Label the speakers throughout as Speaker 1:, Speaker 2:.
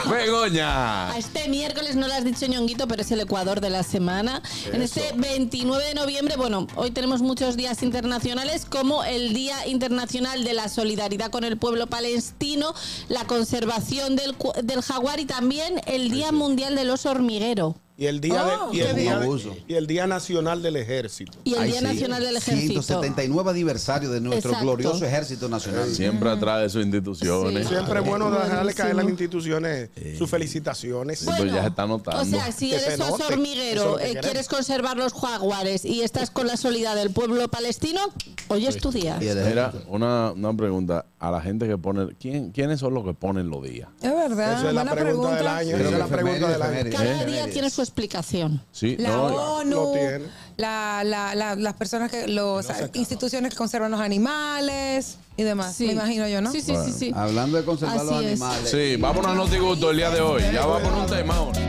Speaker 1: Begoña.
Speaker 2: A este miércoles no lo has dicho ñonguito, pero es el Ecuador de la semana. En este 29 de noviembre, bueno, hoy tenemos muchos días internacionales, como el Día Internacional de la Solidaridad con el Pueblo Palestino, la conservación del, cu- del jaguar y también el Día Mundial del Oso Hormiguero.
Speaker 3: Y el día, de-
Speaker 4: Oh,
Speaker 3: y, el
Speaker 4: qué
Speaker 3: día
Speaker 5: bien. Abuso.
Speaker 3: y el día nacional del ejército.
Speaker 2: Y el
Speaker 5: Ay,
Speaker 2: Día
Speaker 5: sí.
Speaker 2: Nacional del Ejército.
Speaker 5: 179 aniversario de nuestro
Speaker 2: Exacto.
Speaker 5: glorioso Ejército Nacional.
Speaker 1: Siempre atrás de sus instituciones.
Speaker 2: Sí.
Speaker 3: Siempre es bueno dejarle
Speaker 2: Buenísimo.
Speaker 3: caer a las instituciones sus felicitaciones.
Speaker 1: Bueno, Esto pues ya se está notando.
Speaker 2: O sea, si
Speaker 3: Que se
Speaker 2: eres oso
Speaker 3: note. Eso es lo
Speaker 2: hormiguero,
Speaker 3: que
Speaker 2: eh,
Speaker 3: queremos.
Speaker 2: quieres conservar los jaguares y estás con la solidad del pueblo palestino, hoy
Speaker 3: Pues
Speaker 2: es tu día.
Speaker 5: Y el
Speaker 1: Mira,
Speaker 5: ejército.
Speaker 1: una, una pregunta a la gente que pone. ¿quién, ¿Quiénes son los que ponen los días?
Speaker 4: Es
Speaker 2: Ah,
Speaker 4: verdad,
Speaker 3: Esa es la
Speaker 4: buena
Speaker 3: pregunta,
Speaker 4: pregunta.
Speaker 3: del año. Esa
Speaker 5: Sí,
Speaker 3: es la
Speaker 5: efemérides,
Speaker 3: pregunta del año.
Speaker 5: efemérides.
Speaker 2: Cada
Speaker 5: ¿Eh?
Speaker 2: día tiene su explicación.
Speaker 1: Sí,
Speaker 4: La
Speaker 1: no.
Speaker 3: lo
Speaker 4: ONU,
Speaker 3: tiene.
Speaker 4: la- la- la- las personas que, los instituciones que conservan los animales y demás.
Speaker 2: Sí.
Speaker 4: Me imagino yo, ¿no?
Speaker 2: Sí, sí, sí, sí.
Speaker 5: Hablando de conservar los
Speaker 2: Así es.
Speaker 5: animales.
Speaker 1: Sí, vámonos a Notigusto el día de hoy. Ya va por un tema ahora.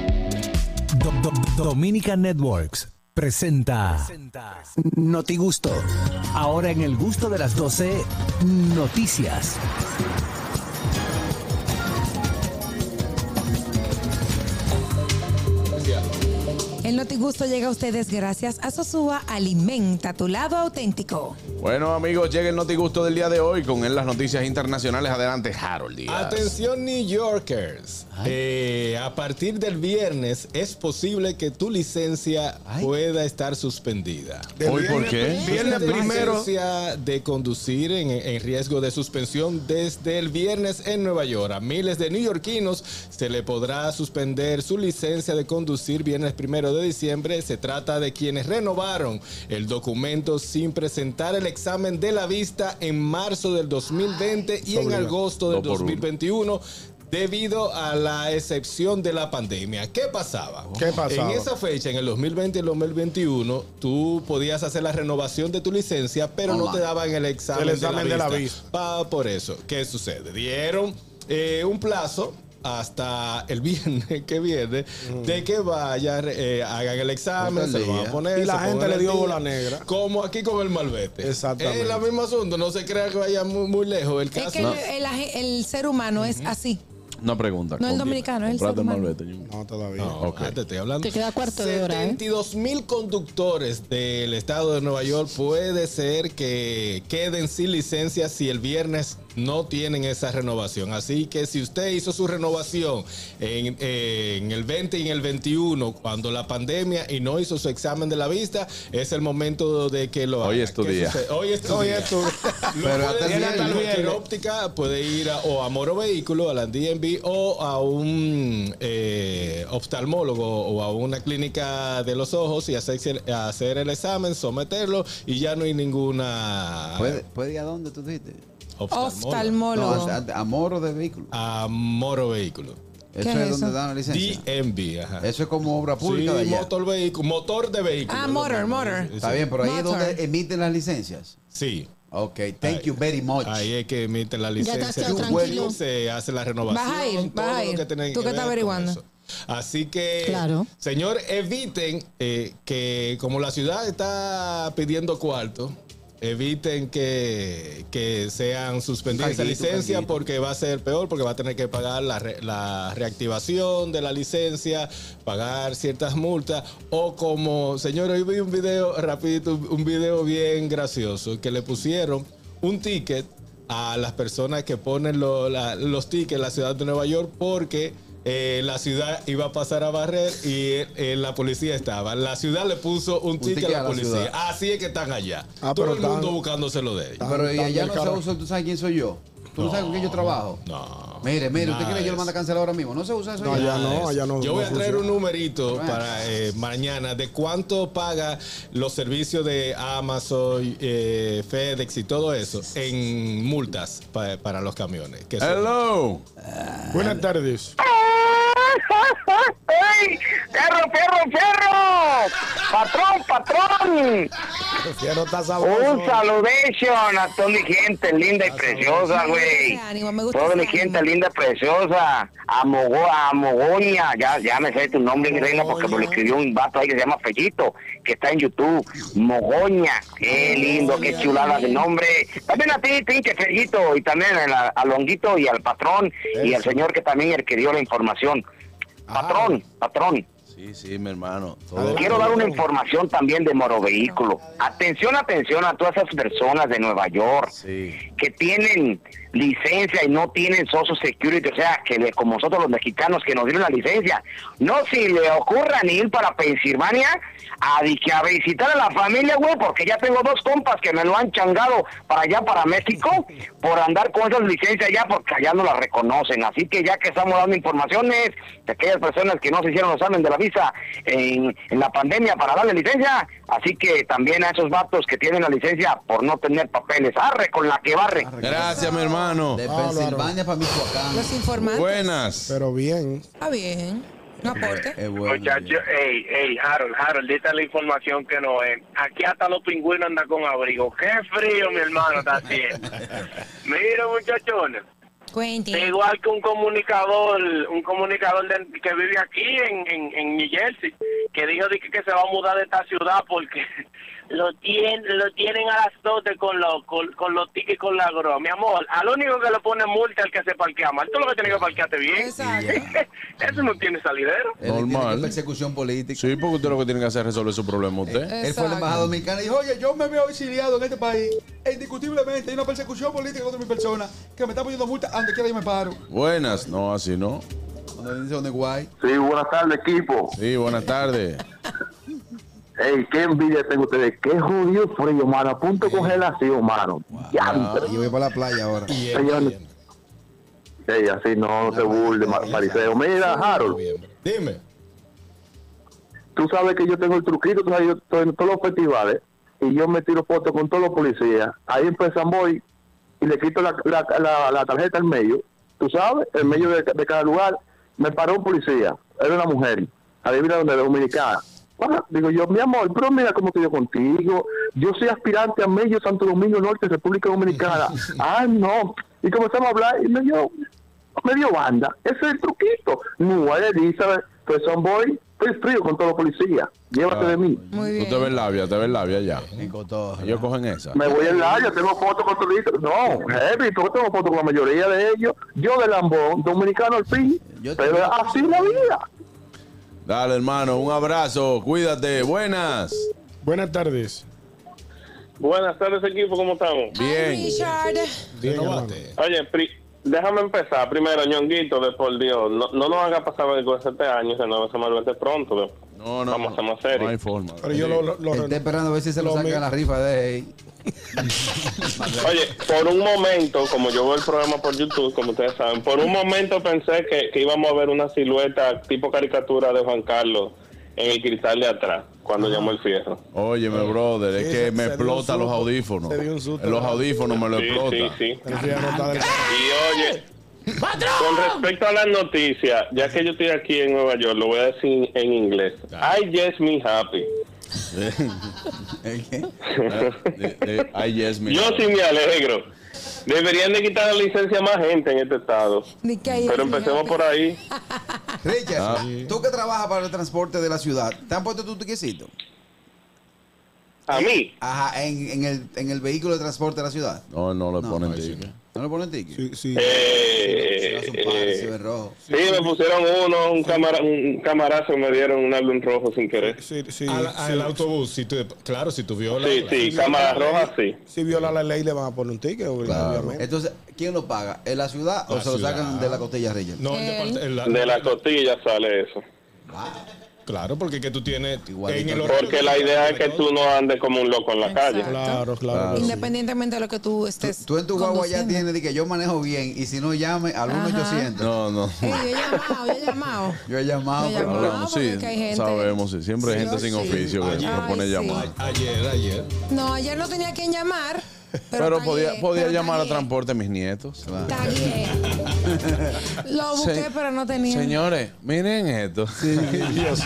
Speaker 6: Do- do- Dominica Networks presenta Noti Gusto. Ahora en el gusto de las 12, noticias.
Speaker 4: El Notigusto llega a ustedes gracias a Sosúa Alimenta tu lado auténtico.
Speaker 1: Bueno, amigos, llega el Notigusto del día de hoy con él las noticias internacionales. Adelante, Harold Díaz.
Speaker 7: Atención New Yorkers, Eh, a partir del viernes es posible que tu licencia pueda estar suspendida.
Speaker 3: Del
Speaker 1: Hoy, ¿por
Speaker 3: viernes-
Speaker 1: qué?
Speaker 3: Viernes
Speaker 7: Tu
Speaker 3: primero.
Speaker 7: licencia de conducir en, en riesgo de suspensión desde el viernes en Nueva York. A miles de neoyorquinos se le podrá suspender su licencia de conducir viernes primero de diciembre. Se trata de quienes renovaron el documento sin presentar el examen de la vista en marzo del 2020 y en agosto del
Speaker 1: Dos por uno.
Speaker 7: 2021 debido a la excepción de la pandemia. ¿Qué pasaba?
Speaker 3: Oh. ¿Qué pasaba?
Speaker 7: En esa fecha, en el 2020 y el 2021, tú podías hacer la renovación de tu licencia, pero no
Speaker 5: Online.
Speaker 7: te daban el examen,
Speaker 3: El examen de la vista.
Speaker 7: Pa- por eso, ¿qué sucede? Dieron eh, un plazo hasta el viernes que viene de que vayan, eh, hagan el examen,
Speaker 5: Mm. Ponte
Speaker 7: se
Speaker 5: al
Speaker 7: lo van
Speaker 5: día.
Speaker 7: a poner.
Speaker 3: Y la
Speaker 7: se
Speaker 3: gente
Speaker 7: pongan
Speaker 3: le
Speaker 7: al
Speaker 3: dio
Speaker 7: día.
Speaker 3: bola negra.
Speaker 7: Como aquí con el malvete.
Speaker 3: Exactamente.
Speaker 7: Es el mismo asunto, no se crea que vaya muy, muy lejos el caso.
Speaker 4: Es que el, el aje- el ser humano es así.
Speaker 1: Una pregunta.
Speaker 4: No, el
Speaker 1: Compra-
Speaker 4: dominicano, el
Speaker 1: comprate
Speaker 4: ser humano.
Speaker 1: malvete, Jun.
Speaker 3: No, todavía.
Speaker 7: No,
Speaker 1: Ok.
Speaker 7: ah, te estoy hablando.
Speaker 2: Te queda cuarto de hora, ¿eh?
Speaker 7: 72 mil conductores del estado de Nueva York puede ser que queden sin licencia si el viernes no tienen esa renovación. Así que si usted hizo su renovación en, en el 20 y en el 21, cuando la pandemia y no hizo su examen de la vista, es el momento de que lo haga.
Speaker 1: Hoy es tu
Speaker 7: ¿Qué
Speaker 1: día.
Speaker 7: sucede? Hoy es tu
Speaker 3: Oye,
Speaker 7: día.
Speaker 3: tú-
Speaker 7: Lo
Speaker 5: Pero
Speaker 7: puede
Speaker 5: hasta el
Speaker 7: ir a
Speaker 5: viernes.
Speaker 7: cualquier óptica, puede ir a, o a Moro Vehículo, a la DNB o a un eh, oftalmólogo o a una clínica de los ojos y hacer, hacer el examen, someterlo y ya no hay ninguna
Speaker 5: ¿Puede, puede ir a dónde tú dijiste?
Speaker 7: oftalmólogo.
Speaker 5: No,
Speaker 4: Oftalmólogo.
Speaker 5: a, a- a moro de vehículo.
Speaker 7: A Moro Vehículo.
Speaker 5: Eso
Speaker 4: es
Speaker 5: es,
Speaker 4: eso?
Speaker 5: donde dan la licencia.
Speaker 7: DNB, ajá.
Speaker 5: Eso es como obra pública
Speaker 7: Sí,
Speaker 5: de allá.
Speaker 7: motor, vehículo, motor de vehículo.
Speaker 4: Ah,
Speaker 7: es lo
Speaker 4: motor,
Speaker 7: mismo.
Speaker 4: motor.
Speaker 7: Sí,
Speaker 5: Está
Speaker 7: sí.
Speaker 5: bien, pero ahí es
Speaker 4: Motor.
Speaker 5: donde emiten las licencias.
Speaker 7: Sí.
Speaker 5: Ok, thank
Speaker 7: Ahí.
Speaker 5: you very much.
Speaker 7: Ahí es que emiten la
Speaker 2: Ya te has
Speaker 7: licencia.
Speaker 2: quedado
Speaker 7: Tú
Speaker 2: tranquilo.
Speaker 7: vuelves, Se hace la renovación.
Speaker 4: Vas a ir,
Speaker 7: todo
Speaker 4: vas a
Speaker 7: lo
Speaker 4: ir.
Speaker 7: tiene
Speaker 4: Tú que estás
Speaker 7: ver con
Speaker 4: averiguando.
Speaker 7: eso. Así que,
Speaker 2: Claro.
Speaker 7: señor, eviten eh, que, como la ciudad está pidiendo cuarto, eviten que, que sean suspendidas esa
Speaker 5: Carguito,
Speaker 7: licencia
Speaker 5: carguito.
Speaker 7: porque va a ser peor, porque va a tener que pagar la, re- la reactivación de la licencia, pagar ciertas multas, o como, señor, hoy vi un video, rapidito, un video bien gracioso, que le pusieron un ticket a las personas que ponen lo- la- los tickets en la ciudad de Nueva York porque... eh, la ciudad iba a pasar a barrer y eh, la policía estaba. La ciudad le puso un, ticket, a la, policía.
Speaker 5: ciudad.
Speaker 7: Así es que están allá.
Speaker 3: Ah,
Speaker 7: Todo
Speaker 3: pero
Speaker 7: el mundo
Speaker 3: están-
Speaker 7: buscándoselo de ellos.
Speaker 5: Pero y
Speaker 3: Dame
Speaker 5: allá
Speaker 3: el
Speaker 5: no se
Speaker 3: carro.
Speaker 5: usa, tú sabes quién soy yo. Tú no, sabes con quién yo trabajo.
Speaker 7: No.
Speaker 5: Mire, mire, ¿usted
Speaker 7: Nada
Speaker 5: cree que yo
Speaker 7: de
Speaker 5: lo mando a cancelar ahora mismo? No se usa eso.
Speaker 3: No,
Speaker 5: allá.
Speaker 3: allá no,
Speaker 7: eso.
Speaker 3: allá no.
Speaker 7: Yo voy a
Speaker 3: no
Speaker 7: traer un
Speaker 3: funciona.
Speaker 7: numerito para eh, mañana de cuánto paga los servicios de Amazon, eh, FedEx y todo eso en multas pa- para los camiones. que son-
Speaker 1: Hello.
Speaker 2: Ah.
Speaker 3: Buenas tardes.
Speaker 8: ¡Ey! ¡Perro, perro, perro! ¡Patrón, patrón!
Speaker 3: Ya no está
Speaker 8: Un
Speaker 3: sabroso.
Speaker 8: saludation a toda mi gente linda y preciosa, güey.
Speaker 4: Ese ánimo, me gusta
Speaker 8: Toda
Speaker 4: ese
Speaker 8: mi gente
Speaker 4: ánimo.
Speaker 8: linda y preciosa. A, Mogo- a Mogonia, ya, ya me sé tu nombre, mi reina, porque me lo
Speaker 3: Mogoña.
Speaker 8: escribió un vato ahí que se llama Fellito, que está en YouTube. Mogoña, qué lindo, qué chulada de nombre. También a ti, pinche Fellito, y también a la- al Longuito y al patrón, y al señor que también el que dio la información. Patrón, patrón.
Speaker 1: Sí, sí, mi hermano.
Speaker 3: Adelante.
Speaker 8: Quiero dar una información también de Moro Vehículo. Atención, atención a todas esas personas de Nueva York
Speaker 1: Sí.
Speaker 8: que tienen
Speaker 9: licencia y no tienen Social Security, o sea, que le- como nosotros los mexicanos que nos dieron la licencia, no si le ocurran ir para Pensilvania a, di- que a visitar a la familia, güey, porque ya tengo dos compas que me lo han changado para allá, para México, por andar con esas licencias allá, porque allá no las reconocen. Así que ya que estamos dando informaciones de aquellas personas que no se hicieron los examen de la visa en, en la pandemia para darle licencia, así que también a esos vatos que tienen la licencia por no tener papeles, arre con la que barre.
Speaker 1: Gracias, mi hermano.
Speaker 5: De Pensilvania para Michoacán.
Speaker 4: Los informantes.
Speaker 1: Buenas.
Speaker 10: Pero bien.
Speaker 4: Está bien. Un aporte.
Speaker 5: Es bueno.
Speaker 11: Muchachos, hey, hey, Harold, Harold, esta es la información que no es. Aquí hasta los pingüinos andan con abrigo. Qué frío, mi hermano, está haciendo. Mira, muchachones,
Speaker 4: Cuente.
Speaker 11: igual que un comunicador, un comunicador de- que vive aquí en, en, en New Jersey, que dijo de que, que se va a mudar de esta ciudad porque lo tienen lo tienen a las 12 con los con, con los tickets con la grúa. Mi amor, al único que le pone multa al que se parquea mal, tú lo que tienes que parquearte bien.
Speaker 4: Exacto.
Speaker 11: Eso no tiene salidero.
Speaker 5: Él tiene
Speaker 1: Normal.
Speaker 5: que persecución política.
Speaker 1: Sí, porque usted lo que tiene que hacer es resolver su problema usted.
Speaker 3: Eh,
Speaker 5: Él fue a la embajada dominicana y dijo, oye, yo me veo auxiliado en este país. E indiscutiblemente hay una persecución política contra mi persona que me está poniendo multa donde quiera yo me paro.
Speaker 1: Buenas. No, así no.
Speaker 5: Cuando dice donde guay.
Speaker 11: Sí, buenas tardes, equipo.
Speaker 1: Sí, buenas tardes.
Speaker 11: Ey, qué envidia tengo ustedes. Qué judío frío, mano. A punto de congelación, mano. Diantre.
Speaker 5: Ah, yo voy para la playa ahora.
Speaker 7: Y en
Speaker 11: Señores. Ey, así no, no se burle, ma- Mariceo. Mira, Harold,
Speaker 7: noviembre. Dime.
Speaker 11: tú sabes que yo tengo el truquito, tú sabes, yo estoy en todos los festivales y yo me tiro fotos con todos los policías. Ahí empezan voy y le quito la, la, la- la tarjeta al medio. Tú sabes, en medio de, de cada lugar me paró un policía. Era una mujer. Adivina dónde, dominicana. Bueno, digo yo, mi amor, pero mira cómo estoy yo contigo. Yo soy aspirante a medio Santo Domingo Norte, República Dominicana. ah, no. Y comenzamos a hablar y me dio, me dio banda. Ese es el truquito. No, Elizabeth, pues son boy, estoy frío con todos los policías. Llévate de mí.
Speaker 4: Muy
Speaker 1: Tú te
Speaker 4: bien.
Speaker 1: ves labia, te ves labia ya. Ellos cogen esa.
Speaker 11: Me voy en la yo tengo fotos con todito. No, heavy, porque tengo fotos con la mayoría de ellos. Yo de Lambón, dominicano al fin.
Speaker 5: Yo
Speaker 11: Pero
Speaker 5: tengo-
Speaker 11: así es la vida.
Speaker 1: Dale, hermano, un abrazo. Cuídate. Buenas.
Speaker 10: Buenas tardes.
Speaker 11: Buenas tardes, equipo, ¿cómo estamos?
Speaker 1: Bien.
Speaker 4: Hi, Richard.
Speaker 7: Dinovate.
Speaker 11: Oye, pri- déjame empezar. Primero, ñonguito, de por Dios, no, no nos haga pasar vergüenza este año, que no se malvete pronto. ¿no?
Speaker 1: No, no.
Speaker 11: Vamos a ser más
Speaker 1: No
Speaker 11: serios.
Speaker 1: hay forma.
Speaker 7: Pero yo lo, lo, lo-
Speaker 5: Está esperando a ver si se lo,
Speaker 7: Lo
Speaker 5: sacan
Speaker 7: mi-
Speaker 5: a la rifa de él.
Speaker 11: Oye, por un momento, como yo veo el programa por YouTube, como ustedes saben, por un momento pensé que, que íbamos a ver una silueta tipo caricatura de Juan Carlos en el cristal de atrás, cuando llamó el fierro.
Speaker 1: Óyeme, brother, es
Speaker 7: Sí,
Speaker 1: que
Speaker 7: se- se
Speaker 1: me
Speaker 7: dio un
Speaker 1: explota los
Speaker 7: susto.
Speaker 1: audífonos. Eh,
Speaker 7: Se dio un susto,
Speaker 1: Los
Speaker 7: ¿verdad?
Speaker 1: audífonos me lo
Speaker 11: Sí, sí,
Speaker 1: explota.
Speaker 11: sí.
Speaker 7: el frío no está del-
Speaker 11: Y oye, con respecto a las noticias, ya que yo estoy aquí en Nueva York, lo voy a decir en inglés. I just me happy.
Speaker 5: ¿El qué?
Speaker 11: Ah,
Speaker 1: De- de- Ay, yes, mi
Speaker 11: Yo
Speaker 1: amor.
Speaker 11: sí me alegro. Deberían de quitar la licencia a más gente en este estado.
Speaker 4: Ni que ahí-
Speaker 11: Pero empecemos por ahí.
Speaker 5: Richard,
Speaker 11: Ah.
Speaker 5: tú que trabajas para el transporte de la ciudad, ¿te han puesto tu tiquecito?
Speaker 11: A mí.
Speaker 5: Ajá, en, en el, en el vehículo de transporte de la ciudad.
Speaker 1: No, no le
Speaker 5: No,
Speaker 1: ponen
Speaker 5: no,
Speaker 1: ticket.
Speaker 5: ¿No le ponen ticket?
Speaker 10: Sí, sí.
Speaker 11: Eh,
Speaker 5: Si vas a un par, si
Speaker 11: eh,
Speaker 5: ves rojo.
Speaker 11: sí, me pusieron uno, un, camara- un camarazo, me dieron un álbum rojo sin querer.
Speaker 10: Sí, sí,
Speaker 7: Al,
Speaker 10: sí.
Speaker 7: al autobús, si tú, claro, si tú violas.
Speaker 11: Sí,
Speaker 7: claro.
Speaker 11: sí, cámara roja, sí.
Speaker 10: Si viola la ley, le van a poner un ticket, obviamente.
Speaker 5: Entonces, ¿quién lo paga? ¿En la ciudad o
Speaker 7: La
Speaker 5: se lo
Speaker 7: ciudad.
Speaker 5: sacan de la costilla, Richard?
Speaker 7: No,
Speaker 4: Eh,
Speaker 7: el depart- el-
Speaker 11: De la costilla sale eso.
Speaker 7: Claro, porque que tú tienes
Speaker 5: Igualito.
Speaker 7: en el horario
Speaker 11: Porque la idea es que tú no andes como un loco en la calle.
Speaker 10: Claro, claro. que sí.
Speaker 4: Independientemente de lo que tú
Speaker 5: Ah, Tú,
Speaker 4: estés.
Speaker 5: tú en tu guagua ya
Speaker 4: conduciendo.
Speaker 5: tienes de que yo manejo bien y si no llame al
Speaker 4: Ajá.
Speaker 5: 1-800.
Speaker 1: No, no.
Speaker 4: Ey, yo he llamado, yo he llamado.
Speaker 5: Yo he
Speaker 7: Ah,
Speaker 5: llamado.
Speaker 4: Yo he
Speaker 5: pero-
Speaker 4: llamado.
Speaker 1: Hablamos,
Speaker 4: porque
Speaker 1: sí.
Speaker 4: es que hay gente-
Speaker 1: Sabemos, sí. Siempre hay
Speaker 4: Sí,
Speaker 1: gente
Speaker 4: o
Speaker 1: sin
Speaker 4: sí.
Speaker 1: oficio que
Speaker 4: Ay,
Speaker 1: no pone
Speaker 4: sí.
Speaker 1: llamar.
Speaker 7: Ayer, ayer.
Speaker 4: No, ayer no tenía quien llamar. Pero,
Speaker 1: Pero
Speaker 4: tagué,
Speaker 1: podía, podía
Speaker 4: pero
Speaker 1: llamar a
Speaker 4: tagué,
Speaker 1: transporte a mis nietos.
Speaker 4: tagué. Lo busqué,
Speaker 1: Se-
Speaker 4: pero no tenía.
Speaker 1: Señores, miren esto.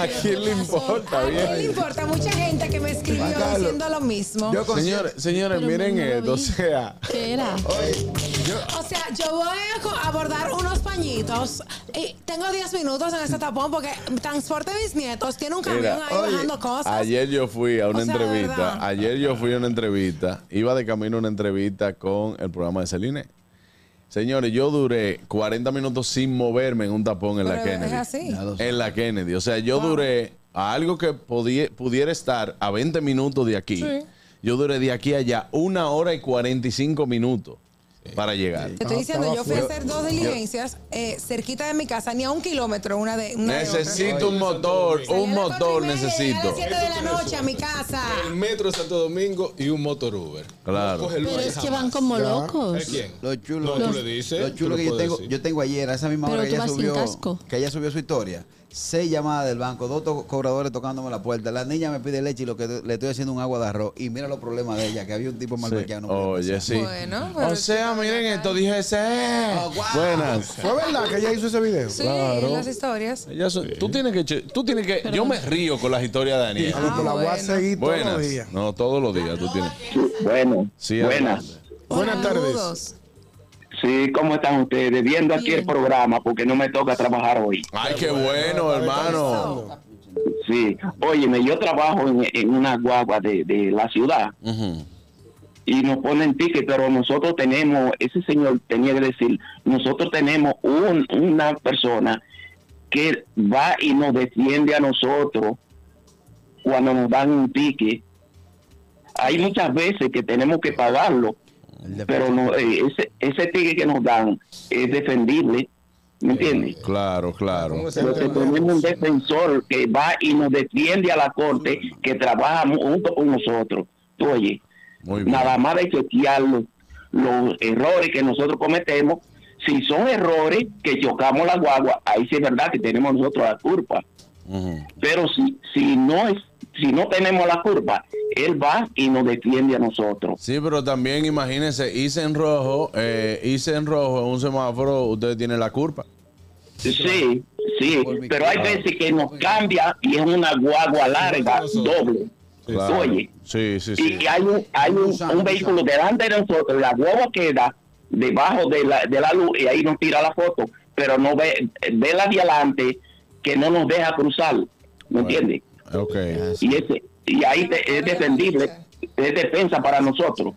Speaker 1: ¿A quién le importa?
Speaker 4: ¿A quién le
Speaker 1: Bien.
Speaker 4: importa? Mucha gente que me escribió
Speaker 5: Carlos,
Speaker 4: diciendo lo mismo.
Speaker 5: Yo con-
Speaker 1: Señores, señores,
Speaker 12: Pero
Speaker 1: miren
Speaker 12: no lo
Speaker 1: esto. O
Speaker 12: vi.
Speaker 1: sea,
Speaker 12: ¿Qué era?
Speaker 5: Oye, yo-
Speaker 4: O sea, yo voy a co- abordar unos pañitos y tengo 10 minutos en este tapón porque transporte a mis nietos. Tiene un camión
Speaker 1: Mira,
Speaker 4: ahí
Speaker 5: oye,
Speaker 4: bajando cosas.
Speaker 1: ayer yo fui a una
Speaker 4: O sea,
Speaker 1: entrevista.
Speaker 4: ¿verdad?
Speaker 1: Ayer yo fui a una entrevista. Iba de camino a una entrevista con el programa de Celine. Señores, yo duré 40 minutos sin moverme en un tapón en la
Speaker 4: Pero es
Speaker 1: Kennedy.
Speaker 4: así.
Speaker 5: Ya lo sé.
Speaker 1: En la Kennedy. O sea, yo duré a algo que podía- pudiera estar a 20 minutos de aquí. Yo duré de aquí a allá una hora y 45 minutos. para llegar.
Speaker 4: Te estoy diciendo, yo fui a hacer dos diligencias eh, cerquita de mi casa, ni a un kilómetro una de una de otra.
Speaker 1: Necesito un motor,
Speaker 4: Salí a
Speaker 1: un
Speaker 4: las cuatro y
Speaker 1: motor
Speaker 4: media, llegué A
Speaker 1: necesito.
Speaker 4: las 7 de la noche a mi casa.
Speaker 7: El metro de Santo Domingo y un motor Uber.
Speaker 1: Claro.
Speaker 7: No coge el
Speaker 2: Pero
Speaker 7: Uber
Speaker 2: es que
Speaker 7: jamás.
Speaker 2: van como locos.
Speaker 7: ¿Eh, quién?
Speaker 5: Lo chulo,
Speaker 7: No, tú
Speaker 5: lo-
Speaker 7: le dices,
Speaker 5: lo
Speaker 7: tú
Speaker 5: chulo que
Speaker 7: le
Speaker 5: yo
Speaker 7: puedes
Speaker 5: tengo,
Speaker 7: decir.
Speaker 5: yo tengo ayer, a esa misma
Speaker 2: Pero
Speaker 5: hora que
Speaker 2: tú
Speaker 5: ella,
Speaker 2: vas sin
Speaker 5: subió,
Speaker 2: casco.
Speaker 5: que ella subió su historia, seis llamadas del banco, dos to- cobradores tocándome la puerta, la niña me pide leche y lo que le estoy haciendo un agua de arroz y mira los problemas de ella, que había un tipo
Speaker 1: Sí.
Speaker 5: malbequiano.
Speaker 1: Oye, sí.
Speaker 4: Bueno, pero
Speaker 1: o
Speaker 5: pues,
Speaker 1: sea, miren esto, dije ese. Buenas.
Speaker 3: Fue verdad que ella hizo ese video.
Speaker 4: Sí, las historias.
Speaker 1: Ella so- Tú tienes que, che- tú tienes que. Yo me río con las historias de Daniel.
Speaker 3: A lo que la voy a seguir todos los días.
Speaker 1: Buenas. No, todos los días tú tienes.
Speaker 8: Bueno,
Speaker 1: Sí,
Speaker 8: buenas.
Speaker 3: Buenas tardes.
Speaker 4: Saludos.
Speaker 8: Sí, ¿cómo están ustedes? Viendo aquí el programa porque no me toca trabajar hoy.
Speaker 1: Ay, qué bueno, hermano.
Speaker 8: Sí, óyeme, yo trabajo en, en una guagua de, de la ciudad
Speaker 1: Ujú.
Speaker 8: y nos ponen ticket, pero nosotros tenemos, ese señor tenía que decir, nosotros tenemos un- una persona que va y nos defiende a nosotros cuando nos dan un ticket. Hay muchas veces que tenemos que pagarlo, pero no, eh, ese, ese ticket que nos dan es defendible, ¿me entiendes?
Speaker 1: Claro, claro.
Speaker 7: ¿Cómo se llama?
Speaker 8: Porque tenemos un defensor que va y nos defiende a la corte, que trabaja mu- junto con nosotros. Tú oye,
Speaker 1: Muy bien.
Speaker 8: nada más de chequear los, los errores que nosotros cometemos. Si son errores que chocamos la guagua, ahí sí es verdad que tenemos nosotros la culpa.
Speaker 1: Ujú.
Speaker 8: Pero si, si no es, si no tenemos la culpa, él va y nos defiende a nosotros.
Speaker 1: Sí, pero también imagínense, hice en rojo, eh, hice en rojo en un semáforo, usted tiene la culpa.
Speaker 8: Sí, sí, pero hay veces que nos cambia y es una guagua larga, doble. Tú
Speaker 1: Claro.
Speaker 8: oye.
Speaker 1: Sí, sí, sí.
Speaker 8: y hay un, hay un, un vehículo delante de nosotros, la guagua queda debajo de la, de la luz y ahí nos tira la foto, pero no ve, ve la de adelante que no nos deja cruzar, ¿me entiendes?
Speaker 1: Ok.
Speaker 8: Y, ese, y ahí te- es defendible, es defensa para nosotros.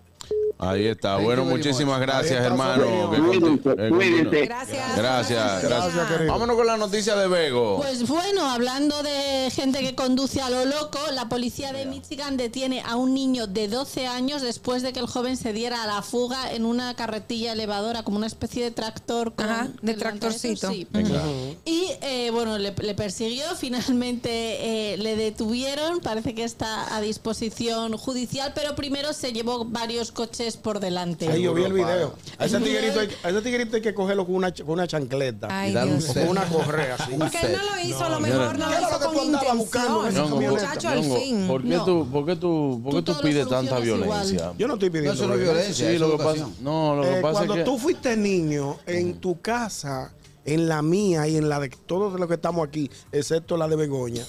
Speaker 1: Ahí está. Bueno, muchísimas gracias, hermano. Que
Speaker 8: Cuídense,
Speaker 1: continu- eh,
Speaker 8: cuídense.
Speaker 4: Gracias.
Speaker 1: Gracias, gracias. Vámonos con la noticia de Bego.
Speaker 2: Pues bueno, hablando de gente que conduce a lo loco, la policía de Michigan detiene a un niño de 12 años después de que el joven se diera a la fuga en una carretilla elevadora, como una especie de tractor. con-
Speaker 4: Ajá, de
Speaker 2: delante
Speaker 4: tractorcito.
Speaker 2: sí. pues.
Speaker 1: Venga.
Speaker 2: Y eh, bueno, le, le persiguió, finalmente eh, le detuvieron, parece que está a disposición judicial, pero primero se llevó varios coches por delante.
Speaker 3: Ahí yo vi el video. A ese tiguerito hay, a ese tiguerito hay que cogerlo con una, ch- con una chancleta.
Speaker 4: Ay,
Speaker 5: Y dale un
Speaker 4: Dios.
Speaker 3: O con una correa. así.
Speaker 4: Porque él no lo hizo, a lo
Speaker 1: señora.
Speaker 4: mejor no
Speaker 3: ¿Qué
Speaker 4: lo
Speaker 3: era lo
Speaker 4: hizo
Speaker 3: que tú
Speaker 4: con
Speaker 3: andabas buscando en esa
Speaker 4: intención.
Speaker 1: Ñongo, ¿por-
Speaker 4: Muchacho, al
Speaker 1: Ñongo, ¿Por
Speaker 4: fin.
Speaker 1: qué
Speaker 2: No.
Speaker 1: tú, por qué tú, por qué
Speaker 2: Tú
Speaker 1: tú
Speaker 2: todo lo
Speaker 1: pides tanta
Speaker 2: solucionas igual.
Speaker 1: violencia?
Speaker 3: Yo no estoy
Speaker 5: No,
Speaker 3: pidiendo.
Speaker 5: eso no es
Speaker 3: violencia.
Speaker 5: violencia,
Speaker 1: Sí,
Speaker 5: es
Speaker 1: lo que pasa,
Speaker 5: educación.
Speaker 1: no, lo que
Speaker 3: Eh,
Speaker 1: pasa es
Speaker 3: cuando
Speaker 1: que
Speaker 3: tú fuiste niño, en tu casa, en la mía y en la de todos los que estamos aquí, excepto la de Begoña,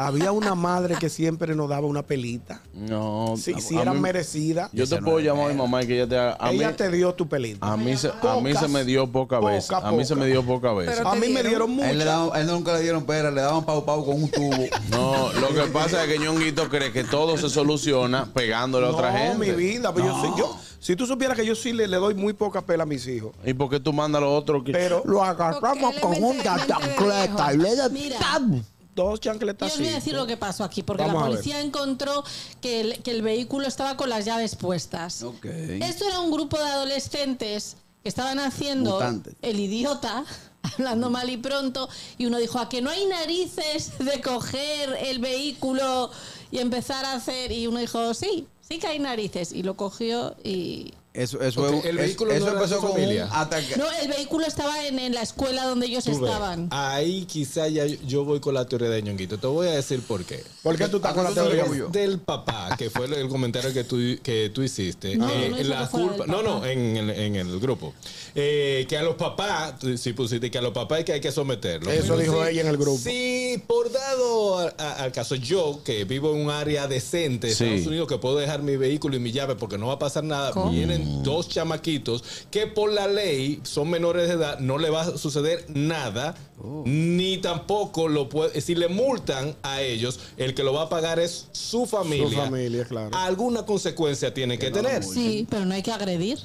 Speaker 3: había una madre que siempre nos daba una pelita.
Speaker 1: no,
Speaker 3: Si,
Speaker 1: a-
Speaker 3: si
Speaker 1: a
Speaker 3: era
Speaker 1: mí-
Speaker 3: merecida,
Speaker 1: Yo te puedo llamar a mi mamá y que ella te haga. A mí,
Speaker 3: ella te dio tu pelita.
Speaker 1: a mí se, a mí
Speaker 3: Pocas,
Speaker 1: se me dio poca
Speaker 3: poca,
Speaker 1: vez. A mí se
Speaker 3: poca.
Speaker 1: me dio poca vez.
Speaker 4: Pero-
Speaker 3: A
Speaker 4: te
Speaker 3: mí me dieron
Speaker 4: dieron?
Speaker 5: A él, le
Speaker 3: mucho.
Speaker 5: daban- a él nunca le dieron pera, le daban pau pau con un tubo.
Speaker 1: No, lo que pasa es que Ñonguito cree que todo se soluciona pegándole a otra
Speaker 3: No,
Speaker 1: gente.
Speaker 3: mi vida. Pero yo, sí- yo- si tú supieras que yo sí le, le doy muy poca pela a mis hijos.
Speaker 1: ¿Y por qué tú mandas a los otros? que-
Speaker 3: Pero lo agarramos
Speaker 4: Porque
Speaker 3: con
Speaker 4: él es
Speaker 3: una
Speaker 4: mente- mente de
Speaker 3: chancleta y le da
Speaker 2: Mira.
Speaker 3: ¡tam! dos
Speaker 2: Yo
Speaker 3: chancletas.
Speaker 2: os voy a decir lo que pasó aquí, porque
Speaker 3: Vamos a
Speaker 2: la
Speaker 3: ver.
Speaker 2: policía encontró que el, que el vehículo estaba con las llaves puestas.
Speaker 5: Ok.
Speaker 2: Esto era un grupo de adolescentes que estaban haciendo
Speaker 5: Mutantes.
Speaker 2: el idiota, hablando mal y pronto, y uno dijo, a que no hay narices de coger el vehículo y empezar a hacer, y uno dijo, sí, sí que hay narices, y lo cogió y...
Speaker 5: Eso, eso,
Speaker 7: Ok,
Speaker 5: es un-
Speaker 7: el
Speaker 5: es-
Speaker 7: vehículo no
Speaker 5: eso
Speaker 7: era de
Speaker 5: empezó
Speaker 7: su
Speaker 5: con
Speaker 7: familia.
Speaker 5: un ataque.
Speaker 2: No, el vehículo estaba en, en la escuela donde ellos
Speaker 7: Tú ves,
Speaker 2: estaban.
Speaker 7: Ahí quizá ya yo voy con la teoría de Ñonguito. Te voy a decir por qué.
Speaker 3: ¿Por qué tú estás con la
Speaker 5: Entonces,
Speaker 3: teoría?
Speaker 5: yo-
Speaker 7: Es del papá, que fue el- el comentario que tú, que tú hiciste.
Speaker 2: No,
Speaker 7: eh,
Speaker 2: no hizo
Speaker 7: la
Speaker 2: que fuera
Speaker 7: culpa,
Speaker 2: del
Speaker 7: no,
Speaker 2: papá.
Speaker 7: no, en, el- en el grupo. Eh, que a los papás, tú sí pusiste que a los papás es que hay que someterlos.
Speaker 3: Eso
Speaker 7: Pero
Speaker 3: dijo
Speaker 7: sí,
Speaker 3: ella en el grupo.
Speaker 7: Sí, por dado a- a- al caso, yo que vivo en un área decente, de
Speaker 1: Sí.
Speaker 7: Estados Unidos, que puedo dejar mi vehículo y mi llave porque no va a pasar nada, vienen dos chamaquitos que por la ley son menores de edad, no le va a suceder nada,
Speaker 4: Oh.
Speaker 7: ni tampoco lo puede, si le multan a ellos, el que lo va a pagar es su familia.
Speaker 3: familia, claro.
Speaker 7: Alguna consecuencia tiene que tener.
Speaker 2: Sí, pero no hay que agredir.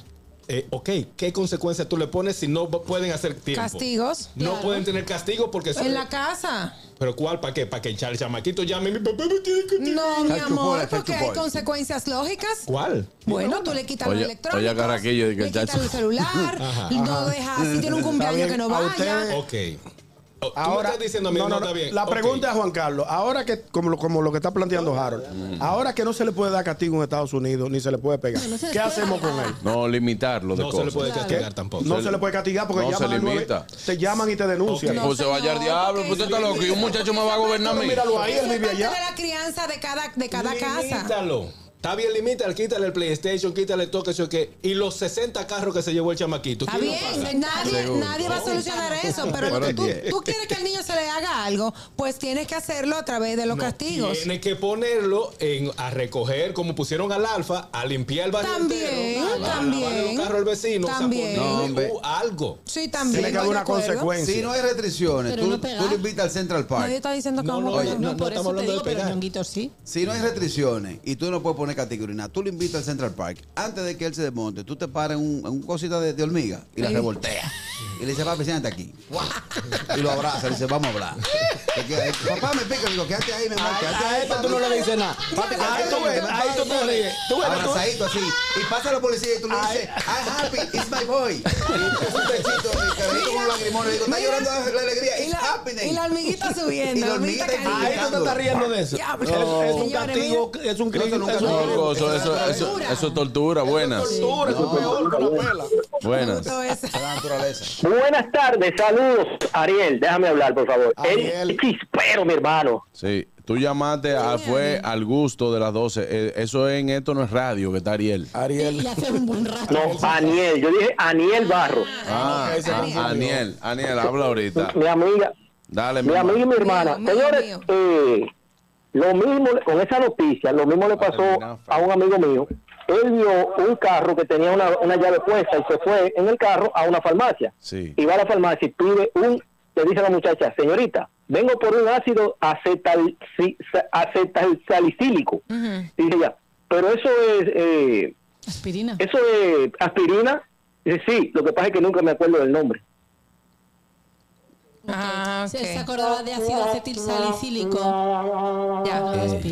Speaker 7: eh, ok, ¿qué consecuencias tú le pones si no pueden hacer tiempo?
Speaker 4: Castigos.
Speaker 7: No
Speaker 4: claro.
Speaker 7: pueden tener castigo porque... se-
Speaker 4: En la casa.
Speaker 7: ¿Pero cuál? ¿Para qué? ¿Para que el chamaquito llame? Mi papá me quiere contigo".
Speaker 4: No, mi
Speaker 5: Catch you boy,
Speaker 4: amor,
Speaker 5: catch you
Speaker 4: porque hay
Speaker 5: boy.
Speaker 4: consecuencias lógicas.
Speaker 7: ¿Cuál?
Speaker 4: Bueno, tú le quitas los
Speaker 1: Oye-
Speaker 4: electrónicos,
Speaker 1: oye, Carraquillo, de que
Speaker 4: le
Speaker 1: el
Speaker 4: quitas
Speaker 1: chacho-
Speaker 4: el celular,
Speaker 7: Ajá,
Speaker 4: y no deja, si tiene un cumpleaños
Speaker 3: bien,
Speaker 4: que no
Speaker 3: a
Speaker 4: vaya.
Speaker 3: ustedes-
Speaker 7: Ok. Oh, tú me estás diciendo a mí, no, está bien.
Speaker 3: La
Speaker 7: Ok.
Speaker 3: pregunta es Juan Carlos. Ahora que, como lo, como lo que está planteando Harold, ahora que no se le puede dar castigo en Estados Unidos ni se le puede pegar,
Speaker 2: se le
Speaker 3: ¿qué
Speaker 2: puede
Speaker 3: hacemos
Speaker 2: dar.
Speaker 3: con él?
Speaker 1: No limitarlo de
Speaker 7: No se
Speaker 1: cosas.
Speaker 7: le puede castigar tampoco.
Speaker 3: No
Speaker 1: Se
Speaker 3: se,
Speaker 1: le-
Speaker 3: le puede castigar porque
Speaker 1: no
Speaker 3: llaman
Speaker 1: se
Speaker 3: al nueve-
Speaker 1: limita.
Speaker 3: te llaman y te denuncian.
Speaker 1: Pues se vaya al
Speaker 4: señor,
Speaker 1: diablo,
Speaker 4: porque
Speaker 1: pues usted está
Speaker 4: eso-
Speaker 1: loco y un muchacho me va a gobernar a mí.
Speaker 3: Míralo ahí, él
Speaker 4: Eso es
Speaker 3: vive
Speaker 4: parte de
Speaker 3: allá.
Speaker 4: la crianza de cada, de cada casa.
Speaker 7: Limítalo. Está bien, limítalo. Quítale el PlayStation, quítale todo eso que... Y los 60 carros que se llevó el chamaquito.
Speaker 4: Está
Speaker 7: ¿quién lo
Speaker 4: bien,
Speaker 7: paga?
Speaker 4: nadie,
Speaker 1: Seguro.
Speaker 4: nadie va a solucionar eso, pero
Speaker 5: Bueno,
Speaker 4: tú,
Speaker 5: bien.
Speaker 4: tú quieres que al niño se le haga algo, pues tienes que hacerlo a través de los castigos.
Speaker 7: Tiene que ponerlo en, a recoger, como pusieron al alfa, a limpiar el barrio
Speaker 4: También,
Speaker 7: entero, a
Speaker 4: también.
Speaker 7: lavarle los carros al vecino, o sea,
Speaker 4: También.
Speaker 7: ponerle
Speaker 5: No, hombre.
Speaker 7: u- algo.
Speaker 4: Sí, también.
Speaker 3: Tiene que haber
Speaker 4: estoy de
Speaker 3: una
Speaker 4: acuerdo.
Speaker 3: consecuencia.
Speaker 5: Si no hay restricciones,
Speaker 2: Pero
Speaker 5: tú,
Speaker 2: no
Speaker 5: tú
Speaker 2: pegar.
Speaker 5: lo invitas al Central Park.
Speaker 4: Nadie está diciendo que
Speaker 7: No,
Speaker 4: vamos
Speaker 7: no,
Speaker 4: a-
Speaker 7: oye,
Speaker 2: No,
Speaker 7: no
Speaker 2: por
Speaker 7: estamos
Speaker 2: eso te
Speaker 7: hablando de
Speaker 2: digo, pero
Speaker 7: pegar.
Speaker 2: Ñonguito sí.
Speaker 5: Si no hay restricciones y tú no puedes poner categoría, nada, tú lo invitas al Central Park. Antes de que él se desmonte, tú te paras en un, en un cosita de, de hormiga y la revolteas. Y le dices, papi, siéntate aquí. Y lo abraza, le dice, vamos a hablar. Te queda ahí, Papá, me pica, digo, quédate ahí, mi amor, quédate ahí.
Speaker 3: esto tú no le dices nada.
Speaker 5: Papi,
Speaker 3: A
Speaker 5: quédate
Speaker 3: esto
Speaker 5: ahí,
Speaker 3: ves,
Speaker 5: me
Speaker 3: a esto
Speaker 5: voy".
Speaker 3: tú le dices. Tú ves, tú-
Speaker 5: Abrazadito así. Y pasa a la policía y tú le dices, I'm happy, it's my boy. Y es un pechito, y te digo un lagrimón, le digo, está llorando de la alegría,
Speaker 4: Y
Speaker 5: it's
Speaker 4: la,
Speaker 5: happening.
Speaker 4: y la hormiguita subiendo.
Speaker 5: Y la hormiguita
Speaker 4: caliente.
Speaker 3: A esto te estás riendo de eso.
Speaker 4: Ya,
Speaker 3: Es- Es un
Speaker 4: señores,
Speaker 3: castigo, es un
Speaker 5: No,
Speaker 3: crimen.
Speaker 5: nunca
Speaker 3: es un
Speaker 5: lo-
Speaker 1: No,
Speaker 3: crimen.
Speaker 1: coso, eso, eso, eso, es tortura. Buenas.
Speaker 3: tortura, eso es peor que la pela.
Speaker 1: Buenas.
Speaker 4: Todo eso.
Speaker 5: La naturaleza.
Speaker 8: Buenas tardes, saludos. Ariel, déjame hablar, por favor.
Speaker 3: Ariel.
Speaker 8: El chispero, mi hermano.
Speaker 1: Sí, tú llamaste a, fue al gusto de las 12. Eh, eso en esto no es radio, que está Ariel.
Speaker 2: Y y hace un buen rato.
Speaker 8: No, Aniel, yo dije Aniel Barros.
Speaker 1: Ah,
Speaker 4: Ariel, Ariel.
Speaker 1: Aniel, Aniel, habla ahorita.
Speaker 8: Mi amiga,
Speaker 1: Dale, mi
Speaker 8: mi amiga y
Speaker 1: hermano.
Speaker 8: mi hermana.
Speaker 4: Mío, mío,
Speaker 8: Señores,
Speaker 4: mío.
Speaker 8: eh, lo mismo, con esa noticia, lo mismo le pasó
Speaker 1: terminar, Fran.
Speaker 8: a un amigo mío. Él vio un carro que tenía una, una llave puesta y se fue en el carro a una farmacia.
Speaker 1: Sí.
Speaker 8: y va a la farmacia y pide un, le dice a la muchacha, señorita, vengo por un ácido acetal, si- sa- acetalsalicílico. Dice ella, pero eso es, eh,
Speaker 2: Aspirina.
Speaker 8: eso es aspirina. Dice, sí, lo que pasa es que nunca me acuerdo del nombre.
Speaker 4: Ah,
Speaker 2: Se, se
Speaker 4: ok.
Speaker 2: acordaba de ácido acetil salicílico.
Speaker 4: Ya.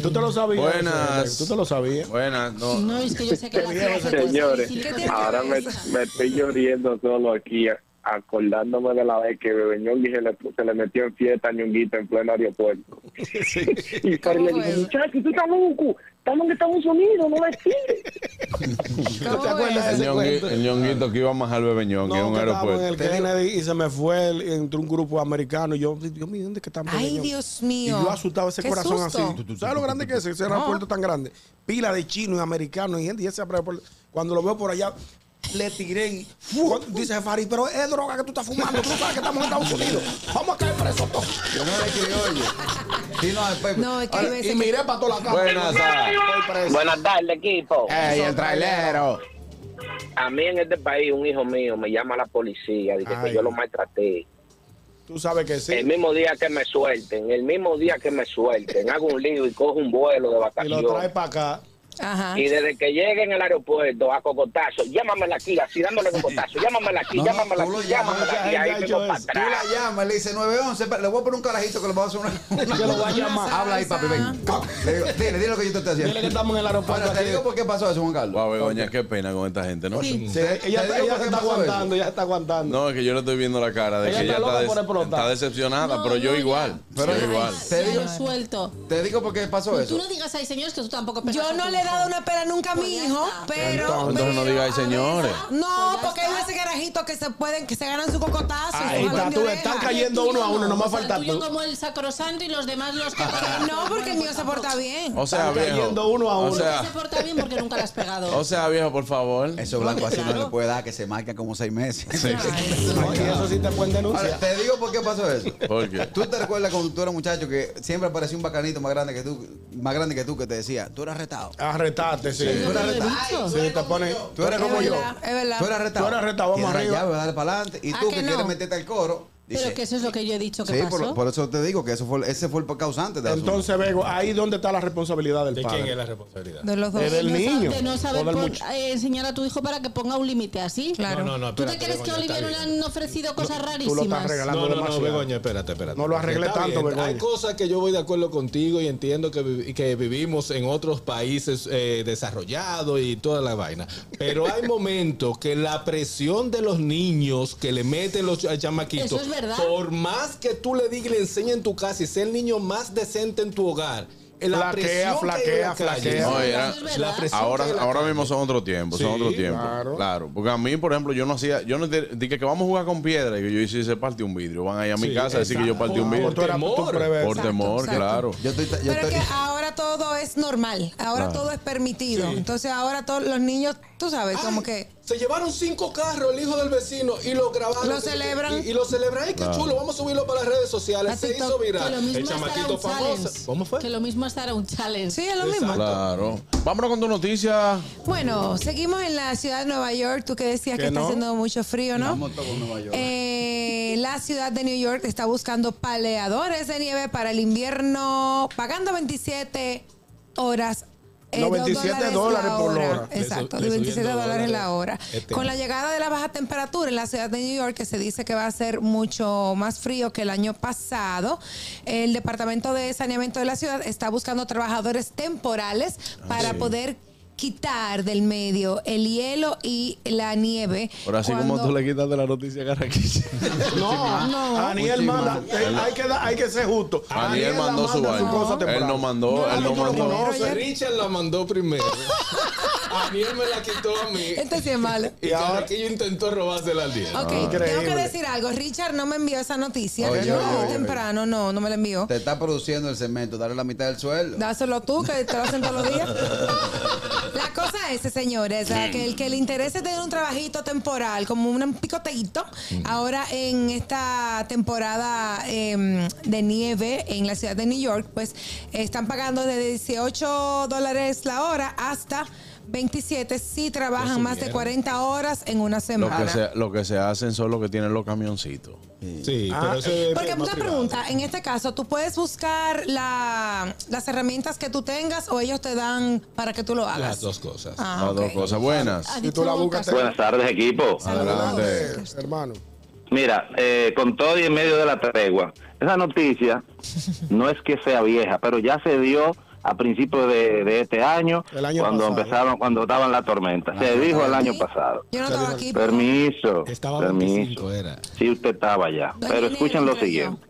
Speaker 3: Tú te lo sabías.
Speaker 1: Buenas.
Speaker 3: eso, Tú te lo sabías.
Speaker 1: Buenas, no.
Speaker 2: No, es que yo sé que el ácido acetil
Speaker 11: Señores,
Speaker 2: salicílico-
Speaker 4: ¿Qué tiene que
Speaker 11: ahora
Speaker 4: ver
Speaker 11: me,
Speaker 4: eso?
Speaker 11: me estoy lloriendo solo aquí, a- acordándome de la vez que Bebe Ñongui se le, se le metió en fiesta a Ñonguito en pleno aeropuerto. y Fer le
Speaker 4: fue
Speaker 11: dijo,
Speaker 4: eso?
Speaker 11: muchacho, tú estás loco, estamos en Estados Unidos, no la tires.
Speaker 4: ¿Cómo
Speaker 3: ¿Te
Speaker 4: ves?
Speaker 3: acuerdas de
Speaker 1: El,
Speaker 3: ese
Speaker 1: ñongui-
Speaker 3: cuento?
Speaker 1: el ñonguito que iba a majar bebé ñongue
Speaker 3: No,
Speaker 1: en un
Speaker 3: que estaba en
Speaker 1: aeropuerto.
Speaker 3: el Kennedy y se me fue el- entre un grupo americano. Y yo, Dios mío, ¿dónde es que están?
Speaker 4: Ay,
Speaker 3: pequeños?
Speaker 4: Dios
Speaker 3: Y
Speaker 4: mío.
Speaker 3: yo asustado ese
Speaker 4: Qué
Speaker 3: corazón
Speaker 4: susto.
Speaker 3: así. ¿Tú, tú sabes lo grande que es ese aeropuerto tan grande? Pila de chinos y americanos y gente. Y ese aeropuerto, cuando lo veo por allá, le tiré y ¡fu! dice Farid, pero es droga que tú estás fumando. Tú no sabes que estamos en Estados Unidos. Vamos a caer presos todos.
Speaker 5: Yo me le criollo. Sí, no, después.
Speaker 4: No, es que hay
Speaker 5: Ahora,
Speaker 4: veces
Speaker 3: Y
Speaker 4: que-
Speaker 3: miré para toda la cara.
Speaker 5: Pues,
Speaker 1: Buenas, Sara.
Speaker 11: Buenas tardes, equipo.
Speaker 3: ¡Ey, el trailero!
Speaker 11: A mí en este país un hijo mío me llama la policía, dice
Speaker 3: Ay.
Speaker 11: que yo lo maltraté.
Speaker 3: Tú sabes que
Speaker 11: El
Speaker 3: sí.
Speaker 11: mismo día que me suelten, el mismo día que me suelten, hago un lío y cojo un vuelo de
Speaker 3: Y
Speaker 11: vacaciones.
Speaker 3: lo trae para acá.
Speaker 4: Ajá.
Speaker 11: Y desde que lleguen al aeropuerto a cocotazo, llámamela aquí, así dándole cocotazo, llámamela aquí,
Speaker 5: pues. No,
Speaker 11: llámamela
Speaker 5: tú lo
Speaker 11: aquí,
Speaker 5: llamas,
Speaker 11: llámamela
Speaker 3: mucha
Speaker 11: aquí,
Speaker 3: gente ha
Speaker 11: ahí
Speaker 3: hecho
Speaker 11: vengo para
Speaker 3: eso.
Speaker 5: Tú la
Speaker 11: atrás.
Speaker 5: llamas, le dice 911, pero le voy a poner un carajito que le voy a hacer una.
Speaker 3: Yo lo voy a llamar.
Speaker 5: Habla ahí, papi, ven. Le digo, dile, dile lo que yo te estoy
Speaker 3: Dile que
Speaker 5: haciendo.
Speaker 3: estamos en el aeropuerto.
Speaker 5: Ahora, te
Speaker 3: aquí.
Speaker 5: digo por qué pasó eso, Juan Carlos.
Speaker 1: Guau, Begoña, qué pena con esta gente, ¿no?
Speaker 3: Sí, ella ella
Speaker 5: digo
Speaker 3: se
Speaker 5: por
Speaker 3: está
Speaker 5: qué pasó eso.
Speaker 3: aguantando, ella se está aguantando.
Speaker 1: No, es que yo le estoy viendo la cara de
Speaker 3: Ella
Speaker 1: que
Speaker 3: está
Speaker 1: ella está,
Speaker 3: loca
Speaker 1: des-
Speaker 3: por explotar.
Speaker 1: está decepcionada,
Speaker 2: No,
Speaker 1: pero yo
Speaker 2: no, ya.
Speaker 1: igual.
Speaker 5: Pero
Speaker 1: yo
Speaker 5: ya.
Speaker 1: igual.
Speaker 5: Te
Speaker 2: Ya
Speaker 5: digo-
Speaker 2: lo suelto.
Speaker 5: Te digo por qué pasó
Speaker 2: Tú
Speaker 5: eso.
Speaker 2: no digas, ay, señores, que tú tampoco pegas
Speaker 4: Yo
Speaker 2: a
Speaker 4: no
Speaker 2: tu
Speaker 4: le he
Speaker 2: hijo".
Speaker 4: dado una pera nunca a mi
Speaker 2: Pues ya
Speaker 4: hijo,
Speaker 2: está.
Speaker 4: pero.
Speaker 1: Entonces no
Speaker 4: pero-
Speaker 1: digáis, señores.
Speaker 4: No,
Speaker 2: Pues ya
Speaker 4: porque hay
Speaker 2: está.
Speaker 4: unos carajitos que se pueden, que se ganan su cocotazo. y
Speaker 3: Ahí
Speaker 4: su
Speaker 3: está,
Speaker 4: jalón de
Speaker 3: tú,
Speaker 4: oreja.
Speaker 3: están
Speaker 2: Y el
Speaker 3: cayendo
Speaker 2: tuyo
Speaker 3: uno a uno, nomás
Speaker 2: o sea,
Speaker 3: falta
Speaker 2: el tuyo
Speaker 3: tú.
Speaker 2: como el sacrosanto y los demás los que
Speaker 4: Que No, porque el mío se porta bien.
Speaker 1: O sea,
Speaker 3: Están
Speaker 1: viejo.
Speaker 3: cayendo uno a
Speaker 1: O
Speaker 3: uno.
Speaker 2: Porque se
Speaker 1: sea,
Speaker 2: porta bien porque nunca las has pegado.
Speaker 1: o sea, viejo, por favor.
Speaker 5: Eso blanco así no
Speaker 2: Claro.
Speaker 5: le puede dar, que se marca como seis meses.
Speaker 3: No, y eso sí te pueden
Speaker 5: Ahora,
Speaker 3: denunciar.
Speaker 5: te digo por qué pasó eso.
Speaker 1: ¿Por qué?
Speaker 5: ¿Tú te recuerdas cuando tú eras muchacho que siempre aparecía un bacanito más grande que tú, más grande que tú que te decía, tú eras retado?
Speaker 3: Ah. Arretarte, sí.
Speaker 5: Tú eras retado.
Speaker 3: Sí, te ponen.
Speaker 5: Tú eres
Speaker 4: Es
Speaker 5: como yo.
Speaker 4: verdad, es verdad.
Speaker 5: Tú eras retado.
Speaker 3: Tú eras retado, vamos
Speaker 5: Tienes la
Speaker 3: arriba.
Speaker 5: llave, dale para adelante. Y
Speaker 4: ¿Ah,
Speaker 5: tú
Speaker 4: que
Speaker 5: que
Speaker 4: no?
Speaker 5: quieres meterte al coro,
Speaker 2: Pero
Speaker 5: Dice-
Speaker 2: que eso es lo que yo he dicho que
Speaker 5: Sí,
Speaker 2: pasó.
Speaker 5: por, por eso te digo que eso fue, ese fue el causante de
Speaker 3: Entonces, Bego, ahí donde está la responsabilidad del
Speaker 7: ¿De
Speaker 3: padre.
Speaker 7: quién es la responsabilidad?
Speaker 4: De los dos.
Speaker 3: Eh, del
Speaker 4: No
Speaker 2: no
Speaker 4: sabe-
Speaker 3: niño.
Speaker 2: de no saber
Speaker 3: o del
Speaker 2: pon-
Speaker 3: mucho.
Speaker 2: eh, enseñar a tu hijo para que ponga un límite así.
Speaker 4: Claro.
Speaker 7: No, no, no,
Speaker 2: ¿Tú te
Speaker 7: espérate,
Speaker 2: crees que a
Speaker 7: Begoña,
Speaker 2: Olivier
Speaker 7: está
Speaker 2: no le
Speaker 7: bien.
Speaker 2: han ofrecido cosas
Speaker 3: Tú lo estás
Speaker 2: rarísimas?
Speaker 3: regalando
Speaker 7: No, no, no,
Speaker 3: demasiado.
Speaker 7: Begoña, espérate, espérate.
Speaker 3: No lo arreglé
Speaker 7: Está
Speaker 3: tanto, Begoña.
Speaker 7: Hay cosas que yo voy de acuerdo contigo y entiendo que, vi- que vivimos en otros países eh, desarrollados y toda la vaina. Pero hay momentos que la presión de los niños que le meten los ch- chamaquitos,
Speaker 2: Eso es verdad.
Speaker 7: por más que tú le digas y le enseñes en tu casa y sea el niño más decente en tu hogar, eh, la
Speaker 3: Flaquea,
Speaker 7: presión que hay en
Speaker 3: flaquea,
Speaker 7: la calle-
Speaker 3: flaquea.
Speaker 1: No, era-
Speaker 2: Eso es verdad.
Speaker 7: la presión
Speaker 1: Ahora,
Speaker 7: que hay en la
Speaker 1: ahora
Speaker 7: calle.
Speaker 1: mismo son otro tiempo, son
Speaker 7: Sí,
Speaker 1: otro tiempo.
Speaker 3: claro.
Speaker 1: Claro. Porque a mí, por ejemplo, yo no hacía, yo no de- dije que vamos a jugar con piedra y que yo hice se parte un vidrio. Van allá a mi
Speaker 7: Sí,
Speaker 1: casa a decir que yo
Speaker 7: exacto.
Speaker 1: partí un
Speaker 7: Por
Speaker 1: vidrio.
Speaker 3: tú eras- tú
Speaker 7: temor.
Speaker 3: prevés.
Speaker 1: Por
Speaker 4: Exacto,
Speaker 1: temor,
Speaker 4: exacto.
Speaker 1: claro.
Speaker 5: Yo estoy, yo
Speaker 4: Pero
Speaker 5: estoy,
Speaker 4: que ahora todo es normal, ahora
Speaker 1: Claro.
Speaker 4: todo es permitido.
Speaker 7: Ah. Sí.
Speaker 4: Entonces ahora todos los niños, tú sabes,
Speaker 7: Ay,
Speaker 4: como que...
Speaker 7: Se llevaron cinco carros el hijo del vecino y lo grabaron.
Speaker 4: Lo celebran.
Speaker 7: Y, y lo celebran. ¡Ay, qué chulo! Vamos a subirlo para las redes
Speaker 4: A
Speaker 7: sociales. Se
Speaker 4: TikTok,
Speaker 7: hizo
Speaker 2: Que lo
Speaker 7: viral. El
Speaker 2: mismo hasta era
Speaker 7: chamaquito
Speaker 2: un
Speaker 7: famoso.
Speaker 2: challenge.
Speaker 7: ¿Cómo fue?
Speaker 2: Que lo mismo hasta era un challenge.
Speaker 4: Sí, es lo mismo.
Speaker 1: Claro. Vámonos con tu noticia.
Speaker 4: Bueno, seguimos en la ciudad de Nueva York. Tú que decías que,
Speaker 3: Que
Speaker 4: está
Speaker 3: no.
Speaker 4: haciendo mucho frío, ¿no?
Speaker 5: Vamos todos a Nueva York.
Speaker 4: Eh, la ciudad de New York está buscando paleadores de nieve para el invierno, pagando 27 horas. eh,
Speaker 13: Eh,
Speaker 3: No,
Speaker 4: dos
Speaker 3: 27 dólares
Speaker 4: la
Speaker 3: por hora.
Speaker 4: Exacto,
Speaker 7: Le su- le
Speaker 4: 27
Speaker 7: subiendo
Speaker 4: dólares la hora.
Speaker 7: dólares este
Speaker 4: Con la
Speaker 7: año.
Speaker 4: llegada de la baja temperatura en la ciudad de New York, que se dice que va a ser mucho más frío que el año pasado, el Departamento de Saneamiento de la ciudad está buscando trabajadores temporales para poder quitar del medio el hielo y la nieve.
Speaker 1: Ahora sí, como
Speaker 4: cuando-
Speaker 1: tú le quitas de la noticia a Garraquilla.
Speaker 3: No,
Speaker 4: No.
Speaker 3: Aniel
Speaker 5: Muchísima.
Speaker 3: manda. eh, hay, que, da- hay que ser justo.
Speaker 1: Aniel mandó su
Speaker 3: manda cosa
Speaker 1: baño. Él
Speaker 3: temprano.
Speaker 1: no mandó,
Speaker 4: No,
Speaker 1: él
Speaker 4: tú
Speaker 1: no
Speaker 4: lo
Speaker 1: mandó.
Speaker 4: conoces. Ayer-
Speaker 7: Richard la mandó primero. Aniel me la quitó a mí.
Speaker 4: Este sí es malo.
Speaker 7: Y
Speaker 3: Y ahora- Ah.
Speaker 7: ahora que yo intentó robársela al día.
Speaker 4: Ok,
Speaker 3: Increíble.
Speaker 4: tengo que decir algo. Richard no me envió esa noticia.
Speaker 5: Oye,
Speaker 4: no,
Speaker 5: oye, oye.
Speaker 4: temprano, no, no me la envió.
Speaker 5: te está produciendo el cemento, dale la mitad del sueldo.
Speaker 4: Dáselo tú, que te lo hacen todos los días. La cosa es, señores, a que el que le interese tener un trabajito temporal, como un picoteíto, ahora en esta temporada em, de nieve en la ciudad de New York, pues están pagando de 18 dólares la hora hasta 27 si trabajan más de 40 horas en una
Speaker 1: Lo
Speaker 4: semana.
Speaker 1: que, se, lo que se hacen son los que tienen los camioncitos.
Speaker 7: Sí, pero eso es
Speaker 4: Ah, Porque
Speaker 7: tema
Speaker 4: una
Speaker 7: Eh, privado.
Speaker 4: pregunta, en este caso, ¿tú puedes buscar la- las herramientas que tú tengas o ellos te dan para que tú lo hagas?
Speaker 7: Las dos cosas.
Speaker 4: Ah,
Speaker 1: Las
Speaker 4: ok. Ah,
Speaker 1: dos cosas buenas.
Speaker 2: Ha
Speaker 3: Si
Speaker 2: dicho
Speaker 3: tú la
Speaker 2: Moncas-
Speaker 3: buscas, te-
Speaker 14: Buenas tardes, equipo.
Speaker 1: Adelante.
Speaker 3: Eh, hermano.
Speaker 14: Mira, eh, con todo y en medio de la tregua, esa noticia no es que sea vieja, pero ya se dio a principios de, de este año,
Speaker 3: El año
Speaker 14: cuando
Speaker 3: pasado.
Speaker 14: empezaron, cuando estaban la tormenta. Se dijo el año
Speaker 4: Sí.
Speaker 14: pasado.
Speaker 4: Yo no estaba aquí. pero-
Speaker 14: Permiso.
Speaker 7: Estaba
Speaker 14: permiso.
Speaker 7: 25, era.
Speaker 14: Sí, usted estaba allá.
Speaker 4: Doña
Speaker 14: Pero
Speaker 4: Inés,
Speaker 14: escuchen lo
Speaker 4: creo yo.
Speaker 14: siguiente.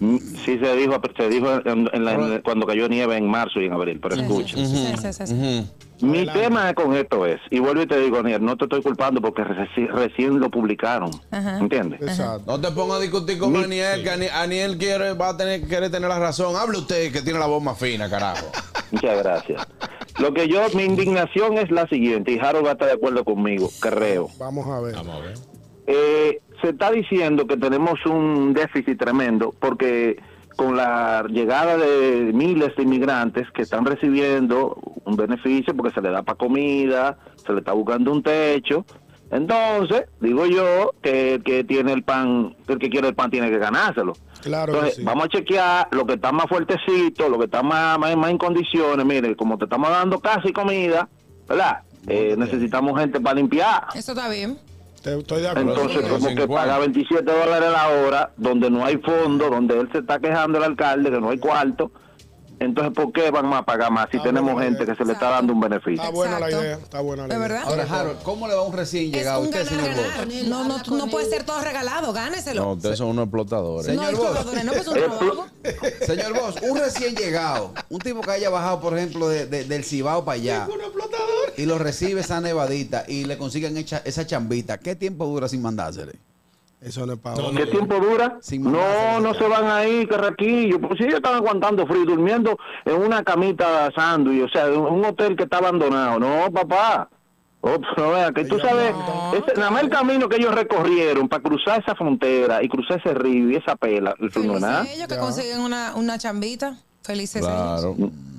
Speaker 14: Mm, Sí se dijo, se dijo en- en la- en- cuando cayó nieve en marzo y en abril, pero escuchen.
Speaker 4: Sí, sí, sí, sí.
Speaker 14: Mi tema con esto es, y vuelvo y te digo, Aniel, no te estoy culpando porque reci- recién lo publicaron,
Speaker 4: Ajá.
Speaker 14: ¿entiendes?
Speaker 3: Exacto.
Speaker 1: No te pongas a discutir con Aniel, que Ani- Aniel quiere, va a tener, quiere tener la razón. Hable usted que tiene la voz más fina, carajo.
Speaker 14: Muchas gracias. Lo que yo, mi indignación es la siguiente, y Harold va a estar de acuerdo conmigo, creo.
Speaker 3: Vamos a ver.
Speaker 7: Vamos a ver.
Speaker 14: Eh, se está diciendo que tenemos un déficit tremendo porque con la llegada de miles de inmigrantes que están recibiendo un beneficio porque se le da para comida, se le está buscando un techo. Entonces, digo yo que el que tiene el pan, el que quiere el pan tiene que ganárselo.
Speaker 3: Claro que
Speaker 14: Entonces,
Speaker 3: sí.
Speaker 14: vamos a chequear lo que está más fuertecito, lo que está más, más, más en condiciones. Mire, como te estamos dando casi comida, ¿verdad? Eh, necesitamos gente para limpiar.
Speaker 4: Eso está bien.
Speaker 3: Te- estoy de acuerdo.
Speaker 14: Entonces,
Speaker 1: Pero
Speaker 14: como
Speaker 1: sin
Speaker 14: que
Speaker 1: cuál.
Speaker 14: paga 27 dólares la hora, donde no hay fondo, donde él se está quejando el alcalde que no hay cuarto. Entonces, ¿por qué van a pagar más si
Speaker 3: Ah,
Speaker 14: tenemos
Speaker 3: bueno,
Speaker 14: gente que se le está dando un beneficio?
Speaker 3: Está buena la
Speaker 4: Exacto.
Speaker 3: idea. Está buena la
Speaker 4: ¿Es
Speaker 3: idea.
Speaker 4: verdad?
Speaker 5: Ahora, Harold, ¿cómo le va a un recién
Speaker 4: Es
Speaker 5: llegado a
Speaker 4: un
Speaker 5: usted, señor
Speaker 4: ganar-ganar.
Speaker 5: Bosch?
Speaker 4: No, no, tú no puede ser todo regalado,
Speaker 1: No,
Speaker 4: gáneselo.
Speaker 1: ustedes son unos explotadores.
Speaker 5: Sí.
Speaker 4: No,
Speaker 5: Señor
Speaker 4: es
Speaker 5: Bosch.
Speaker 4: todo, no pues un
Speaker 14: Es-
Speaker 4: trabajo.
Speaker 5: Señor Bosch, un recién llegado, un tipo que haya bajado, por ejemplo, de- de- del Cibao para allá, y lo recibe esa nevadita y le consiguen hecha- esa chambita, ¿qué tiempo dura sin mandársele?
Speaker 3: Eso no es para
Speaker 7: No,
Speaker 3: ahora.
Speaker 14: ¿Qué tiempo dura?
Speaker 5: Sin
Speaker 14: no, no
Speaker 5: mandarse nada.
Speaker 14: se van ahí, carraquillo. Pues si ellos están aguantando frío, durmiendo en una camita sándwich, o sea, en un hotel que está abandonado. No, papá. Oh, pues, no vea, que tú sabes, ese- nada más el camino que ellos recorrieron para cruzar esa frontera y cruzar ese río y esa pela, el
Speaker 4: Felices
Speaker 14: ¿verdad?
Speaker 4: ellos que consiguen una, una chambita. Felices ellos.
Speaker 1: Claro.
Speaker 11: Mm,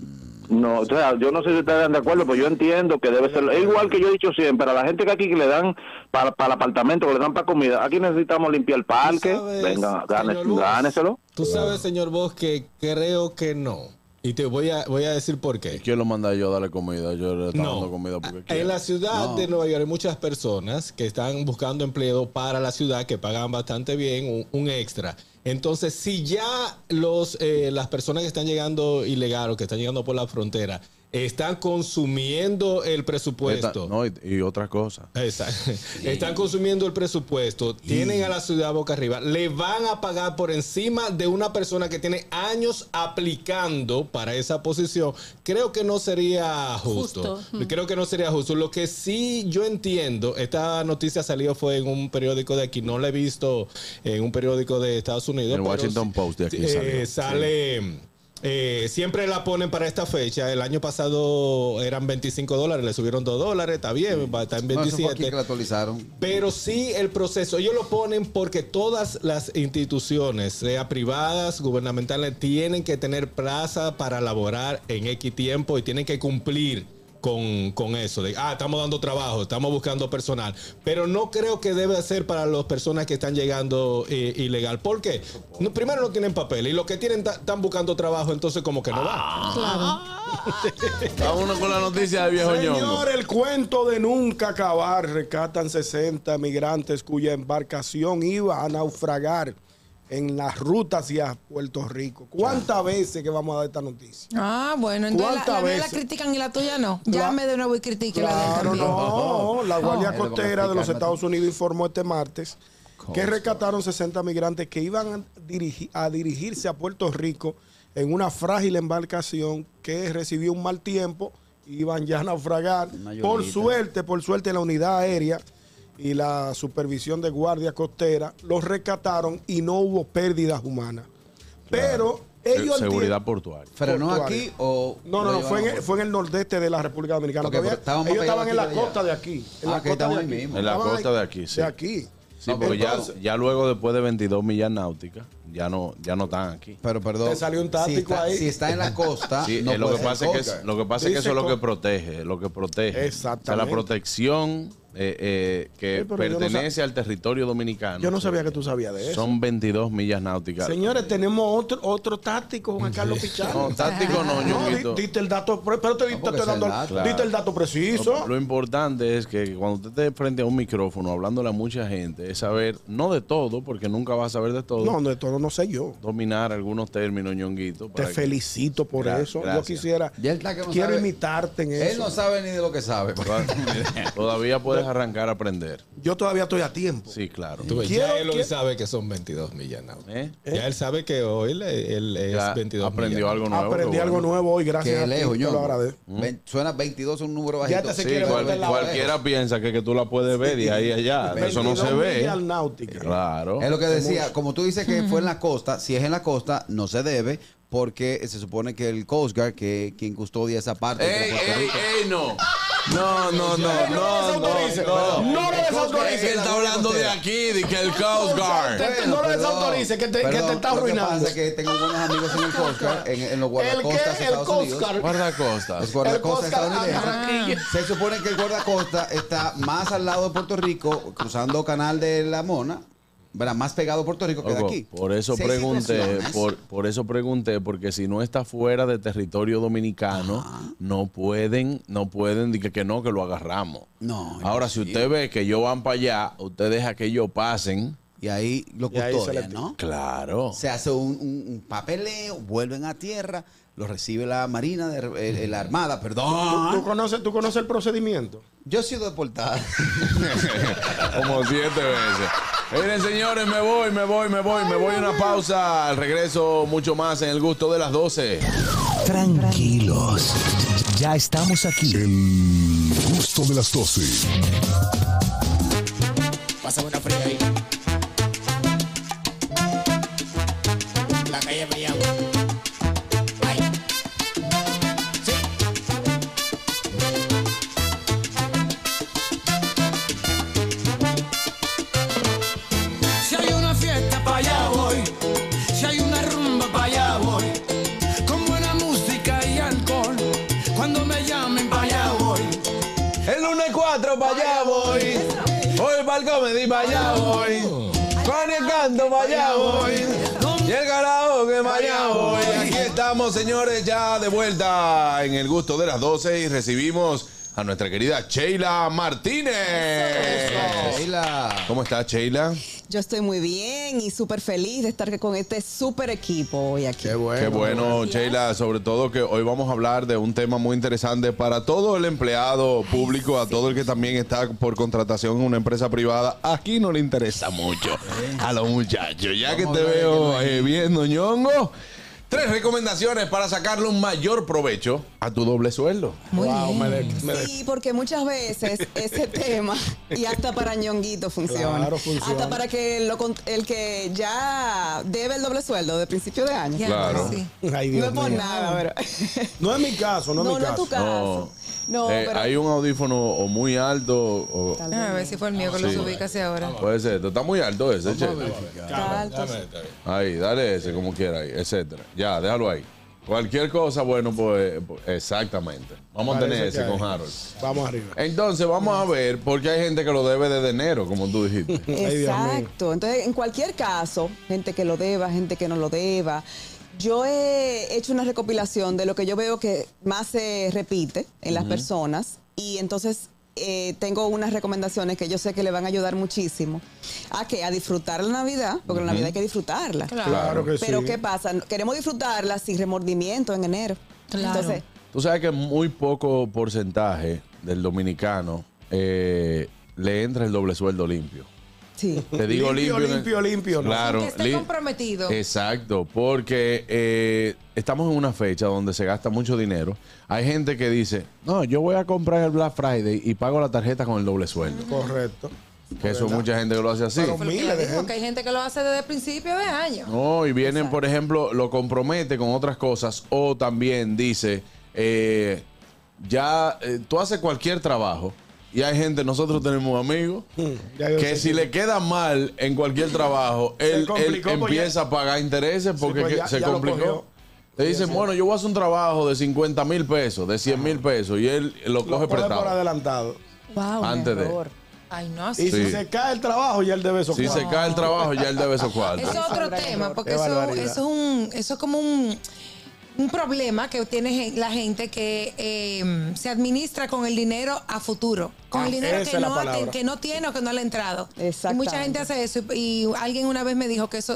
Speaker 11: No, o sea, yo no sé si ustedes están de acuerdo, pero yo entiendo que debe ser. Es igual que yo he dicho siempre, a la gente que aquí le dan para, para el apartamento, que le dan para comida, aquí necesitamos limpiar el parque.
Speaker 7: sabes,
Speaker 11: Venga,
Speaker 7: señor Luz.
Speaker 11: gáneselo.
Speaker 7: Tú sabes, señor Bosque, creo que no. Y te voy a, voy a decir por qué.
Speaker 1: ¿Quién lo manda yo a darle comida? Yo le estaba dando
Speaker 7: No.
Speaker 1: comida porque
Speaker 7: En
Speaker 1: quiero.
Speaker 7: la ciudad de Nueva York hay muchas personas que están buscando empleo para la ciudad que pagan bastante bien, un, un extra. Entonces, si ya los, eh, las personas que están llegando ilegal o que están llegando por la frontera están consumiendo el
Speaker 1: Esta-
Speaker 7: presupuesto.
Speaker 1: no, y, y otra cosa.
Speaker 7: Eh, Exacto. Están consumiendo el presupuesto, tienen a la ciudad boca arriba, le van a pagar por encima de una persona que tiene años aplicando para esa posición. Creo que no sería justo.
Speaker 2: Justo. Ujú.
Speaker 7: Creo que no sería justo. Lo que sí yo entiendo, esta noticia salió fue en un periódico de aquí, no la he visto en un periódico de Estados Unidos.
Speaker 1: El
Speaker 7: pero
Speaker 1: Washington
Speaker 7: sí-
Speaker 1: Post de aquí
Speaker 7: eh,
Speaker 1: salió.
Speaker 7: sale. eh, siempre la ponen para esta fecha. El año pasado eran 25 dólares, le subieron 2 dólares, está bien, va- está en
Speaker 5: No, eso fue aquí
Speaker 7: 27.
Speaker 5: que la actualizaron.
Speaker 7: Pero sí el proceso, ellos lo ponen porque todas las instituciones, sea privadas, gubernamentales, tienen que tener plaza para laborar en X tiempo y tienen que cumplir con, con eso. De, ah, estamos dando trabajo, estamos buscando personal. Pero no creo que debe ser para las personas que están llegando eh, ilegal. ¿Por qué? No, primero no tienen papel y los que tienen ta- están buscando trabajo, entonces como que no va.
Speaker 1: Ah. Vámonos con la noticia de viejo ñongo.
Speaker 3: Señor, el cuento de nunca acabar. Rescatan 60 migrantes cuya embarcación iba a naufragar en la ruta hacia Puerto Rico. ¿Cuántas veces que vamos a dar esta noticia?
Speaker 4: Ah, bueno, entonces la,
Speaker 3: ¿Cuántas
Speaker 4: la mía la
Speaker 3: veces?
Speaker 4: critican y la tuya no.
Speaker 3: La-
Speaker 4: Llame de nuevo y critique la de él
Speaker 3: Claro,
Speaker 4: también.
Speaker 3: no. La Guardia
Speaker 5: Oh.
Speaker 3: Costera de los Estados Unidos informó este martes que
Speaker 5: Costa.
Speaker 3: rescataron 60 migrantes que iban a, dirigi- a dirigirse a Puerto Rico en una frágil embarcación que recibió un mal tiempo. Iban ya a naufragar.
Speaker 5: Una ayudita.
Speaker 3: Por suerte, por suerte, la unidad aérea y la supervisión de Guardia Costera los rescataron y no hubo pérdidas humanas. Pero ellos
Speaker 1: Eh, Seguridad
Speaker 3: entienden.
Speaker 1: portuaria.
Speaker 5: ¿Frenó
Speaker 3: portuario.
Speaker 5: aquí o.?
Speaker 3: No, no,
Speaker 5: lo
Speaker 3: no, fue en,
Speaker 5: llevaron
Speaker 3: el,
Speaker 5: por-
Speaker 3: fue en el nordeste de la República Dominicana.
Speaker 5: Ok,
Speaker 3: todavía.
Speaker 5: pero estábamos
Speaker 3: ellos
Speaker 5: pegados
Speaker 3: estaban en la
Speaker 5: aquí y allá.
Speaker 3: costa de aquí. En
Speaker 5: Ah,
Speaker 3: la
Speaker 5: que
Speaker 3: costa
Speaker 5: estamos
Speaker 3: de
Speaker 5: ahí
Speaker 3: aquí.
Speaker 5: mismo.
Speaker 1: En la
Speaker 3: Estaban
Speaker 1: costa
Speaker 3: ahí-
Speaker 1: de aquí, sí.
Speaker 3: De aquí.
Speaker 1: Sí, porque ya,
Speaker 3: Entonces-
Speaker 1: ya luego después de 22 millas náuticas, ya no, ya no están aquí.
Speaker 5: Pero perdón.
Speaker 3: Te salió un
Speaker 5: si
Speaker 3: táctico
Speaker 5: está,
Speaker 3: ahí.
Speaker 5: Si está en la
Speaker 3: Ah,
Speaker 5: costa,
Speaker 1: Sí,
Speaker 5: no
Speaker 1: eh, lo,
Speaker 5: puede
Speaker 1: que
Speaker 5: ser
Speaker 1: pasa es que, es-
Speaker 5: coca.
Speaker 1: lo que pasa es que
Speaker 3: Dice
Speaker 1: eso es lo
Speaker 3: coca.
Speaker 1: que protege, lo que protege. O sea, la
Speaker 3: Exactamente.
Speaker 1: protección eh, eh, que
Speaker 3: Sí, pero yo no
Speaker 1: pertenece al territorio dominicano.
Speaker 3: Yo no sabía que tú sabías de eso.
Speaker 1: Son 22 millas náuticas.
Speaker 3: Señores, tenemos otro, otro táctico, Juan Carlos Pichano.
Speaker 1: No, táctico
Speaker 3: No,
Speaker 1: no,
Speaker 3: di-
Speaker 1: Ñonguito.
Speaker 3: diste el dato, pre- pero te
Speaker 5: No,
Speaker 3: diste,
Speaker 5: porque
Speaker 3: te
Speaker 5: es el
Speaker 3: dando-
Speaker 5: dato.
Speaker 3: diste el dato preciso.
Speaker 1: Lo importante es que cuando usted esté frente a un micrófono hablándole a mucha gente, es saber, no de todo, porque nunca vas a saber de todo,
Speaker 3: No, de todo no sé yo.
Speaker 1: dominar algunos términos, ñonguito.
Speaker 3: Te
Speaker 1: para que-
Speaker 3: felicito por
Speaker 1: Gra-
Speaker 3: eso. Yo
Speaker 1: gracias.
Speaker 3: quisiera.
Speaker 5: Ya él está que no
Speaker 3: quiero
Speaker 5: sabe.
Speaker 3: imitarte en
Speaker 5: Él
Speaker 3: eso.
Speaker 5: no sabe ni de lo que sabe. pues.
Speaker 1: Todavía puedes arrancar a aprender.
Speaker 3: Yo todavía estoy a tiempo.
Speaker 1: Sí, claro.
Speaker 7: Tú ves,
Speaker 3: Quiero-
Speaker 7: ya él hoy
Speaker 3: quiero-
Speaker 7: sabe que son 22 millas náuticas.
Speaker 1: ¿Eh?
Speaker 7: Ya él sabe que hoy le- él es
Speaker 1: Ya
Speaker 7: 22
Speaker 1: aprendió
Speaker 7: millas.
Speaker 1: algo nuevo.
Speaker 3: Aprendí
Speaker 1: qué
Speaker 3: algo
Speaker 1: bueno.
Speaker 3: nuevo hoy, gracias.
Speaker 5: que
Speaker 3: a ti,
Speaker 5: lejos,
Speaker 3: te
Speaker 5: yo.
Speaker 3: lo agradezco.
Speaker 5: Ven- Suena 22 un número
Speaker 3: Ya
Speaker 5: bajito.
Speaker 3: te se
Speaker 1: Sí,
Speaker 3: quiere
Speaker 1: cual-
Speaker 3: meter la
Speaker 1: cualquiera piensa que, que tú la puedes ver de ahí a allá. Eso no se
Speaker 3: 22
Speaker 1: ve. ¿eh?
Speaker 3: millas náuticas.
Speaker 1: Claro.
Speaker 5: Es lo que decía, como tú dices que fue en la costa, si es en la costa, no se debe, porque se supone que el Coast Guard, que quien custodia esa parte. de
Speaker 1: ¡Ey,
Speaker 5: Puerto
Speaker 1: ey,
Speaker 5: Rico-
Speaker 1: ey, no! No, no, no, no, no, no.
Speaker 3: No lo
Speaker 1: Es que
Speaker 3: desautorices.
Speaker 1: él está hablando de aquí, de que el Coast Guard.
Speaker 3: Te- no lo desautorices, que te- que te está arruinando.
Speaker 5: Lo que pasa es que tengo buenos amigos en el Coast Guard, en, en los
Speaker 3: El que
Speaker 5: guardacostas de
Speaker 3: el
Speaker 5: Estados
Speaker 3: Coast
Speaker 5: Unidos.
Speaker 3: Guard.
Speaker 1: Guardacostas.
Speaker 5: Los guardacostas
Speaker 3: El Coast Guard
Speaker 5: estadounidenses. Se supone que el guardacosta está más al lado de Puerto Rico, cruzando Canal de la Mona, ¿verdad? más pegado a Puerto Rico que de
Speaker 1: Ojo,
Speaker 5: aquí.
Speaker 1: por eso
Speaker 5: Seis
Speaker 1: pregunté,
Speaker 5: situaciones.
Speaker 1: por, por eso pregunté, porque si no está fuera de territorio dominicano, no pueden, no pueden, di que, que no, que lo agarramos.
Speaker 5: No,
Speaker 1: Ahora, si usted ve que yo van para allá, usted deja que ellos pasen.
Speaker 5: Y ahí lo
Speaker 3: Y ahí se
Speaker 5: custodian,
Speaker 3: le-
Speaker 5: ¿no?
Speaker 1: Claro.
Speaker 5: Se hace un, un- un papeleo, vuelven a tierra, lo recibe la Marina, de, el- el- la Armada,
Speaker 3: ¿Tú
Speaker 5: perdón.
Speaker 3: conoces, ¿Tú conoces el procedimiento?
Speaker 5: Yo he sido deportado.
Speaker 1: Como siete veces. Miren, señores, me voy, me voy, me voy, me voy a una pausa. Al regreso, mucho más en el gusto de las 12.
Speaker 6: Tranquilos, ya estamos aquí.
Speaker 15: El gusto de las 12.
Speaker 16: Pasa una fría ahí. La calle me llama. Ay. Sí.
Speaker 17: Si hay una fiesta, para allá voy. Si hay una rumba, para allá voy. Con buena música y alcohol.
Speaker 1: vaya voy. Hoy el comedy, vaya voy. Con el canto, vaya voy. Y el karaoke, vaya voy. Aquí estamos, señores, ya de vuelta en el gusto de las 12 y recibimos a nuestra querida Sheila Martínez.
Speaker 3: Eh.
Speaker 1: Sheila. ¿Cómo está Sheila?
Speaker 13: Yo estoy muy bien y súper feliz de estar con este súper equipo hoy aquí. Qué
Speaker 1: Qué bueno,
Speaker 13: Gracias.
Speaker 1: Sheila, sobre todo que hoy vamos a hablar de un tema muy interesante para todo el empleado público, a todo el que también está por contratación en una empresa privada. Aquí no le interesa mucho a los muchachos. Ya que
Speaker 7: Vamos
Speaker 1: te
Speaker 7: a hablar de que
Speaker 1: veo
Speaker 7: no hay-
Speaker 1: eh, viendo ñongo, tres recomendaciones para sacarle un mayor provecho a tu doble sueldo.
Speaker 7: Wow, me de- me de-
Speaker 13: Sí, porque muchas veces ese tema, y hasta para ñonguito funciona.
Speaker 7: Claro, funciona.
Speaker 13: Hasta para que lo con- el que ya debe el doble sueldo de principio de año.
Speaker 1: Claro.
Speaker 3: Ay,
Speaker 13: No
Speaker 3: Dios
Speaker 13: es por
Speaker 3: mío.
Speaker 13: nada, pero.
Speaker 3: No es mi caso, no es
Speaker 13: No, no
Speaker 3: mi
Speaker 13: es
Speaker 3: caso.
Speaker 13: tu caso.
Speaker 4: No,
Speaker 1: Eh,
Speaker 4: pero-
Speaker 1: Hay un audífono o muy alto o...
Speaker 4: A ver si fue el mío que lo
Speaker 1: Sí.
Speaker 4: subí casi ahora.
Speaker 1: Puede ser, está muy alto ese, che.
Speaker 4: Alto.
Speaker 1: Ahí, dale ese como quiera ahí, etcétera. Ya, déjalo ahí. Cualquier cosa, bueno, pues exactamente. Vamos a
Speaker 3: Parece
Speaker 1: tener ese
Speaker 3: que
Speaker 1: con
Speaker 3: hay.
Speaker 1: Harold.
Speaker 3: Vamos arriba.
Speaker 1: Entonces, vamos a ver, porque hay gente que lo debe desde enero, como tú dijiste.
Speaker 13: Exacto. Entonces, en cualquier caso, gente que lo deba, gente que no lo deba, yo he hecho una recopilación de lo que yo veo que más se repite en las
Speaker 18: Ujú.
Speaker 13: personas y entonces eh, tengo unas recomendaciones que yo sé que le van a ayudar muchísimo. ¿A qué? A disfrutar la Navidad, porque la
Speaker 18: Ujú.
Speaker 13: Navidad hay que disfrutarla.
Speaker 18: Claro. Claro que sí.
Speaker 13: Pero ¿qué pasa? Queremos disfrutarla sin remordimiento en enero. Entonces,
Speaker 1: Tú sabes que muy poco porcentaje del dominicano eh, le entra el doble sueldo limpio.
Speaker 13: sí.
Speaker 1: Te digo limpio.
Speaker 3: Limpio, limpio, limpio, ¿no?
Speaker 1: Claro.
Speaker 4: Que esté
Speaker 1: li- Eh.
Speaker 4: comprometido.
Speaker 1: Exacto, porque eh, estamos en una fecha donde se gasta mucho dinero. Hay gente que dice, no, yo voy a comprar el Black Friday y pago la tarjeta con el doble sueldo.
Speaker 3: Correcto.
Speaker 1: Que eso mucha gente que lo hace así.
Speaker 4: Porque ya dijo que hay gente que lo hace desde el principio de año.
Speaker 1: No, y vienen, por ejemplo, lo compromete con otras cosas o también dice, eh, ya eh, tú haces cualquier trabajo y hay gente, nosotros tenemos amigos,
Speaker 3: Mm, ya yo
Speaker 1: que
Speaker 3: sé
Speaker 1: si
Speaker 3: que-
Speaker 1: le queda mal en cualquier trabajo,
Speaker 3: Se
Speaker 1: él, él
Speaker 3: complicó, pues ya-
Speaker 1: empieza a pagar intereses porque
Speaker 3: pues
Speaker 1: que-
Speaker 3: ya-
Speaker 1: se
Speaker 3: ya lo
Speaker 1: complicó.
Speaker 3: cogió.
Speaker 1: Te dicen, bueno, yo voy a hacer un trabajo de 50 mil pesos, de 100 mil pesos, y él lo coge
Speaker 3: Lo pone
Speaker 1: prestado.
Speaker 3: por adelantado.
Speaker 4: Wow,
Speaker 1: Antes de- error.
Speaker 4: Ay, no.
Speaker 3: Y si
Speaker 1: Sí.
Speaker 3: se cae el trabajo, ya él debe esos
Speaker 1: Si se
Speaker 3: cuartos.
Speaker 1: cae el trabajo, ya él debe esos cuartos.
Speaker 4: Es otro tema, porque
Speaker 3: Qué
Speaker 4: eso,
Speaker 3: barbaridad.
Speaker 4: eso es un, eso es como un, un problema que tiene gen- la gente que eh, se administra con el dinero a futuro, con
Speaker 13: Ah,
Speaker 4: el dinero
Speaker 13: esa
Speaker 4: que
Speaker 13: es la
Speaker 4: no, ha-
Speaker 13: palabra.
Speaker 4: que no tiene o que no le ha entrado. Y mucha gente hace eso y, y alguien una vez me dijo que eso...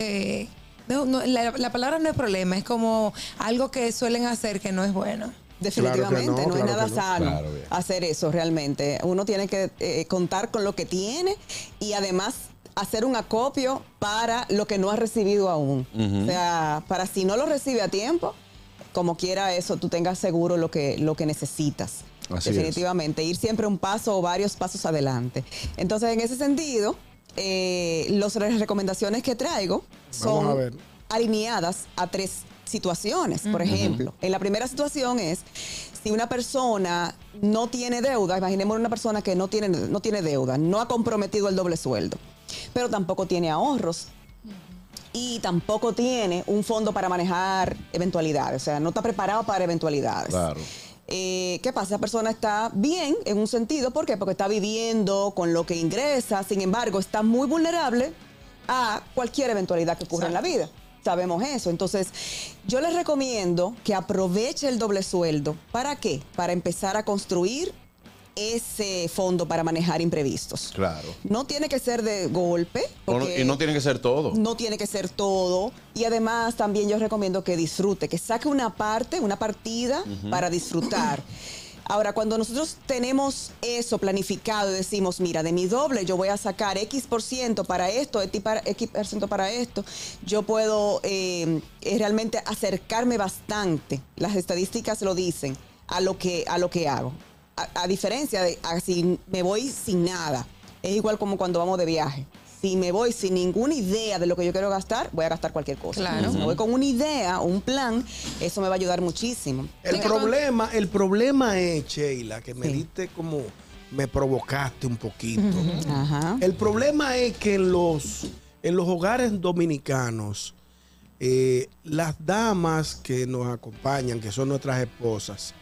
Speaker 4: eh, no, no, la, la palabra no es problema, es como algo que suelen hacer que no es bueno.
Speaker 13: Definitivamente, no, es nada sano
Speaker 4: Claro, bien.
Speaker 13: hacer eso realmente. Uno tiene que eh, contar con lo que tiene y además hacer un acopio para lo que no ha recibido aún.
Speaker 18: Ujú.
Speaker 13: O sea, para si no lo recibe a tiempo, como quiera eso, tú tengas seguro lo que, lo que necesitas.
Speaker 18: Así es.
Speaker 13: Definitivamente, ir siempre un paso o varios pasos adelante. Entonces, en ese sentido, eh, los- las recomendaciones que traigo son
Speaker 3: Vamos a ver.
Speaker 13: alineadas a tres situaciones. Por
Speaker 3: Ujú.
Speaker 13: ejemplo, en la primera situación es si una persona no tiene deuda, imaginemos una persona que no tiene, no tiene deuda, no ha comprometido el doble sueldo, pero tampoco tiene ahorros. Y tampoco tiene un fondo para manejar eventualidades, o sea, no está preparado para eventualidades.
Speaker 1: Claro.
Speaker 13: Eh, ¿Qué pasa? Esa persona está bien en un sentido, ¿por qué? Porque está viviendo con lo que ingresa, sin embargo, está muy vulnerable a cualquier eventualidad que ocurra en la vida. Sabemos eso. Entonces, yo les recomiendo que aproveche el doble sueldo. ¿Para qué? Para empezar a construir ese fondo para manejar imprevistos.
Speaker 1: Claro.
Speaker 13: No tiene que ser de golpe.
Speaker 1: O no-
Speaker 13: porque-
Speaker 1: y no tiene que ser todo.
Speaker 13: no tiene que ser todo. Y además también yo recomiendo que disfrute, que saque una parte, una partida
Speaker 18: Ujú.
Speaker 13: para disfrutar. Ahora, cuando nosotros tenemos eso planificado y decimos, mira, de mi doble yo voy a sacar X por ciento para esto, X para- X por ciento para esto, yo puedo eh, eh, realmente acercarme bastante, las estadísticas lo dicen, a lo que, a lo que hago. A, a diferencia de a si me voy sin nada, es igual como cuando vamos de viaje. Si me voy sin ninguna idea de lo que yo quiero gastar, voy a gastar cualquier cosa.
Speaker 3: Claro.
Speaker 13: Si me voy con una idea, un plan, eso me va a ayudar muchísimo.
Speaker 3: El problema, el problema es, Sheila, que me diste como, me provocaste un poquito. El problema es que en los, en los hogares dominicanos, eh, las damas que nos acompañan, que son nuestras esposas,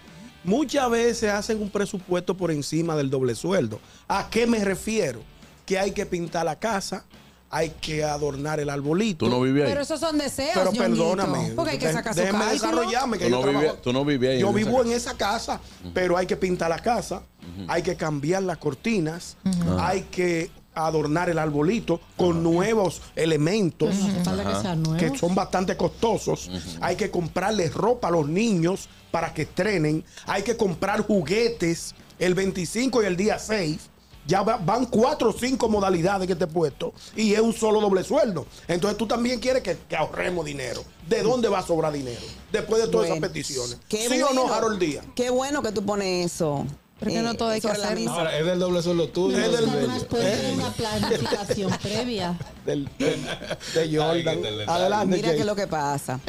Speaker 3: Muchas veces hacen un presupuesto por encima del doble sueldo. ¿A qué me refiero? Que hay que pintar la casa, hay que adornar el arbolito.
Speaker 1: Tú no vivías ahí.
Speaker 4: Pero esos son deseos,
Speaker 3: Pero
Speaker 4: Ñonguito.
Speaker 3: perdóname.
Speaker 4: Porque hay que
Speaker 3: de-
Speaker 4: sacar su
Speaker 3: déjeme
Speaker 4: cálculo.
Speaker 3: desarrollarme, que
Speaker 1: Tú
Speaker 3: yo
Speaker 1: no
Speaker 3: trabajo-
Speaker 1: vivías- tú no vivías ahí
Speaker 3: Yo
Speaker 1: en esa
Speaker 3: vivo en esa casa, pero hay que pintar la casa, hay que cambiar las cortinas,
Speaker 1: Ajá.
Speaker 3: hay que adornar el arbolito con nuevos elementos
Speaker 2: Hace falta que Ajá. sean nuevos.
Speaker 3: que son bastante costosos. Hay que comprarles ropa a los niños para que estrenen. Hay que comprar juguetes el 25 y el día 6. Ya va- van cuatro o cinco modalidades que te he puesto y es un solo doble sueldo. Entonces tú también quieres que, que ahorremos dinero. ¿De dónde va a sobrar dinero? Después de todas esas
Speaker 13: Bueno,
Speaker 3: peticiones.
Speaker 13: qué
Speaker 3: ¿Sí o no,
Speaker 13: bueno.
Speaker 3: Harold Díaz?
Speaker 13: Qué bueno que tú pones eso.
Speaker 4: Porque no todo hay que
Speaker 13: sobre la
Speaker 4: hacerlo.
Speaker 13: mesa.
Speaker 7: Ahora, es del doble sueldo tuyo.
Speaker 3: Es
Speaker 7: Es
Speaker 3: del-
Speaker 7: del,
Speaker 2: Además,
Speaker 4: pues,
Speaker 2: puede haber una planificación previa.
Speaker 3: Del, del- de Jordan.
Speaker 7: del detalle.
Speaker 3: Adelante.
Speaker 13: Mira
Speaker 3: Jay.
Speaker 13: qué es lo que pasa.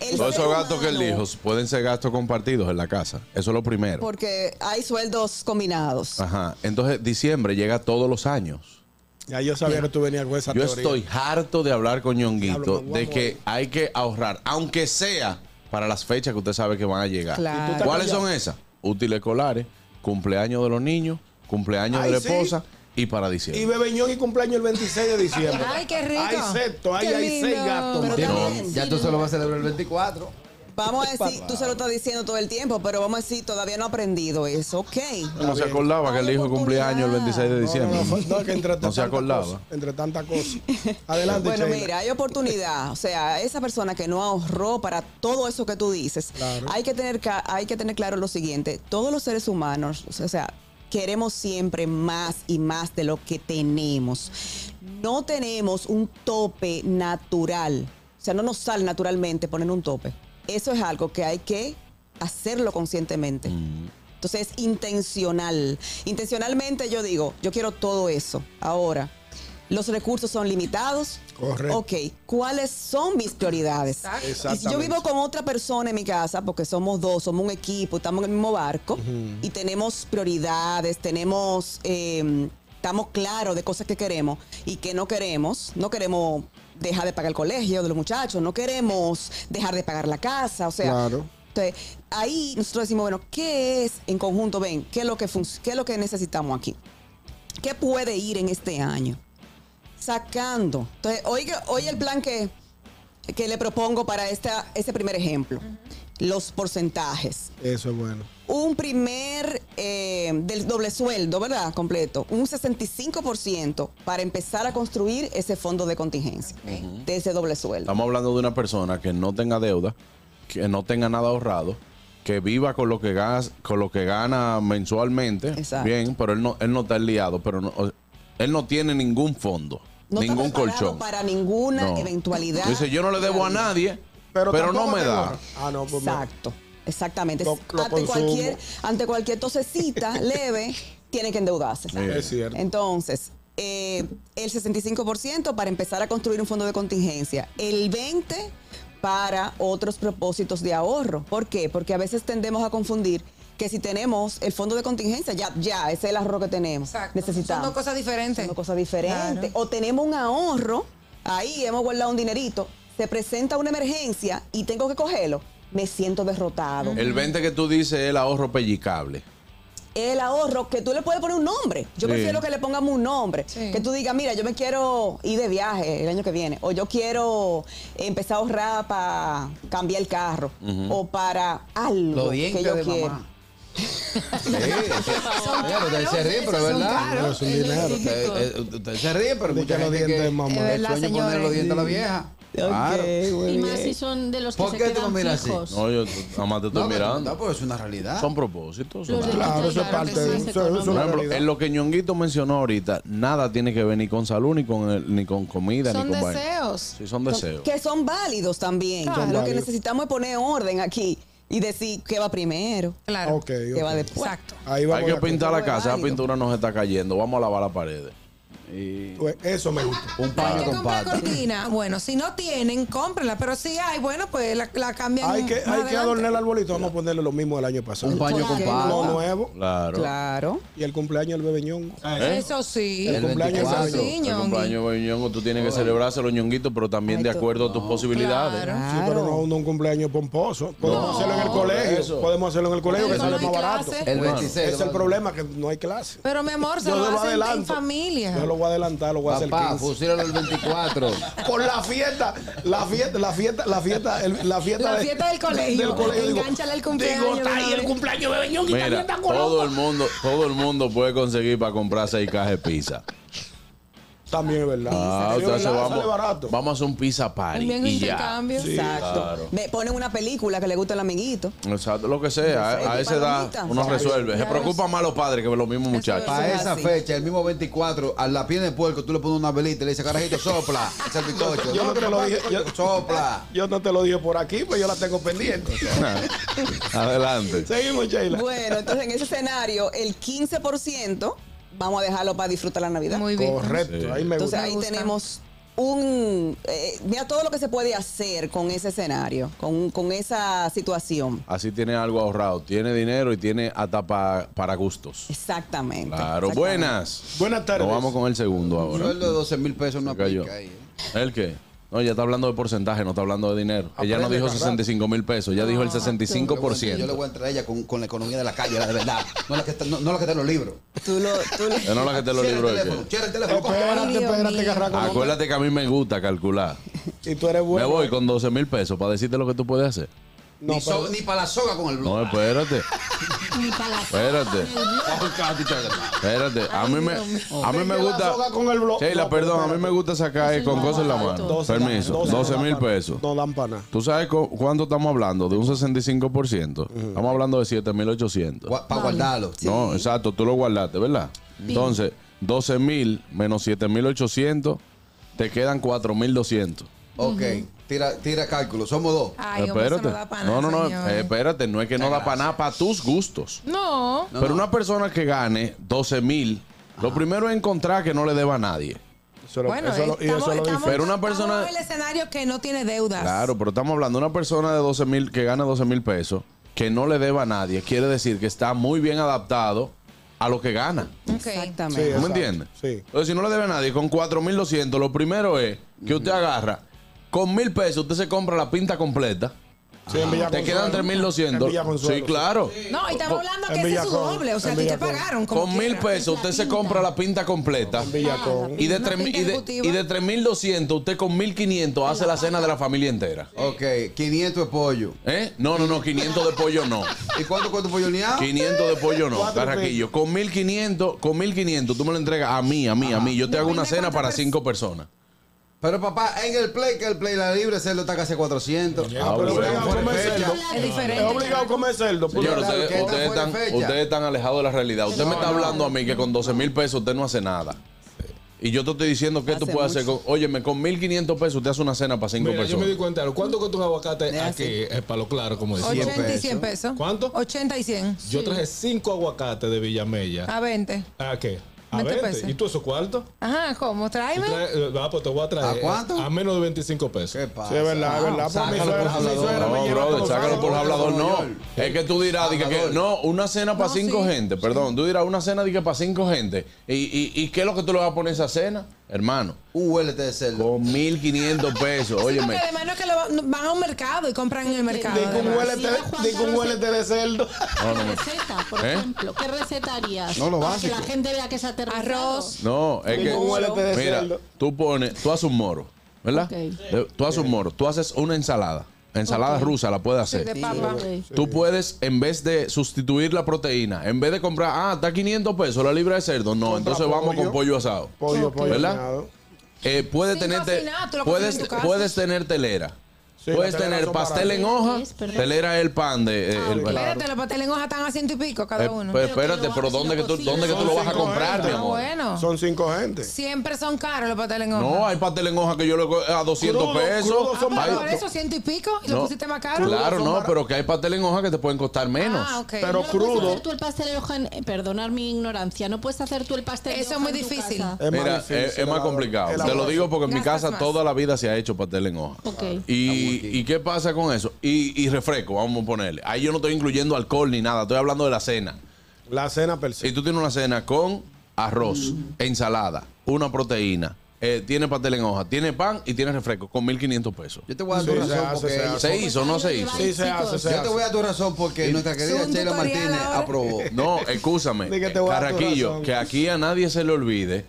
Speaker 13: El
Speaker 1: Todos
Speaker 13: ser
Speaker 1: esos gastos que él
Speaker 13: humano,
Speaker 1: dijo pueden ser gastos compartidos en la casa. Eso es lo primero.
Speaker 13: Porque hay sueldos combinados.
Speaker 1: Ajá. Entonces, diciembre llega todos los años.
Speaker 3: Ya yo sabía que tú venías con esa
Speaker 1: Yo
Speaker 3: teoría.
Speaker 1: estoy harto de hablar con
Speaker 3: Diablo,
Speaker 1: Ñonguito
Speaker 3: me voy a
Speaker 1: de que
Speaker 3: morir.
Speaker 1: hay que ahorrar, aunque sea para las fechas que usted sabe que van a llegar.
Speaker 3: Y
Speaker 4: Claro.
Speaker 3: tú te
Speaker 1: ¿Cuáles
Speaker 3: callas.
Speaker 1: son esas? Útiles escolares, cumpleaños de los niños, cumpleaños
Speaker 3: Ay,
Speaker 1: de la
Speaker 3: sí.
Speaker 1: esposa y para diciembre.
Speaker 3: Y bebeñón y cumpleaños el 26 de diciembre.
Speaker 4: Ay, qué rico.
Speaker 3: Hay sexto, ahí
Speaker 4: Qué
Speaker 3: hay seis
Speaker 4: lindo.
Speaker 3: gatos.
Speaker 13: Ah, Pero
Speaker 3: más.
Speaker 13: está
Speaker 5: No,
Speaker 13: bien.
Speaker 5: ya tú se lo vas a celebrar el 24.
Speaker 13: Vamos a decir, tú se lo estás diciendo todo el tiempo, pero vamos a decir, todavía no ha aprendido eso, ok.
Speaker 1: No se acordaba que él dijo cumpleaños el 26 de
Speaker 3: No,
Speaker 1: diciembre.
Speaker 3: no, no, no, que entre
Speaker 1: No se
Speaker 3: tanta
Speaker 1: acordaba.
Speaker 3: cosa, entre tantas cosas. Adelante,
Speaker 13: Bueno,
Speaker 3: Sheila.
Speaker 13: mira, hay oportunidad. O sea, esa persona que no ahorró para todo eso que tú dices,
Speaker 3: Claro.
Speaker 13: hay, que tener, ca- hay que tener claro lo siguiente. Todos los seres humanos, o sea, queremos siempre más y más de lo que tenemos. No tenemos un tope natural. O sea, no nos sale naturalmente poner un tope. Eso es algo que hay que hacerlo conscientemente.
Speaker 3: Mm.
Speaker 13: Entonces es intencional. Intencionalmente yo digo, yo quiero todo eso. Ahora, los recursos son limitados.
Speaker 3: Correcto.
Speaker 13: Ok, ¿cuáles son mis prioridades?
Speaker 4: Exacto.
Speaker 13: Y si yo
Speaker 3: Exactamente.
Speaker 13: vivo con otra persona en mi casa, porque somos dos, somos un equipo, estamos en el mismo barco y tenemos prioridades, tenemos, eh, estamos claros de cosas que queremos y que no queremos. No queremos dejar de pagar el colegio de los muchachos, no queremos dejar de pagar la casa, o sea,
Speaker 3: Claro.
Speaker 13: entonces, ahí nosotros decimos, bueno, ¿qué es en conjunto? Ven, ¿qué es lo que, func- qué es lo que necesitamos aquí? ¿Qué puede ir en este año? Sacando. Entonces, oiga, oye el plan que, que le propongo para esta, este primer ejemplo. Los porcentajes.
Speaker 3: Eso es bueno.
Speaker 13: Un primer eh, del doble sueldo, ¿verdad? Completo. Un 65% para empezar a construir ese fondo de contingencia de ese doble sueldo.
Speaker 1: Estamos hablando de una persona que no tenga deuda, que no tenga nada ahorrado, que viva con lo que gana, con lo que gana mensualmente.
Speaker 13: Exacto.
Speaker 1: Bien, pero él no, él no está liado, pero no- o- él no tiene ningún fondo,
Speaker 13: No está
Speaker 1: ningún
Speaker 13: preparado
Speaker 1: colchón.
Speaker 13: Para ninguna
Speaker 1: No.
Speaker 13: eventualidad.
Speaker 1: Dice, yo no le debo a
Speaker 13: Claro.
Speaker 1: nadie, pero, no
Speaker 3: tampoco
Speaker 1: me
Speaker 3: te
Speaker 1: da.
Speaker 3: borra. Ah, no, pues me-
Speaker 13: Exacto, exactamente.
Speaker 3: Lo- lo
Speaker 13: ante,
Speaker 3: consumo.
Speaker 13: cualquier, ante cualquier tosecita leve, tiene que endeudarse.
Speaker 3: Es cierto.
Speaker 13: Entonces, eh, el 65% para empezar a construir un fondo de contingencia, el 20% para otros propósitos de ahorro. ¿Por qué? Porque a veces tendemos a confundir que si tenemos el fondo de contingencia, ya, ya, ese es el ahorro que tenemos.
Speaker 4: Exacto.
Speaker 13: Necesitamos.
Speaker 4: Son dos cosas diferentes.
Speaker 13: Son dos cosas diferentes.
Speaker 4: Claro.
Speaker 13: O tenemos un ahorro, ahí hemos guardado un dinerito, se presenta una emergencia y tengo que cogerlo, me siento derrotado.
Speaker 1: El 20 que tú dices es el ahorro pellicable.
Speaker 13: El ahorro que tú le puedes poner un nombre. Yo
Speaker 1: Sí.
Speaker 13: prefiero que le pongamos un nombre.
Speaker 4: Sí.
Speaker 13: Que tú digas, mira, yo me quiero ir de viaje el año que viene. O yo quiero empezar a ahorrar para cambiar el carro. O para algo
Speaker 5: Los
Speaker 13: que
Speaker 5: dientes
Speaker 13: yo
Speaker 5: de
Speaker 13: quiero.
Speaker 5: mamá. Sí, Oye, ustedes se ríen, pero es
Speaker 4: esos son
Speaker 5: verdad.
Speaker 3: Es
Speaker 4: caros.
Speaker 3: un dinero.
Speaker 5: Ustedes eh, ustedes se ríen, pero
Speaker 3: Dice
Speaker 5: mucha
Speaker 3: los
Speaker 5: gente
Speaker 3: dientes de
Speaker 5: que
Speaker 3: mamá.
Speaker 5: el
Speaker 4: Es verdad,
Speaker 5: sueño es poner los
Speaker 4: señores.
Speaker 5: dientes a la vieja. Claro.
Speaker 2: Y más si son de los que
Speaker 5: ¿Por
Speaker 2: se
Speaker 5: qué tú no
Speaker 2: quedan
Speaker 5: miras así?
Speaker 2: fijos.
Speaker 1: No, yo nada más te estoy
Speaker 5: No, pero-
Speaker 1: mirando.
Speaker 5: no, pues es una realidad.
Speaker 1: Son propósitos. son
Speaker 2: Los de-
Speaker 1: algo.
Speaker 3: Claro, eso es
Speaker 2: Claro que
Speaker 3: parte
Speaker 2: sí,
Speaker 3: de
Speaker 2: es
Speaker 3: eso. eso es
Speaker 2: económico.
Speaker 1: Por
Speaker 3: una
Speaker 1: ejemplo,
Speaker 3: realidad.
Speaker 1: en lo que Ñonguito mencionó ahorita, nada tiene que ver ni con salud, ni con, el- ni con comida,
Speaker 4: Son
Speaker 1: ni con vaina.
Speaker 4: deseos.
Speaker 1: Sí, son deseos.
Speaker 13: Que son válidos también.
Speaker 3: Claro.
Speaker 13: Lo que
Speaker 3: Válido.
Speaker 13: necesitamos es poner orden aquí y decir qué va primero,
Speaker 4: Claro.
Speaker 3: Ok,
Speaker 13: qué
Speaker 3: ok.
Speaker 13: va después.
Speaker 4: Exacto.
Speaker 3: Ahí
Speaker 1: Hay
Speaker 3: vamos
Speaker 1: que
Speaker 3: a la-
Speaker 1: pintar la
Speaker 13: cosa.
Speaker 1: casa, esa
Speaker 13: Válido.
Speaker 1: pintura nos está cayendo, vamos a lavar las paredes.
Speaker 3: Pues eso me gusta.
Speaker 5: Un
Speaker 4: Hay
Speaker 5: paño
Speaker 4: que
Speaker 5: con
Speaker 4: comprar
Speaker 5: pata.
Speaker 4: cortina. Bueno, si no tienen, cómprenla. Pero si hay, bueno, pues la, la cambian.
Speaker 3: Hay que,
Speaker 4: más
Speaker 3: hay que
Speaker 4: adelante.
Speaker 3: adornar el arbolito. Vamos a ponerle lo mismo del año pasado.
Speaker 5: Un paño con
Speaker 3: Lo
Speaker 5: pata.
Speaker 3: nuevo.
Speaker 1: Claro.
Speaker 13: Claro.
Speaker 3: Y el cumpleaños del bebeñón.
Speaker 1: ¿Eh?
Speaker 4: Eso sí.
Speaker 1: El
Speaker 3: cumpleaños del
Speaker 1: 24.
Speaker 4: Sí,
Speaker 1: El
Speaker 4: Ñongui.
Speaker 1: cumpleaños, boy, Ñongo, tú tienes que celebrárselo, ñonguito, pero también de acuerdo a tus posibilidades.
Speaker 3: Sí, pero no un, un cumpleaños pomposo. Podemos hacerlo en el colegio.
Speaker 1: eso.
Speaker 3: Podemos hacerlo en el colegio, que
Speaker 4: Pero
Speaker 3: sale
Speaker 4: no
Speaker 3: más
Speaker 4: hay
Speaker 3: barato.
Speaker 4: clase.
Speaker 5: El 26.
Speaker 3: Ese es el problema, que no hay clase.
Speaker 4: Pero mi amor, se
Speaker 3: Yo se
Speaker 4: lo
Speaker 3: lo
Speaker 4: hacen en
Speaker 3: adelanto.
Speaker 4: familia.
Speaker 3: Yo lo voy a adelantar, lo voy a hacer
Speaker 5: Papá,
Speaker 3: 15.
Speaker 5: pusieron el 24.
Speaker 3: Con la fiesta, la fiesta, la fiesta, la fiesta, el- la fiesta,
Speaker 4: La
Speaker 3: de-
Speaker 4: fiesta del colegio.
Speaker 3: digo,
Speaker 4: Engánchale el cumpleaños
Speaker 3: Digo,
Speaker 4: de
Speaker 3: está
Speaker 4: una
Speaker 3: ahí el
Speaker 4: vez".
Speaker 3: cumpleaños de Bebeñón, que también
Speaker 1: Mira,
Speaker 3: está
Speaker 1: todo
Speaker 3: colado.
Speaker 1: el mundo, todo el mundo puede conseguir para comprar seis cajas de pizza.
Speaker 3: También es verdad.
Speaker 1: Ah,
Speaker 3: Es
Speaker 1: entonces
Speaker 3: verdad,
Speaker 1: vamos,
Speaker 3: sale barato.
Speaker 1: vamos a hacer un pizza party
Speaker 4: También un
Speaker 1: y ya.
Speaker 4: intercambio.
Speaker 13: Exacto.
Speaker 1: claro.
Speaker 13: Ve, ponen una película que le gusta al amiguito.
Speaker 1: Exacto, lo que sea, a, a esa edad
Speaker 13: Palomita.
Speaker 1: uno resuelve. Se preocupan más los padres que los mismos muchachos.
Speaker 5: Para esa
Speaker 13: así.
Speaker 5: fecha, el mismo 24, a la piel de puerco, tú le pones una velita y le dices, carajito, sopla. Es el bizcocho.
Speaker 3: Yo no te lo dije, yo-
Speaker 5: Sopla.
Speaker 3: Yo no te lo dije por aquí, pero yo la tengo pendiente.
Speaker 1: Adelante.
Speaker 3: Seguimos, Sheila.
Speaker 13: Bueno, entonces en ese escenario, el 15% vamos a dejarlo para disfrutar la Navidad.
Speaker 4: Muy bien.
Speaker 3: Correcto, ahí me
Speaker 13: Entonces
Speaker 3: gusta.
Speaker 13: ahí
Speaker 4: Me gusta.
Speaker 13: tenemos un... eh, mira todo lo que se puede hacer con ese escenario, con, con esa situación.
Speaker 1: Así tiene algo ahorrado, tiene dinero y tiene hasta pa- para gustos.
Speaker 13: Exactamente.
Speaker 1: Claro,
Speaker 13: exactamente.
Speaker 1: buenas.
Speaker 3: Buenas tardes.
Speaker 1: Nos vamos con el segundo
Speaker 5: Un
Speaker 1: ahora.
Speaker 5: Sueldo de 12 mil pesos no
Speaker 1: Se cayó.
Speaker 5: aplica ahí. ¿eh?
Speaker 1: ¿El qué? No, ya está hablando de porcentaje, no está hablando de dinero. Ella no
Speaker 3: Aprende,
Speaker 1: dijo
Speaker 3: carajo.
Speaker 1: 65 mil pesos, ya
Speaker 5: Ah,
Speaker 1: dijo el
Speaker 5: Yo le
Speaker 1: 65%.
Speaker 5: voy a entrar a ella con, con la economía de la calle, la de verdad. No la que está, no, no la que está en los libros.
Speaker 13: Tú lo, tú lo-
Speaker 1: Eh, No la que te lo
Speaker 5: Cierra
Speaker 1: libro.
Speaker 5: el
Speaker 1: de
Speaker 5: teléfono,
Speaker 1: qué.
Speaker 5: cierra el teléfono. coge.
Speaker 3: Espérate,
Speaker 4: Dios
Speaker 3: espérate,
Speaker 4: mío.
Speaker 3: carraco. no,
Speaker 1: Acuérdate que a mí me gusta calcular.
Speaker 3: Y tú eres
Speaker 1: Me
Speaker 3: bueno.
Speaker 1: voy con 12 mil pesos para decirte lo que tú puedes hacer.
Speaker 5: Ni, so- ni para la soga con el blog.
Speaker 1: No, espérate,
Speaker 2: Ni para la-
Speaker 1: espérate, espérate. A mí me, a mí me
Speaker 3: Deje la
Speaker 1: gusta.
Speaker 3: soga con el blog.
Speaker 1: Sheila,
Speaker 3: No,
Speaker 1: perdón, a mí
Speaker 3: espérate.
Speaker 1: me gusta sacar eh, con cosas en la mano.
Speaker 3: Doce
Speaker 1: Permiso,
Speaker 3: dan- doce
Speaker 1: 12
Speaker 3: no
Speaker 1: mil
Speaker 3: dan pa-
Speaker 1: pesos.
Speaker 3: No dan para nada.
Speaker 1: ¿Tú sabes cu- cuánto estamos hablando? De un 65%. Estamos hablando de 7,800.
Speaker 5: Para guardarlo.
Speaker 1: No, exacto, tú lo guardaste, ¿verdad? Entonces, 12,000 menos 7,800, te quedan 4,200.
Speaker 5: Ok, tira, tira cálculo. Somos dos.
Speaker 13: Ah.
Speaker 4: Ay, hombre, eso
Speaker 1: espérate.
Speaker 4: no da para
Speaker 1: no,
Speaker 4: nada,
Speaker 1: no, no,
Speaker 4: señores.
Speaker 1: eh, espérate, no es que no da para nada, para tus gustos.
Speaker 4: No.
Speaker 1: Pero una persona que gane 12,000, lo primero es encontrar que no le deba a nadie.
Speaker 3: Eso lo-
Speaker 4: Bueno,
Speaker 3: eso lo- y
Speaker 4: estamos,
Speaker 3: eso lo
Speaker 4: estamos-
Speaker 3: dice.
Speaker 1: Pero una
Speaker 4: estamos
Speaker 1: persona-
Speaker 4: en el escenario que no tiene deudas.
Speaker 1: Claro, pero estamos hablando de una persona de 12 mil que gana 12 mil pesos, que no le deba a nadie. Quiere decir que está muy bien adaptado a lo que gana.
Speaker 4: Ok.
Speaker 13: Exactamente.
Speaker 1: ¿Tú me
Speaker 3: Exacto,
Speaker 1: entiendes?
Speaker 3: Mm. sí.
Speaker 1: Entonces, si no le debe a nadie, con 4.200, lo primero es que
Speaker 3: Mm.
Speaker 1: usted agarra, con mil pesos usted se compra la pinta completa,
Speaker 3: Sí, en Villa
Speaker 1: te quedan
Speaker 3: Consuelo. En
Speaker 1: 3.200.
Speaker 3: Villa
Speaker 1: Sí,
Speaker 3: Consuelo,
Speaker 1: claro.
Speaker 4: No, y estamos hablando que
Speaker 3: En
Speaker 4: ese es su
Speaker 3: Villacón,
Speaker 4: doble. O sea, a
Speaker 3: en
Speaker 4: ti te
Speaker 3: Villacón.
Speaker 4: pagaron. como
Speaker 1: Con mil
Speaker 4: quiera.
Speaker 1: pesos usted se compra la pinta completa.
Speaker 3: En Villacón.
Speaker 1: Y de,
Speaker 4: Una
Speaker 1: tres mil-
Speaker 4: pinta
Speaker 1: y de-
Speaker 4: ejecutiva.
Speaker 1: y de 3.200, usted con 1.500 hace la cena de la familia entera.
Speaker 5: Ok, 500 de pollo.
Speaker 1: ¿Eh? No, no, no, 500 de pollo no.
Speaker 5: ¿Y cuánto cuesta pollo liado?
Speaker 1: 500 de pollo no,
Speaker 3: Ah, Cuatro
Speaker 1: Carraquillo. Con 1500, con 1500 tú me lo entregas a mí, a mí, a mí. Yo te hago una
Speaker 4: Depende
Speaker 1: cena para
Speaker 4: cuántas
Speaker 1: cinco personas.
Speaker 5: Pero papá, en el play, que el play la libre, se lo está casi a 400.
Speaker 3: Pero
Speaker 1: Ah, bueno.
Speaker 3: obligado a
Speaker 5: Fuera
Speaker 3: comer
Speaker 5: fecha.
Speaker 3: cerdo.
Speaker 4: Es
Speaker 3: Es
Speaker 4: diferente.
Speaker 3: obligado a comer cerdo. pues.
Speaker 1: Señor,
Speaker 5: claro,
Speaker 1: ustedes,
Speaker 5: que está
Speaker 1: ustedes
Speaker 5: fuera
Speaker 1: están,
Speaker 5: de fecha.
Speaker 1: ustedes están alejados de la realidad. Usted me está hablando a mí que con 12 mil pesos usted no hace nada. Y yo te estoy diciendo que tú
Speaker 13: Hace
Speaker 1: puedes hacer
Speaker 13: mucho.
Speaker 1: con, óyeme, con 1500 pesos usted hace una cena para cinco
Speaker 7: Mira, yo me di
Speaker 1: personas.
Speaker 7: cuenta, de algo. ¿cuánto cuesta un aguacate
Speaker 13: Es así.
Speaker 7: aquí? Eh, para lo claro, como decía.
Speaker 4: 80 y 100 pesos.
Speaker 7: ¿Cuánto?
Speaker 4: 80 y 100.
Speaker 7: Yo traje cinco aguacates de Villamella.
Speaker 4: A 20.
Speaker 7: ¿A qué? A
Speaker 4: 20
Speaker 7: 20.
Speaker 4: pesos.
Speaker 7: ¿Y tú esos cuartos?
Speaker 4: Ajá, ¿cómo?
Speaker 7: Tú
Speaker 4: Tráeme.
Speaker 7: traes- eh, Ah, pues te voy a traer.
Speaker 5: ¿A cuánto?
Speaker 7: A menos de 25 pesos.
Speaker 5: ¿Qué pasa?
Speaker 3: Sí, es verdad, es verdad. Pues mi
Speaker 5: sácalo
Speaker 3: suegra-
Speaker 5: por
Speaker 3: mi
Speaker 5: hablador.
Speaker 3: suegra me
Speaker 1: No,
Speaker 3: lleva
Speaker 1: brother,
Speaker 3: todos
Speaker 1: sácalo
Speaker 3: lados.
Speaker 1: por hablador, no.
Speaker 5: Hablador.
Speaker 1: Es que tú dirás, di que, que-
Speaker 5: Hablador.
Speaker 1: no, una cena para
Speaker 4: No,
Speaker 1: cinco
Speaker 4: sí.
Speaker 1: gente, perdón, tú dirás una cena di que para cinco gente. ¿Y, y, ¿Y qué es lo que tú le vas a poner a esa cena? Hermano,
Speaker 5: Un huelete de cerdo.
Speaker 1: Con 1500 pesos,
Speaker 4: Sí, porque
Speaker 1: óyeme.
Speaker 4: además no es que lo va- no- van a un mercado y compran en el mercado.
Speaker 3: Digo un
Speaker 4: además.
Speaker 3: huelete
Speaker 2: Sí, Juan
Speaker 3: de- digo un
Speaker 2: Carlos,
Speaker 3: huelete de cerdo.
Speaker 1: No, no,
Speaker 2: ¿Qué
Speaker 1: no.
Speaker 2: receta, por
Speaker 1: ¿Eh?
Speaker 2: ejemplo? ¿Qué receta harías?
Speaker 5: No, lo
Speaker 2: Para
Speaker 5: básico.
Speaker 2: Que la gente vea que es aterrizado.
Speaker 4: Arroz.
Speaker 1: No, es
Speaker 3: Digo un huelete
Speaker 1: que
Speaker 3: de
Speaker 1: mira,
Speaker 3: cerdo.
Speaker 1: tú pones, tú haces un moro, ¿verdad?
Speaker 2: Ok.
Speaker 1: Eh, Tú haces un moro, tú haces una ensalada. Ensalada rusa la puedes
Speaker 4: Sí,
Speaker 1: hacer.
Speaker 4: de papa.
Speaker 2: Ok.
Speaker 1: Tú puedes, en vez de sustituir la proteína, en vez de comprar, ah, está 500 pesos la libra de cerdo. No,
Speaker 3: Compra
Speaker 1: entonces vamos
Speaker 3: pollo.
Speaker 1: con pollo asado.
Speaker 3: Pollo, pollo.
Speaker 1: ¿Verdad?
Speaker 3: añado.
Speaker 1: Eh, puede
Speaker 4: Sin
Speaker 1: tenerte,
Speaker 4: cocinar, tú lo cocinas en
Speaker 1: puedes,
Speaker 4: tu casa.
Speaker 1: puedes tener telera. Sí, Puedes
Speaker 4: la telera
Speaker 1: tener
Speaker 4: son
Speaker 1: pastel
Speaker 4: baratas.
Speaker 1: en hoja,
Speaker 4: Sí, es verdad.
Speaker 1: telera el pan de.
Speaker 4: Ah,
Speaker 1: eh, el-
Speaker 4: Espérate, los pasteles en hoja están a ciento y pico cada
Speaker 1: Eh,
Speaker 4: uno.
Speaker 1: pues espérate, pero ¿dónde que tú, dónde que tú lo vas a comprar, mi
Speaker 4: Ah,
Speaker 1: amor?
Speaker 4: bueno.
Speaker 3: Son cinco gentes.
Speaker 4: Siempre son caros los pasteles en hoja.
Speaker 1: No, hay pastel en hoja que yo lo co- a 200
Speaker 3: Crudo,
Speaker 1: pesos.
Speaker 3: crudo son
Speaker 1: Hay-
Speaker 4: Ah, por eso ciento y pico y lo
Speaker 1: No,
Speaker 4: pusiste más caro.
Speaker 1: Claro, no, pero que hay pastel en hoja que te pueden costar menos.
Speaker 2: Ah, ok. ¿No Puedes hacer tú el pastel de hoja en- eh, perdonar mi ignorancia, no puedes hacer tú el pastel Eso es muy difícil.
Speaker 1: Es Mira, es- es, más complicado. Te lo digo porque en mi
Speaker 2: Gastas
Speaker 1: casa
Speaker 2: más.
Speaker 1: toda la vida se ha hecho pastel en hoja.
Speaker 2: Ok.
Speaker 1: ¿Y, ¿y qué pasa con eso? Y, y refresco, vamos a ponerle. Ahí yo no estoy incluyendo alcohol ni nada, estoy hablando de la cena.
Speaker 3: La cena per
Speaker 1: Si tú tienes una cena con arroz, ensalada, una proteína, eh, tiene pastel en hoja, tiene pan y tiene refresco con 1.500 pesos. Yo
Speaker 5: te voy a dar tu razón porque-
Speaker 1: ¿Se hizo no se hizo?
Speaker 5: Sí, se hace, se Yo te hace. voy a dar tu razón porque nuestra querida Es un Sheila tutorial Martínez ah, ahora. aprobó.
Speaker 1: No, escúchame,
Speaker 5: Di que te voy a dar tu
Speaker 1: Carraquillo,
Speaker 5: razón.
Speaker 1: que aquí a nadie se le olvide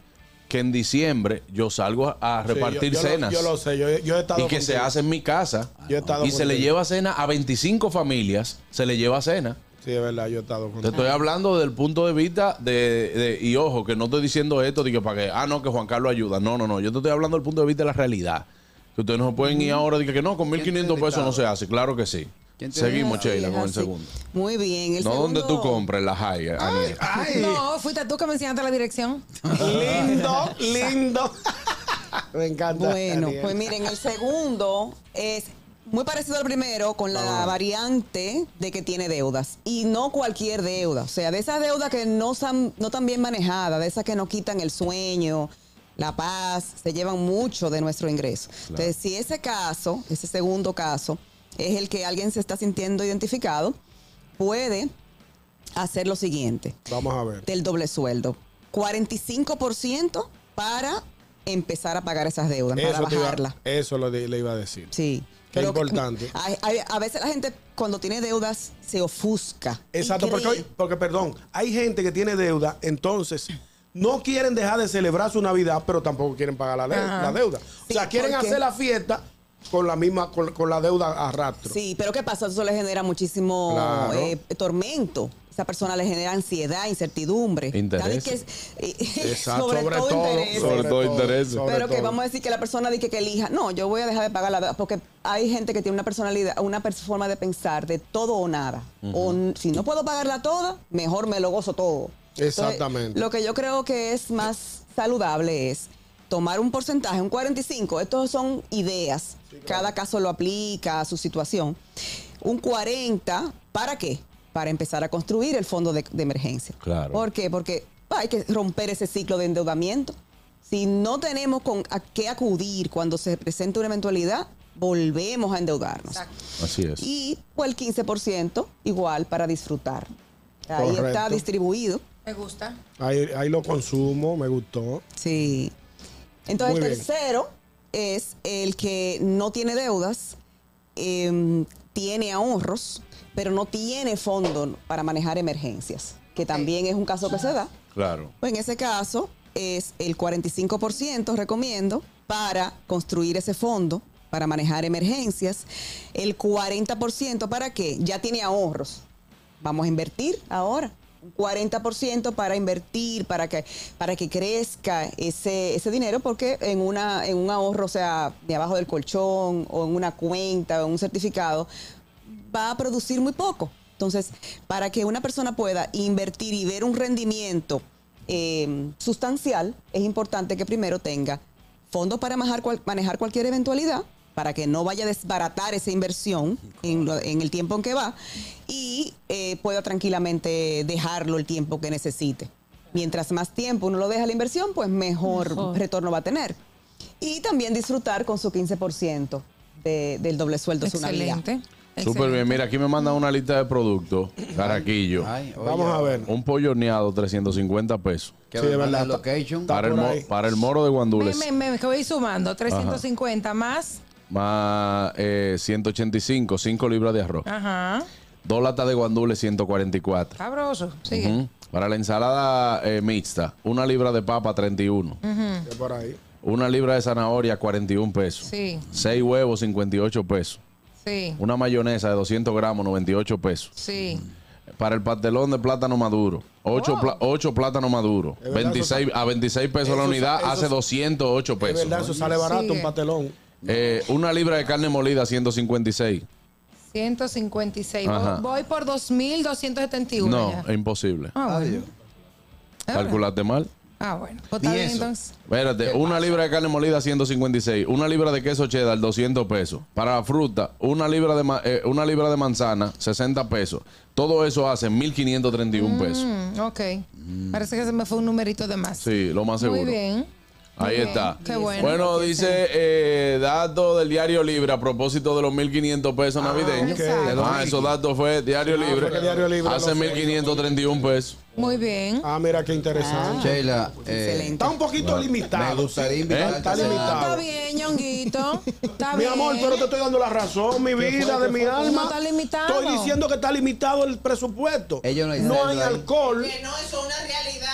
Speaker 1: que en diciembre yo salgo a a
Speaker 3: Sí, yo-
Speaker 1: repartir
Speaker 3: yo lo-
Speaker 1: cenas.
Speaker 3: yo lo sé, yo, yo he estado.
Speaker 1: y que se
Speaker 3: contigo.
Speaker 1: hace en mi casa.
Speaker 3: Yo he estado
Speaker 1: y se le
Speaker 3: contigo.
Speaker 1: lleva cena a 25 familias, se le lleva cena.
Speaker 3: Sí, es verdad, yo he estado
Speaker 1: Te
Speaker 3: contigo.
Speaker 1: estoy hablando del punto de vista de, de- y ojo, que no estoy diciendo esto de que para que, ah, no, que Juan Carlos ayuda. No, no, no, yo te estoy hablando del punto de vista de la realidad. Que ustedes no pueden ir ahora de que no, con 1.500 pesos no se hace. Claro que sí.
Speaker 13: te ha
Speaker 1: Seguimos,
Speaker 13: dictado? Sí,
Speaker 1: Sheila,
Speaker 13: es
Speaker 1: con el
Speaker 13: así.
Speaker 1: segundo.
Speaker 13: Muy bien. El
Speaker 1: no
Speaker 13: segundo-
Speaker 1: donde tú compres la high, Aniel.
Speaker 4: No, fuiste tú que me enseñaste la dirección.
Speaker 3: Lindo, lindo. Me encanta.
Speaker 13: Bueno,
Speaker 3: Ariel.
Speaker 13: pues miren, el segundo es muy parecido al primero con la variante de que tiene deudas. Y no cualquier deuda. O sea, de esas deudas que no están no tan bien manejadas, de esas que nos quitan el sueño, la paz, se llevan mucho de nuestro ingreso. Entonces, si ese caso, ese segundo caso, es el que alguien se está sintiendo identificado, puede hacer lo siguiente
Speaker 3: Vamos a ver.
Speaker 13: del doble sueldo. 45% para empezar a pagar esas deudas, para
Speaker 3: te iba-
Speaker 13: bajarlas.
Speaker 3: eso lo di- le iba a decir.
Speaker 13: Sí.
Speaker 3: Qué
Speaker 13: Pero que- Ah,
Speaker 3: importante.
Speaker 13: Hay- hay- a veces la gente cuando tiene deudas se ofusca. y
Speaker 3: Exacto, porque,
Speaker 13: cree-
Speaker 3: hoy- porque perdón, hay gente que tiene deuda, entonces no quieren dejar de celebrar su Navidad, pero tampoco quieren pagar la, le-
Speaker 13: Ajá.
Speaker 3: la deuda. o sea,
Speaker 13: Sí,
Speaker 3: quieren
Speaker 13: porque-
Speaker 3: hacer la fiesta con la misma, con, con la deuda a rastro.
Speaker 13: Sí, pero ¿qué pasa? Eso le genera muchísimo
Speaker 3: Claro.
Speaker 13: eh, tormento. Esa persona le genera ansiedad, incertidumbre.
Speaker 1: Intereses.
Speaker 13: Tal y que-
Speaker 1: Exacto,
Speaker 13: sobre,
Speaker 1: sobre
Speaker 13: todo,
Speaker 1: todo,
Speaker 13: intereses.
Speaker 1: sobre todo intereses. Sobre
Speaker 13: Pero que
Speaker 1: todo.
Speaker 13: vamos a decir que la persona dice que, que elija, no, yo voy a dejar de pagar la deuda, porque hay gente que tiene una personalidad, una pers- forma de pensar de todo o nada. O n- si no puedo pagarla toda, mejor me lo gozo todo. Entonces,
Speaker 3: Exactamente.
Speaker 13: lo que yo creo que es más saludable es tomar un porcentaje, un 45, estos son ideas, cada caso lo aplica a su situación. Un 40, ¿para qué? Para empezar a construir el fondo de, de emergencia.
Speaker 1: Claro.
Speaker 13: ¿Por qué? Porque hay que romper ese ciclo de endeudamiento. Si no tenemos con a qué acudir cuando se presenta una eventualidad, volvemos a endeudarnos.
Speaker 1: Así es.
Speaker 13: Y pues, el 15% igual para disfrutar. Ahí está
Speaker 3: Correcto.
Speaker 13: distribuido.
Speaker 4: Me gusta.
Speaker 3: Ahí, ahí lo consumo, me gustó.
Speaker 13: Sí. Entonces,
Speaker 3: Muy
Speaker 13: el
Speaker 3: bien.
Speaker 13: tercero es el que no tiene deudas, em, tiene ahorros, pero no tiene fondo para manejar emergencias, que también es un caso que se da.
Speaker 1: Claro.
Speaker 13: Pues en ese caso es el 45% recomiendo para construir ese fondo para manejar emergencias. El 40% para qué? Ya tiene ahorros. Vamos a invertir ahora. Un 40% para invertir, para que, para que crezca ese, ese dinero, porque en, una, en un ahorro, o sea, de abajo del colchón, o en una cuenta, o en un certificado, va a producir muy poco. Entonces, para que una persona pueda invertir y ver un rendimiento eh, sustancial, es importante que primero tenga fondos para manejar, cual- manejar cualquier eventualidad, para que no vaya a desbaratar esa inversión en, lo- en el tiempo en que va, y eh, pueda tranquilamente dejarlo el tiempo que necesite. Mientras más tiempo uno lo deja la inversión, pues mejor.
Speaker 4: Mejor.
Speaker 13: retorno va a tener. Y también disfrutar con su 15% de- del doble sueldo. es una vida.
Speaker 4: Excelente.
Speaker 1: Súper bien. Mira, aquí me mandan una lista de productos. Caraquillo.
Speaker 3: Vamos a ver.
Speaker 1: Un pollo horneado, 350 pesos.
Speaker 3: Sí, es verdad. Está- está
Speaker 1: Para el,
Speaker 3: por
Speaker 1: mo-
Speaker 3: ahí.
Speaker 1: para el moro de
Speaker 4: Me,
Speaker 1: guandules.
Speaker 4: me, me- que voy sumando. 350 más.
Speaker 1: Más eh, 185, 5 libras de arroz.
Speaker 4: Ajá.
Speaker 1: Dos latas de guandules, 144.
Speaker 4: Sabroso. Sigue.
Speaker 1: Ujú. Para la ensalada eh, mixta, una libra de papa, 31.
Speaker 4: Ujú.
Speaker 3: Por ahí.
Speaker 1: Una libra de zanahoria, 41 pesos.
Speaker 4: Sí,
Speaker 1: Seis huevos, 58 pesos.
Speaker 4: sí,
Speaker 1: Una mayonesa de 200 gramos, 98 pesos. Mm.
Speaker 4: sí.
Speaker 1: Para el pastelón de plátano maduro, 8,
Speaker 4: Oh.
Speaker 1: plátanos maduros,
Speaker 3: Es verdad,
Speaker 1: 26, a 26 pesos la
Speaker 3: eso
Speaker 1: unidad,
Speaker 3: sa- eso
Speaker 1: hace
Speaker 3: sa-
Speaker 1: 208
Speaker 3: Es
Speaker 1: pesos.
Speaker 3: verdad, eso sale barato,
Speaker 4: Sigue.
Speaker 3: un patelón.
Speaker 1: Eh, una libra de carne molida, 156.
Speaker 4: 156.
Speaker 1: Ajá.
Speaker 4: Voy, voy por 2.271.
Speaker 1: No,
Speaker 4: ya.
Speaker 1: es imposible.
Speaker 4: Ah, bueno. Ah,
Speaker 1: Calculaste mal.
Speaker 4: Ah, bueno. Pues está
Speaker 1: Ni
Speaker 4: bien,
Speaker 1: eso.
Speaker 4: entonces.
Speaker 1: Espérate, una libra de carne molida 156, una libra de queso cheddar 200 pesos. Para la fruta, una libra de ma- eh, una libra de manzana 60 pesos. Todo eso hace 1531
Speaker 3: pues.
Speaker 1: pesos.
Speaker 4: Mm, ok. Parece que se me fue un numerito de más.
Speaker 1: Sí, lo más seguro.
Speaker 4: Muy bien.
Speaker 1: Ahí
Speaker 4: Muy bien,
Speaker 1: está.
Speaker 4: qué bueno.
Speaker 1: dice eh, dato del diario Libre a propósito de los 1.500 pesos navideños.
Speaker 4: exacto.
Speaker 1: Ah, esos datos fue diario
Speaker 3: Ah,
Speaker 1: Libre.
Speaker 3: fue que Diario Libre
Speaker 1: Hace
Speaker 3: lo sé.
Speaker 1: 1.531 pesos.
Speaker 4: Muy bien.
Speaker 3: Ah, mira qué
Speaker 13: Ah,
Speaker 3: interesante.
Speaker 5: Sheila, eh,
Speaker 3: Está un poquito limitado.
Speaker 5: Me gustaría invitarte
Speaker 3: Está
Speaker 5: a
Speaker 4: Está
Speaker 3: limitado.
Speaker 4: bien, ñonguito. Está
Speaker 3: Mi
Speaker 4: bien.
Speaker 3: amor, pero te estoy dando la razón, mi
Speaker 4: ¿Qué fue?
Speaker 3: vida, de
Speaker 4: ¿Qué
Speaker 3: mi
Speaker 4: fue?
Speaker 3: alma.
Speaker 4: No está limitado.
Speaker 3: Estoy diciendo que está limitado el presupuesto.
Speaker 5: Ellos no hay
Speaker 3: no
Speaker 5: cerdo
Speaker 3: hay
Speaker 5: ahí.
Speaker 3: alcohol.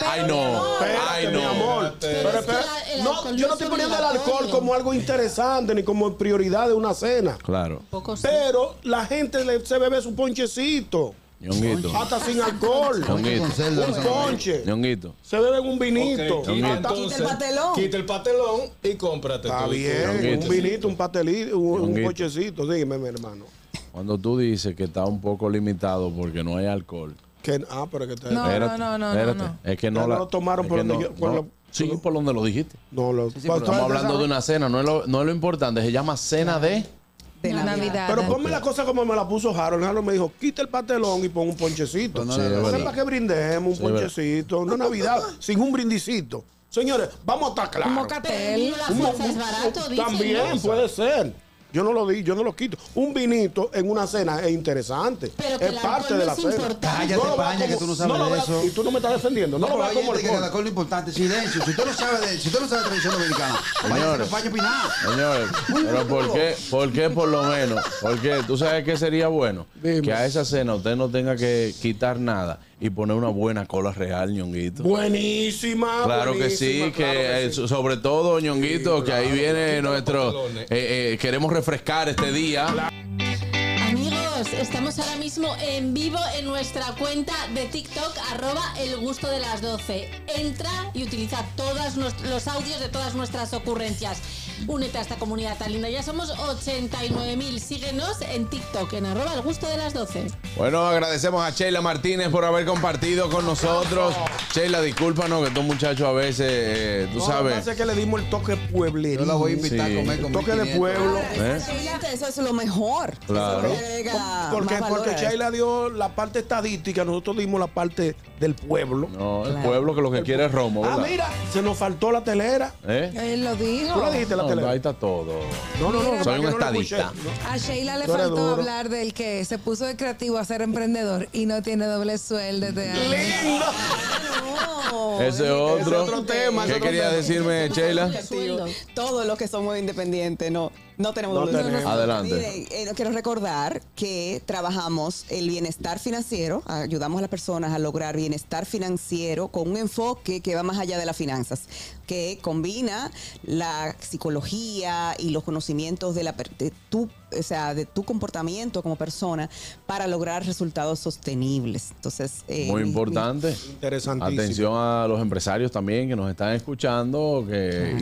Speaker 1: Ay, no. Ay,
Speaker 3: Mi amor.
Speaker 1: no.
Speaker 3: Pero espera,
Speaker 2: el- el
Speaker 3: no,
Speaker 2: alcohol
Speaker 3: yo
Speaker 2: no
Speaker 3: no
Speaker 2: es
Speaker 3: estoy poniendo el alcohol
Speaker 2: obligatorio.
Speaker 3: como algo interesante ni como prioridad de una cena.
Speaker 1: Claro.
Speaker 2: Poco sí.
Speaker 3: Pero la gente le- se bebe su ponchecito.
Speaker 1: Ñonguito.
Speaker 3: Hasta sin alcohol.
Speaker 1: Ñonguito.
Speaker 3: Un ponche.
Speaker 1: Ñonguito.
Speaker 3: Se beben un vinito.
Speaker 7: Ok, quita,
Speaker 3: Hasta-
Speaker 7: entonces,
Speaker 13: el pastelón.
Speaker 7: Quita el pastelón y cómprate
Speaker 3: Está
Speaker 7: tu- tu-
Speaker 3: bien.
Speaker 1: Ñonguito.
Speaker 3: Un vinito, un pastelito, un, un
Speaker 1: Ñonguito.
Speaker 3: ponchecito. Dígame, mi hermano.
Speaker 1: Cuando tú dices que está un poco limitado porque no hay alcohol.
Speaker 3: Que- ah, pero que te-
Speaker 4: No,
Speaker 1: Espérate,
Speaker 4: no, no, no,
Speaker 1: espérate.
Speaker 4: no, no.
Speaker 1: Es que no
Speaker 3: Ya
Speaker 1: la,
Speaker 3: lo tomaron
Speaker 1: es
Speaker 3: por
Speaker 1: que
Speaker 3: donde yo- por lo-
Speaker 1: sí, por donde lo dijiste.
Speaker 3: No, lo,
Speaker 5: pero
Speaker 1: Estamos hablando de una cena, no es lo, no es lo importante, se llama cena de.
Speaker 13: de
Speaker 4: Una Navidad.
Speaker 3: Pero ponme la cosa como me la puso Harold. Harold me dijo, quita el pastelón y pon un ponchecito.
Speaker 5: Pero Pues no
Speaker 3: No
Speaker 5: Sí, le- es
Speaker 3: sé
Speaker 5: verdad.
Speaker 3: para qué brindemos un
Speaker 1: Sí, es verdad.
Speaker 3: ponchecito. Una Navidad sin un brindicito. Señores, vamos a estar
Speaker 4: Un
Speaker 3: claros.
Speaker 4: mocatel.
Speaker 2: la
Speaker 3: Un mo-
Speaker 2: fuerza es barato, dicen.
Speaker 3: También
Speaker 2: ¿no?
Speaker 3: puede ser. Yo no lo di, yo no lo quito. Un vinito en una cena es interesante.
Speaker 2: Pero que
Speaker 3: es
Speaker 2: el
Speaker 3: parte
Speaker 2: alcohol
Speaker 3: de
Speaker 2: no
Speaker 3: la
Speaker 2: es
Speaker 3: cena.
Speaker 2: importante.
Speaker 5: Cállate,
Speaker 3: lo veas
Speaker 5: España, que tú no sabes
Speaker 3: lo
Speaker 5: de
Speaker 3: veas-
Speaker 5: eso.
Speaker 3: Y tú no me estás defendiendo. No,
Speaker 5: No,
Speaker 3: lo
Speaker 5: pero
Speaker 3: veas
Speaker 5: hay
Speaker 3: como
Speaker 5: gente que
Speaker 3: alcohol.
Speaker 5: el alcohol es lo importante. Silencio. Si usted no sabe de, si usted no sabe de tradición dominicana, vaya a
Speaker 1: Señores.
Speaker 5: España a opinar.
Speaker 1: Señores, pero ¿por qué, ¿por qué por lo menos? ¿Por qué? ¿Tú sabes qué sería bueno? Que a esa cena usted no tenga que quitar nada y poner una buena cola real, ñonguito.
Speaker 3: Buenísima.
Speaker 1: Claro que sí,
Speaker 3: buenísima,
Speaker 1: que,
Speaker 3: claro
Speaker 1: eh,
Speaker 3: sí.
Speaker 1: so- sobre todo, ñonguito, que ahí viene
Speaker 7: Quita los
Speaker 1: nuestro...
Speaker 7: pantalones.
Speaker 1: eh, eh, queremos refrescar este día.
Speaker 2: Amigos, estamos ahora mismo en vivo en nuestra cuenta de TikTok, arroba el gusto de las 12. Entra y utiliza todos los audios de todas nuestras ocurrencias. Únete a esta comunidad tan linda. Ya somos 89.000. Síguenos en TikTok, en arroba el gusto de las 12.
Speaker 1: Bueno, agradecemos a Sheila Martínez por haber compartido con nosotros. Sheila, discúlpanos que estos muchachos a veces, eh, tú
Speaker 3: No, Lo que
Speaker 1: sabes...
Speaker 3: pasa es que le dimos el toque pueblerino.
Speaker 5: Yo la voy a invitar
Speaker 1: Sí.
Speaker 5: a comer con
Speaker 3: Toque de
Speaker 5: 1500.
Speaker 3: pueblo.
Speaker 1: ¿Eh?
Speaker 13: Eso es lo mejor.
Speaker 1: Claro.
Speaker 13: Eso le agrega
Speaker 3: Porque,
Speaker 13: Ah, más valor
Speaker 3: porque
Speaker 13: a esto.
Speaker 3: Sheila dio la parte estadística, nosotros dimos la parte del pueblo.
Speaker 1: No, el pueblo que lo que quiere es romo,
Speaker 3: ah,
Speaker 1: ¿verdad?
Speaker 3: mira, se nos faltó la telera.
Speaker 1: ¿Eh?
Speaker 4: Él lo dijo.
Speaker 3: ¿Tú la dijiste la
Speaker 1: No,
Speaker 3: telera?
Speaker 1: ahí está todo.
Speaker 3: No, no, no.
Speaker 4: Soy
Speaker 3: para
Speaker 1: un
Speaker 3: que no la
Speaker 1: estadista.
Speaker 3: escuché. No.
Speaker 4: A Sheila le
Speaker 3: Tú eres
Speaker 4: faltó
Speaker 3: duro.
Speaker 4: hablar del que se puso de creativo a ser emprendedor y no tiene doble sueldo. te da.
Speaker 13: No.
Speaker 1: Ese
Speaker 3: Ese
Speaker 1: otro.
Speaker 3: otro tema, ese
Speaker 1: ¿Qué
Speaker 3: otro
Speaker 1: quería
Speaker 3: tema.
Speaker 1: decirme, Sheila?
Speaker 13: Tío, Todos los que somos independientes, no, no tenemos
Speaker 3: No
Speaker 13: doble sueldo.
Speaker 3: tenemos.
Speaker 1: Adelante.
Speaker 13: Miren, eh, quiero recordar que trabajamos el bienestar financiero, ayudamos a las personas a lograr bienestar financiero con un enfoque que va más allá de las finanzas, que combina la psicología y los conocimientos de, la, per- de tu o sea, de tu comportamiento como persona para lograr resultados sostenibles. Entonces, eh,
Speaker 1: Muy
Speaker 13: mi- mi-
Speaker 1: importante.
Speaker 3: Interesantísimo.
Speaker 1: Atención a los empresarios también que nos están escuchando, que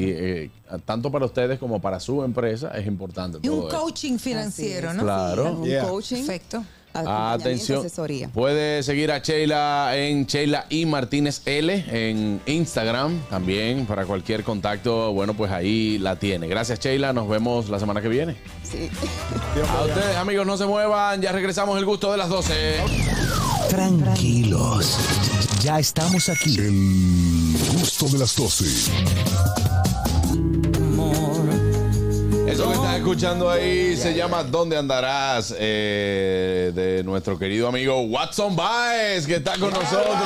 Speaker 1: y, eh, tanto para ustedes como para su empresa es importante.
Speaker 4: Y un
Speaker 1: todo esto.
Speaker 4: coaching financiero, ¿no?
Speaker 1: Claro.
Speaker 13: Un
Speaker 3: Yeah.
Speaker 13: coaching,
Speaker 4: Perfecto.
Speaker 13: acompañamiento,
Speaker 1: Atención.
Speaker 13: asesoría.
Speaker 1: Puede seguir a Sheila en Sheila y Martínez L en Instagram también para cualquier contacto. Bueno, pues ahí la tiene. Gracias, Sheila. Nos vemos la semana que viene.
Speaker 13: Sí.
Speaker 1: A ustedes, amigos, no se muevan. Ya regresamos el gusto de las 12.
Speaker 6: Tranquilos. Ya estamos aquí.
Speaker 15: El gusto de las 12.
Speaker 1: Eso que estás escuchando ahí se llama ¿Dónde andarás? Eh, de nuestro querido amigo Watson Baez, que está con nosotros.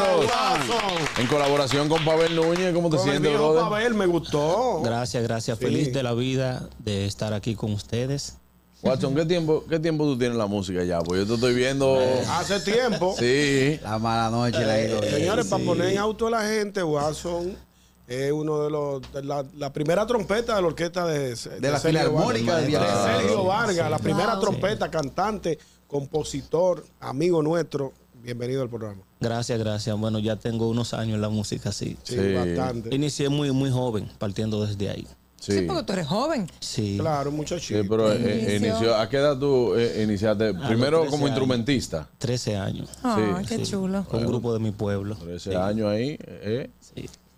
Speaker 1: En colaboración con Pavel Núñez. ¿Cómo te
Speaker 3: Con el
Speaker 1: sientes,
Speaker 3: viejo
Speaker 1: brother?
Speaker 3: Pavel, me gustó.
Speaker 18: Gracias, gracias. Feliz de la vida de estar aquí con ustedes.
Speaker 1: Watson, ¿qué tiempo, ¿qué tiempo tú tienes en la música ya? Pues yo te estoy viendo.
Speaker 3: Eh, Hace tiempo. Eh,
Speaker 1: Sí.
Speaker 5: La mala noche la he ido bien.
Speaker 3: Señores, para
Speaker 5: Sí.
Speaker 3: poner en auto a la gente, Watson es uno de los. de la, la primera trompeta de la orquesta de.
Speaker 5: De la Filarmónica de
Speaker 3: de,
Speaker 5: Villarreal.
Speaker 3: Sergio Vargas, la primera
Speaker 2: Wow.
Speaker 3: trompeta, cantante, compositor, amigo nuestro. Bienvenido al programa.
Speaker 18: Gracias, gracias. Bueno, ya tengo unos años en la música, sí.
Speaker 3: Sí,
Speaker 1: Sí.
Speaker 3: bastante.
Speaker 18: Inicié muy, muy joven, partiendo desde ahí.
Speaker 1: Sí.
Speaker 4: Sí, porque tú eres joven.
Speaker 18: Sí.
Speaker 3: Claro, muchachito.
Speaker 1: Sí, pero eh, eh,
Speaker 4: Inició.
Speaker 1: inició, ¿a qué edad tú eh, iniciaste?
Speaker 5: Ah,
Speaker 18: los
Speaker 1: Primero
Speaker 18: 13
Speaker 1: como
Speaker 18: años.
Speaker 1: instrumentista.
Speaker 18: 13 años.
Speaker 4: Ah, qué chulo.
Speaker 18: Con un grupo de mi pueblo.
Speaker 1: 13 años ahí. ¿eh?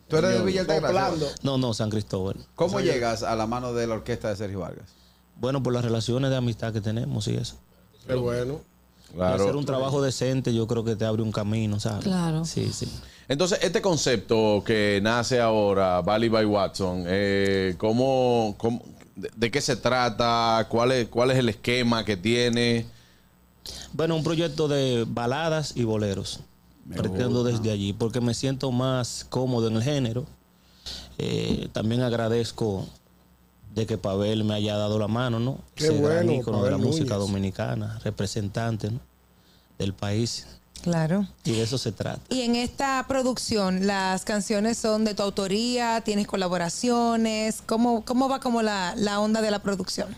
Speaker 5: ¿Tú eres de Villa Altagracia?
Speaker 3: Doblando.
Speaker 18: No, no, San Cristóbal.
Speaker 5: ¿Cómo llegas a la mano de la orquesta de Sergio Vargas?
Speaker 18: Bueno, por las relaciones de amistad que tenemos y eso.
Speaker 3: Qué bueno.
Speaker 18: Y Hacer
Speaker 1: Claro.
Speaker 18: un trabajo decente, yo creo que te abre un camino, ¿sabes?
Speaker 2: Claro.
Speaker 18: Sí, sí.
Speaker 1: Entonces, este concepto que nace ahora, Valley by Watson, eh, ¿cómo, cómo- de, de qué se trata? ¿Cuál es, ¿Cuál es el esquema que tiene?
Speaker 18: Bueno, un proyecto de baladas y boleros. Pretendo desde allí, porque me siento más cómodo en el género. Eh, también agradezco de que Pavel me haya dado la mano, ¿no?
Speaker 3: Qué
Speaker 18: Ese gran
Speaker 3: bueno,
Speaker 18: ícono de
Speaker 3: Pavel
Speaker 18: la música
Speaker 3: Núñez.
Speaker 18: dominicana, representante ¿no? del país.
Speaker 4: Claro.
Speaker 18: Y de eso se trata.
Speaker 4: Y en esta producción, las canciones son de tu autoría, tienes colaboraciones. ¿Cómo, cómo va como la, la onda de la producción?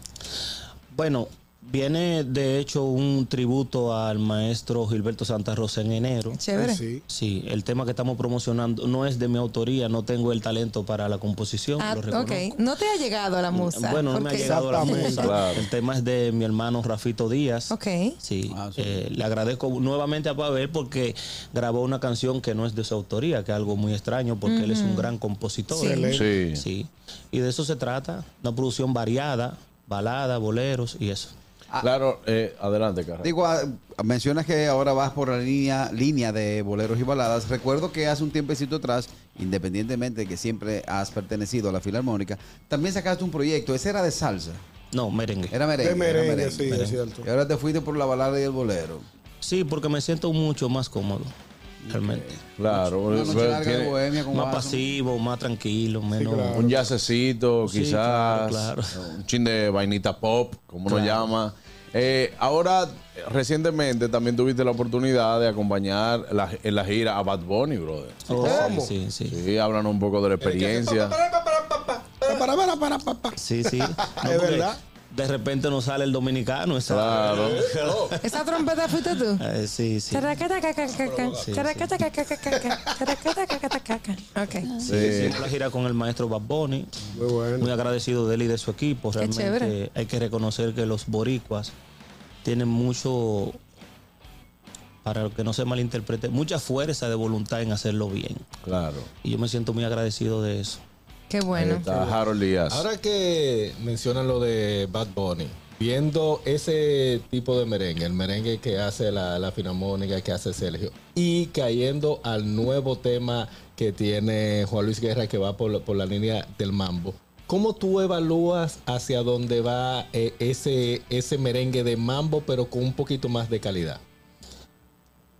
Speaker 18: Bueno, viene de hecho un tributo al maestro Gilberto Santa Rosa en enero.
Speaker 4: Chévere.
Speaker 3: Sí.
Speaker 18: Sí, el tema que estamos promocionando no es de mi autoría, no tengo el talento para la composición.
Speaker 4: Ah,
Speaker 18: lo reconozco. Mm,
Speaker 4: ok. No te ha llegado la musa.
Speaker 18: Bueno, no me ha
Speaker 4: porque-
Speaker 18: llegado la
Speaker 3: Exactamente.
Speaker 18: musa.
Speaker 1: Claro.
Speaker 18: El tema es de mi hermano Rafito Díaz.
Speaker 4: Ok.
Speaker 18: Sí, eh, le agradezco nuevamente a Pavel porque grabó una canción que no es de su autoría, que es algo muy extraño porque él es un gran compositor.
Speaker 1: Sí.
Speaker 18: Sí. Y de eso se trata, una producción variada, balada, boleros y eso.
Speaker 1: Claro, eh, adelante, Carlos.
Speaker 5: Digo, ah, mencionas que ahora vas por la línea, línea de boleros y baladas. Recuerdo que hace un tiempecito atrás, independientemente de que siempre has pertenecido a la Filarmónica, también sacaste un proyecto. Ese era de salsa.
Speaker 18: No, merengue.
Speaker 5: Era merengue.
Speaker 3: De
Speaker 5: era
Speaker 3: merengue,
Speaker 5: merengue.
Speaker 3: sí, es cierto.
Speaker 5: Y ahora te fuiste por la balada y el bolero.
Speaker 18: Sí, porque me siento mucho más cómodo, realmente.
Speaker 1: Claro,
Speaker 5: Una noche
Speaker 1: pero
Speaker 5: larga de
Speaker 1: tiene
Speaker 5: bohemia con
Speaker 18: Más
Speaker 5: vaso.
Speaker 18: pasivo, más tranquilo, menos...
Speaker 3: claro.
Speaker 1: un jazzecito,
Speaker 18: Sí,
Speaker 1: quizás,
Speaker 18: claro,
Speaker 1: un chin de vainita pop, como uno llama. Eh, ahora, recientemente también tuviste la oportunidad de acompañar la- en la gira a Bad Bunny, brother.
Speaker 18: Oh,
Speaker 3: ¿Cómo?
Speaker 18: sí, sí, sí.
Speaker 1: Sí, hablan un poco de la experiencia.
Speaker 3: Para, para, para, para, para, para.
Speaker 18: Sí, sí. No,
Speaker 3: Es
Speaker 18: porque
Speaker 3: verdad.
Speaker 18: De repente nos sale el dominicano. esa-
Speaker 1: Claro.
Speaker 4: ¿Esa trompeta fuiste tú?
Speaker 18: Eh, sí, sí.
Speaker 4: Characaca, caca, caca. Characaca, caca, caca, caca. Characaca, caca, caca. Ok.
Speaker 1: Sí.
Speaker 18: Hicimos la gira con el maestro Bad Bunny.
Speaker 3: Muy bueno.
Speaker 18: Muy agradecido de él y de su equipo. Realmente
Speaker 4: chévere.
Speaker 18: hay que reconocer que los boricuas tienen mucho, para que no se malinterprete, mucha fuerza de voluntad en hacerlo bien.
Speaker 1: Claro.
Speaker 18: Y yo me siento muy agradecido de eso.
Speaker 4: Qué
Speaker 1: Ahí
Speaker 4: bueno.
Speaker 1: está Harold Díaz.
Speaker 7: Ahora que mencionan lo de Bad Bunny, viendo ese tipo de merengue, el merengue que hace la, la filarmónica, que hace Sergio, y cayendo al nuevo tema que tiene Juan Luis Guerra, que va por, la- por la línea del mambo. ¿Cómo tú evalúas hacia dónde va eh, ese, ese merengue de mambo, pero con un poquito más de calidad?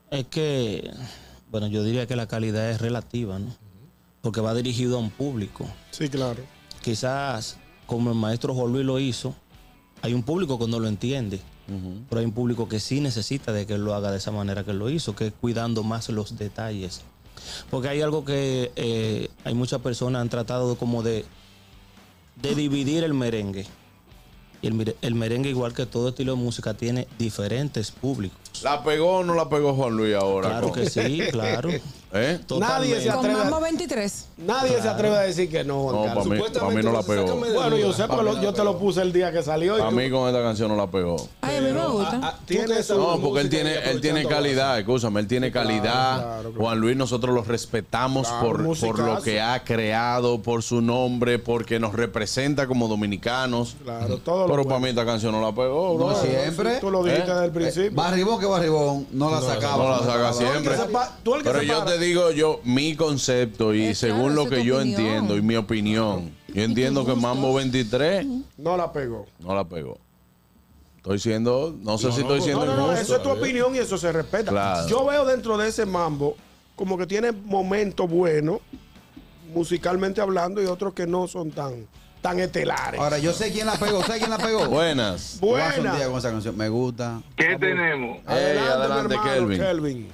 Speaker 18: Es que, bueno, yo diría que la calidad es relativa, ¿no? Porque va dirigido a un público.
Speaker 3: Sí, claro.
Speaker 18: quizás como el maestro Juan Luis lo hizo, hay un público que no lo entiende, pero hay un público que sí necesita de que él lo haga de esa manera que él lo hizo, que es cuidando más los detalles. Porque hay algo que eh, hay muchas personas han tratado como de, de dividir el merengue. Y el, mire- el merengue, igual que todo estilo de música, tiene diferentes públicos.
Speaker 1: ¿La pegó o no la pegó Juan Luis ahora?
Speaker 18: Claro
Speaker 1: con-
Speaker 18: que sí, claro.
Speaker 1: ¿Eh?
Speaker 3: Nadie se
Speaker 18: Totalmente.
Speaker 4: Con
Speaker 3: atreve.
Speaker 4: Mambo
Speaker 3: a-
Speaker 4: 23.
Speaker 3: Nadie se atreve a decir que no, Juan
Speaker 1: No,
Speaker 3: Carlos.
Speaker 1: para mí, para mí no la pegó.
Speaker 7: Supuestamente,
Speaker 3: Oh. Bueno, yo sé,
Speaker 7: sácame
Speaker 3: pues,
Speaker 7: de
Speaker 3: lo-
Speaker 7: duda.
Speaker 3: yo te lo puse el día que salió. y
Speaker 1: A
Speaker 3: tú-
Speaker 1: mí con esta canción no la pegó.
Speaker 4: Ay, a mí me
Speaker 7: Ah,
Speaker 4: gusta.
Speaker 7: ah, tú que sabes
Speaker 1: No, porque
Speaker 7: música
Speaker 1: él
Speaker 7: y
Speaker 1: tiene, él tiene
Speaker 7: aprovechando
Speaker 1: calidad, escúchame, él tiene calidad.
Speaker 3: claro, claro.
Speaker 1: Juan Luis, nosotros lo respetamos
Speaker 3: Claro,
Speaker 1: por,
Speaker 3: musicazo.
Speaker 1: por lo que ha creado, por su nombre, porque nos representa como dominicanos.
Speaker 3: Claro, todo lo
Speaker 1: Pero para
Speaker 3: bueno.
Speaker 1: mí esta canción no la pegó, bro.
Speaker 5: No siempre.
Speaker 3: Tú lo dijiste
Speaker 1: ¿Eh?
Speaker 3: desde el principio.
Speaker 5: Barribón que barribón, no la sacaba.
Speaker 1: No la saca siempre.
Speaker 3: se pa- tú el que
Speaker 1: Pero
Speaker 3: se
Speaker 1: yo
Speaker 3: para.
Speaker 1: te digo yo mi concepto y
Speaker 4: Eh,
Speaker 1: según
Speaker 4: claro,
Speaker 1: lo
Speaker 4: esa es
Speaker 1: que
Speaker 4: tu
Speaker 1: yo
Speaker 4: opinión.
Speaker 1: entiendo y mi opinión. Yo entiendo que Mambo 23
Speaker 3: No la pegó.
Speaker 1: no la pegó. Estoy siendo, no sé si estoy siendo
Speaker 3: No, no, no,
Speaker 1: injusto.
Speaker 3: eso es tu opinión y eso se respeta.
Speaker 1: Claro.
Speaker 3: Yo veo dentro de ese mambo como que tiene momentos buenos, musicalmente hablando, y otros que no son tan, tan estelares.
Speaker 5: Ahora, yo sé quién la pegó. ¿Sabes quién la pegó?
Speaker 1: Buenas.
Speaker 5: Guaso un
Speaker 3: Buena.
Speaker 5: día con esa canción. Me gusta.
Speaker 11: ¿Qué tenemos?
Speaker 1: Ey,
Speaker 3: mi
Speaker 1: adelante,
Speaker 3: hermano,
Speaker 1: Kelvin.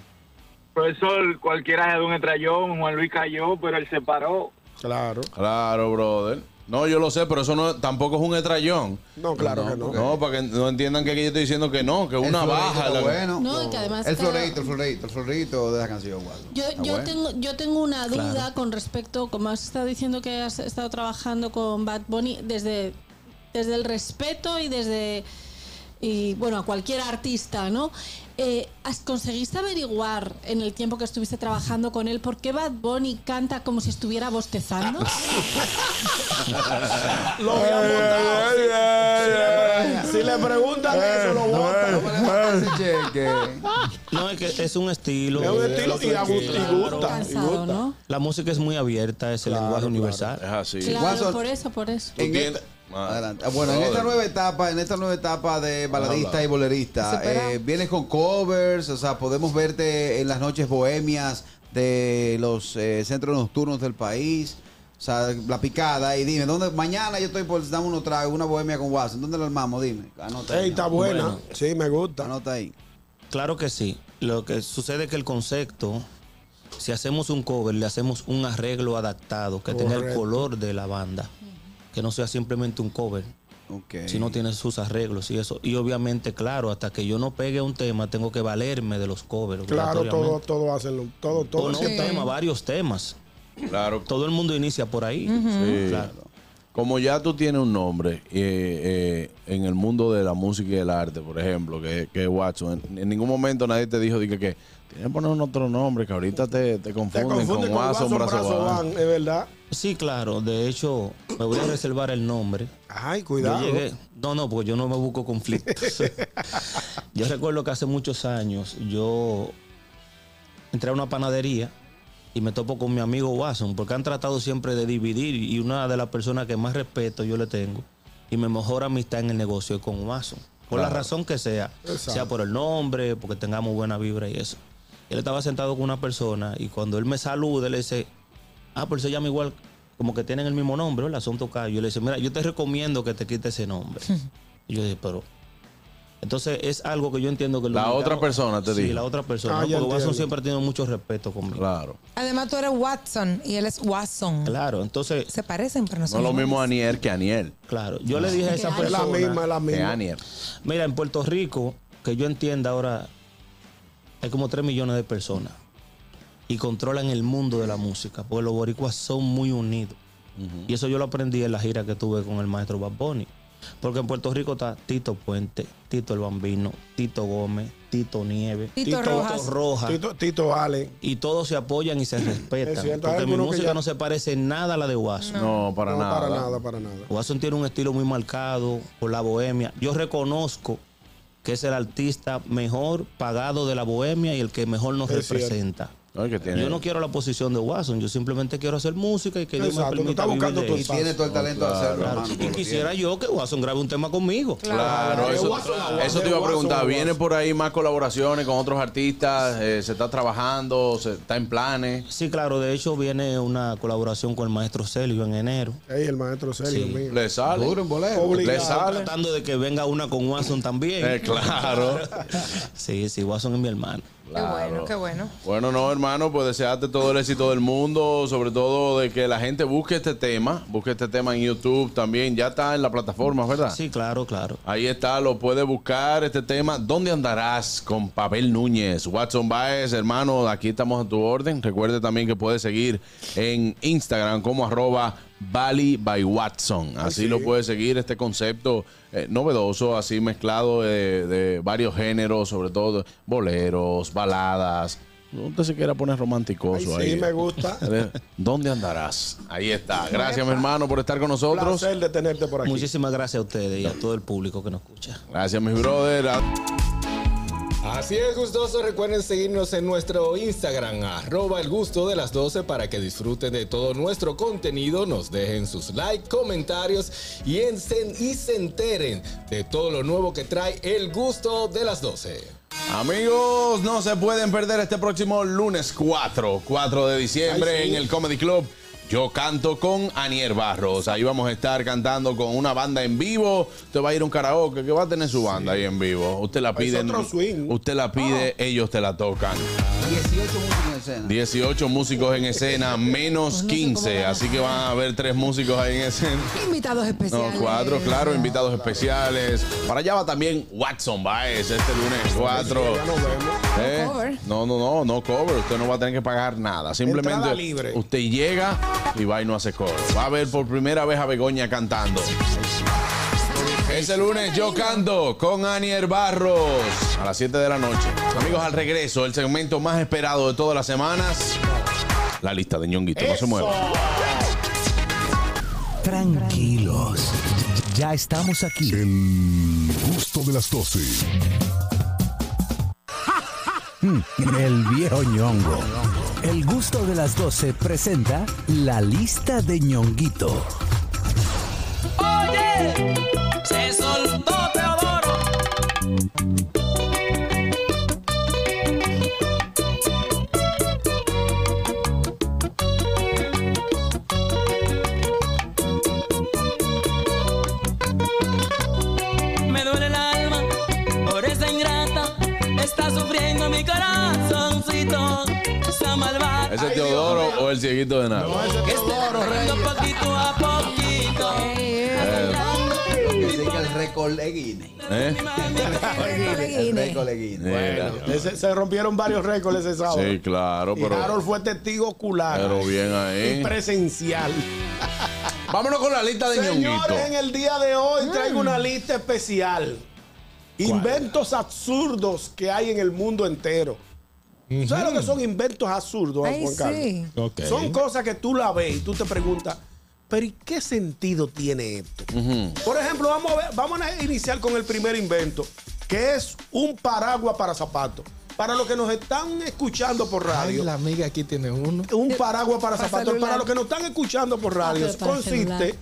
Speaker 11: Profesor, cualquiera se da un estrellón, Juan Luis cayó, pero él se paró.
Speaker 3: Claro.
Speaker 1: Claro, brother. No, yo lo sé, pero eso no tampoco es un estrellón.
Speaker 3: No, claro que no.
Speaker 1: No, para que no entiendan que aquí yo estoy diciendo que no, que una baja. la-
Speaker 5: bueno.
Speaker 2: No, y que además
Speaker 5: El
Speaker 2: cada-
Speaker 5: floreito, el floreito, el floreito de la canción. Waldo.
Speaker 3: Ah,
Speaker 2: Yo,
Speaker 5: Está
Speaker 2: yo,
Speaker 5: bueno.
Speaker 2: tengo, yo tengo una duda
Speaker 5: Claro.
Speaker 2: con respecto, como has estado diciendo que has estado trabajando con Bad Bunny, desde, desde el respeto y desde, y bueno, a cualquier artista, ¿no? Eh, ¿has- ¿Conseguiste averiguar en el tiempo que estuviste trabajando con él por qué Bad Bunny canta como si estuviera bostezando?
Speaker 3: Lo había montado. Si- Si, le, preguntan eso, lo botan.
Speaker 18: No, es que es un estilo.
Speaker 3: Es un estilo y a gust- y gusta, y Cansado, gusta. ¿no?
Speaker 18: La música es muy abierta, es el lenguaje universal.
Speaker 1: Es así.
Speaker 2: claro, por eso, por eso.
Speaker 3: este-
Speaker 5: En esta- Adelante. Bueno, en esta nueva etapa, en esta nueva etapa de baladista y bolerista, eh, vienes con covers, o sea, podemos verte en las noches bohemias de los eh, centros nocturnos del país. O sea, la picada y dime, ¿dónde? Mañana yo estoy por dar unos tragos, una bohemia con Watson. ¿Dónde la armamos? Dime. Anota.
Speaker 3: Ey, está buena. Sí, me gusta.
Speaker 5: Anota ahí.
Speaker 18: Claro que sí. Lo que sucede es que el concepto, si hacemos un cover, le hacemos un arreglo adaptado, que tenga el
Speaker 5: Correcto.
Speaker 18: color de la banda, que no sea simplemente un cover. Si no tiene sus arreglos y eso. Y obviamente, claro, hasta que yo no pegue un tema, tengo que valerme de los covers.
Speaker 3: Claro,
Speaker 18: obligatoriamente.
Speaker 3: todo, todo hacen todo, todo.
Speaker 18: O no
Speaker 3: siempre-
Speaker 18: un tema, varios temas.
Speaker 1: Claro.
Speaker 18: Todo el mundo inicia por ahí.
Speaker 1: Sí.
Speaker 18: Claro.
Speaker 1: Como ya tú tienes un nombre eh, eh, en el mundo de la música y el arte, por ejemplo, que, que es Watson, en, en ningún momento nadie te dijo dije, que tienes que poner un otro nombre, que ahorita te, te
Speaker 3: Te
Speaker 1: confunden
Speaker 3: confunde con
Speaker 1: con Watson, brazo, Van.
Speaker 3: Van, es verdad.
Speaker 18: Sí, claro. De hecho, me voy a reservar el nombre.
Speaker 3: Ay,
Speaker 18: Yo
Speaker 3: cuidado.
Speaker 18: llegué- no, no, porque yo no me busco conflictos. yo recuerdo que hace muchos años yo entré a una panadería y me topo con mi amigo Watson, porque han tratado siempre de dividir y una de las personas que más respeto yo le tengo y me mejor amistad en el negocio es con Watson. Por la
Speaker 7: Claro.
Speaker 18: razón que sea,
Speaker 7: Exacto.
Speaker 18: sea por el nombre, porque tengamos buena vibra y eso. Él estaba sentado con una persona y cuando él me saluda, le dice, ah, pero se llama igual, como que tienen el mismo nombre, el asunto callo. Yo le dice, mira, yo te recomiendo que te quites ese nombre. y yo dije, pero. Entonces es algo que yo entiendo que el
Speaker 1: La
Speaker 18: dominicano-
Speaker 1: otra persona te
Speaker 18: sí,
Speaker 1: dijo.
Speaker 18: la otra persona.
Speaker 1: Ah,
Speaker 18: ¿no?
Speaker 1: ya
Speaker 18: Porque Watson
Speaker 1: entiendo.
Speaker 18: siempre ha tenido mucho respeto conmigo.
Speaker 1: Claro.
Speaker 4: Además, tú eres Watson y él es Watson.
Speaker 18: Claro, entonces.
Speaker 4: Se parecen, pero no
Speaker 1: No
Speaker 4: son
Speaker 1: es lo
Speaker 4: iguales.
Speaker 1: mismo Aniel que Aniel.
Speaker 18: Claro. Yo le dije a esa
Speaker 3: Es
Speaker 18: persona.
Speaker 3: la misma, es la
Speaker 1: Que
Speaker 3: misma.
Speaker 1: Aniel.
Speaker 18: Mira, en Puerto Rico, que yo entienda ahora, hay como 3 millones de personas y controlan el mundo de la música, porque los boricuas son muy unidos. Y eso yo lo aprendí en la gira que tuve con el maestro Bad Bunny. Porque en Puerto Rico está Tito Puente, Tito el Bambino, Tito Gómez, Tito Nieves,
Speaker 3: Tito Rojas.
Speaker 18: Rojas.
Speaker 3: Tito- Tito Ale.
Speaker 18: Y todos se apoyan y se respetan.
Speaker 3: Es cierto, hay
Speaker 18: porque mi
Speaker 3: algunos que
Speaker 18: música
Speaker 3: ya-
Speaker 18: no se parece en nada a la de Guaso.
Speaker 1: No, para
Speaker 3: No,
Speaker 1: nada.
Speaker 3: para nada, para nada.
Speaker 18: Watson tiene un estilo muy marcado por la bohemia. Yo reconozco que es el artista mejor pagado de la bohemia y el que mejor nos
Speaker 1: Es cierto.
Speaker 18: representa.
Speaker 1: No, es que tiene-
Speaker 18: Yo no quiero la posición de Watson, yo simplemente quiero hacer música y que Dios me
Speaker 5: Exacto, tú
Speaker 18: permita
Speaker 5: estás buscando
Speaker 18: vivir de eso.
Speaker 5: tu espacio. Y tiene todo el talento de hacerlo, hermano,
Speaker 18: Y
Speaker 5: porque
Speaker 18: quisiera yo que Watson grabe un tema conmigo.
Speaker 1: Claro, eso, eso te iba a preguntar. ¿Viene por ahí más colaboraciones con otros artistas? Eh, ¿Se está trabajando? ¿Se está en planes?
Speaker 18: Sí, claro, de hecho viene una colaboración con el maestro Celio en enero.
Speaker 3: Ey, el maestro Sergio
Speaker 18: Sí.
Speaker 3: mío.
Speaker 1: ¿Le sale?
Speaker 3: Duro en bolero. Obligado.
Speaker 1: ¿Le sale?
Speaker 18: Tratando de que venga una con Watson también.
Speaker 1: Eh, claro.
Speaker 18: sí, sí, Watson es mi hermano.
Speaker 4: Qué bueno, qué bueno.
Speaker 1: Bueno, no, hermano, pues desearte todo el éxito del mundo, sobre todo de que la gente busque este tema, busque este tema en YouTube también, ya está en la plataforma, ¿verdad?
Speaker 18: Sí, claro, claro.
Speaker 1: Ahí está, lo puede buscar este tema. ¿Dónde andarás con Pavel Núñez? Watson Baez, hermano, aquí estamos a tu orden. Recuerde también que puedes seguir en Instagram como arroba Bali by Watson. Así lo puedes seguir, este concepto eh, novedoso, así mezclado de, de varios géneros, sobre todo boleros, baladas. No te se quiera poner romanticoso
Speaker 3: Ay, sí,
Speaker 1: ahí.
Speaker 3: me gusta.
Speaker 1: ¿Dónde andarás? Ahí está. Gracias, mi hermano, por estar con nosotros.
Speaker 3: Placer de tenerte por aquí.
Speaker 18: Muchísimas gracias a ustedes y a todo el público que nos escucha.
Speaker 1: Gracias, mis brothers.
Speaker 7: Así es, gustoso. Recuerden seguirnos en nuestro Instagram, arroba el gusto de las 12, para que disfruten de todo nuestro contenido. Nos dejen sus likes, comentarios y, en- y se enteren de todo lo nuevo que trae el gusto de las 12.
Speaker 1: Amigos, no se pueden perder este próximo lunes 4, 4 de diciembre
Speaker 7: Ay, sí.
Speaker 1: en el Comedy Club. Yo canto con Anier Barros. Ahí vamos a estar cantando con una banda en vivo. Usted va a ir a un karaoke que va a tener su banda ahí en vivo. Usted la
Speaker 3: Es
Speaker 1: pide.
Speaker 3: otro swing. Ah.
Speaker 1: Usted la pide, ellos te la tocan.
Speaker 5: 18 músicas en el escena.
Speaker 1: 18 músicos en escena, menos 15. Así que van a haber tres músicos ahí en escena.
Speaker 4: Invitados
Speaker 1: No,
Speaker 4: especiales.
Speaker 1: cuatro, claro, invitados especiales. Para allá va también Watson Baez este lunes 4. ¿Eh?
Speaker 4: cover.
Speaker 1: No, no, no, no cover. Usted no va a tener que pagar nada. Simplemente
Speaker 3: Entrada libre.
Speaker 1: usted llega y va y no hace cover. Va a ver por primera vez a Begoña cantando. Ese lunes yo canto con Anier Barros a las 7 de la noche. Amigos, al regreso, el segmento más esperado de todas las semanas. La lista de ñonguito. No se mueva.
Speaker 6: Tranquilos, ya estamos aquí.
Speaker 15: El gusto de las 12.
Speaker 6: Mm, El viejo ñongo. El gusto de las 12 presenta la lista de ñonguito.
Speaker 17: Oye, se soltó Teodoro. Me duele el alma por esa ingrata. Está sufriendo mi corazoncito. Esa malvada.
Speaker 1: ¿Ese Teodoro o el cieguito de nada?
Speaker 17: Que está sufriendo poquito a poquito.
Speaker 5: Que sí que el récord de Guinness.
Speaker 1: ¿Eh?
Speaker 5: El récord de Guinness.
Speaker 1: Mira.
Speaker 3: Ese- se rompieron varios récords ese sábado.
Speaker 1: Sí, claro,
Speaker 3: y
Speaker 1: pero,
Speaker 3: Harold fue testigo ocular.
Speaker 1: pero bien
Speaker 3: Y
Speaker 1: ahí.
Speaker 3: presencial.
Speaker 1: Vámonos con la lista de Mm. ñonguito.
Speaker 3: Señores, en el día de hoy traigo una lista especial. Inventos absurdos que hay en el mundo entero. ¿Sabes lo que son inventos absurdos,
Speaker 4: Ay,
Speaker 3: Juan Carlos?
Speaker 4: sí.
Speaker 7: Ok.
Speaker 3: Son cosas que tú la ves y tú te preguntas, pero ¿y qué sentido tiene esto? Por ejemplo, vamos a, ver- vamos a iniciar con el primer invento, que es un paraguas para zapatos. Para los que nos están escuchando por
Speaker 7: Ay,
Speaker 3: radio,
Speaker 7: la amiga aquí tiene uno.
Speaker 3: un paraguas para
Speaker 4: Eh, Para
Speaker 3: zapatos.
Speaker 4: celular. Ah,
Speaker 3: Para los que nos están escuchando por radio,
Speaker 4: pero para celular.
Speaker 3: consiste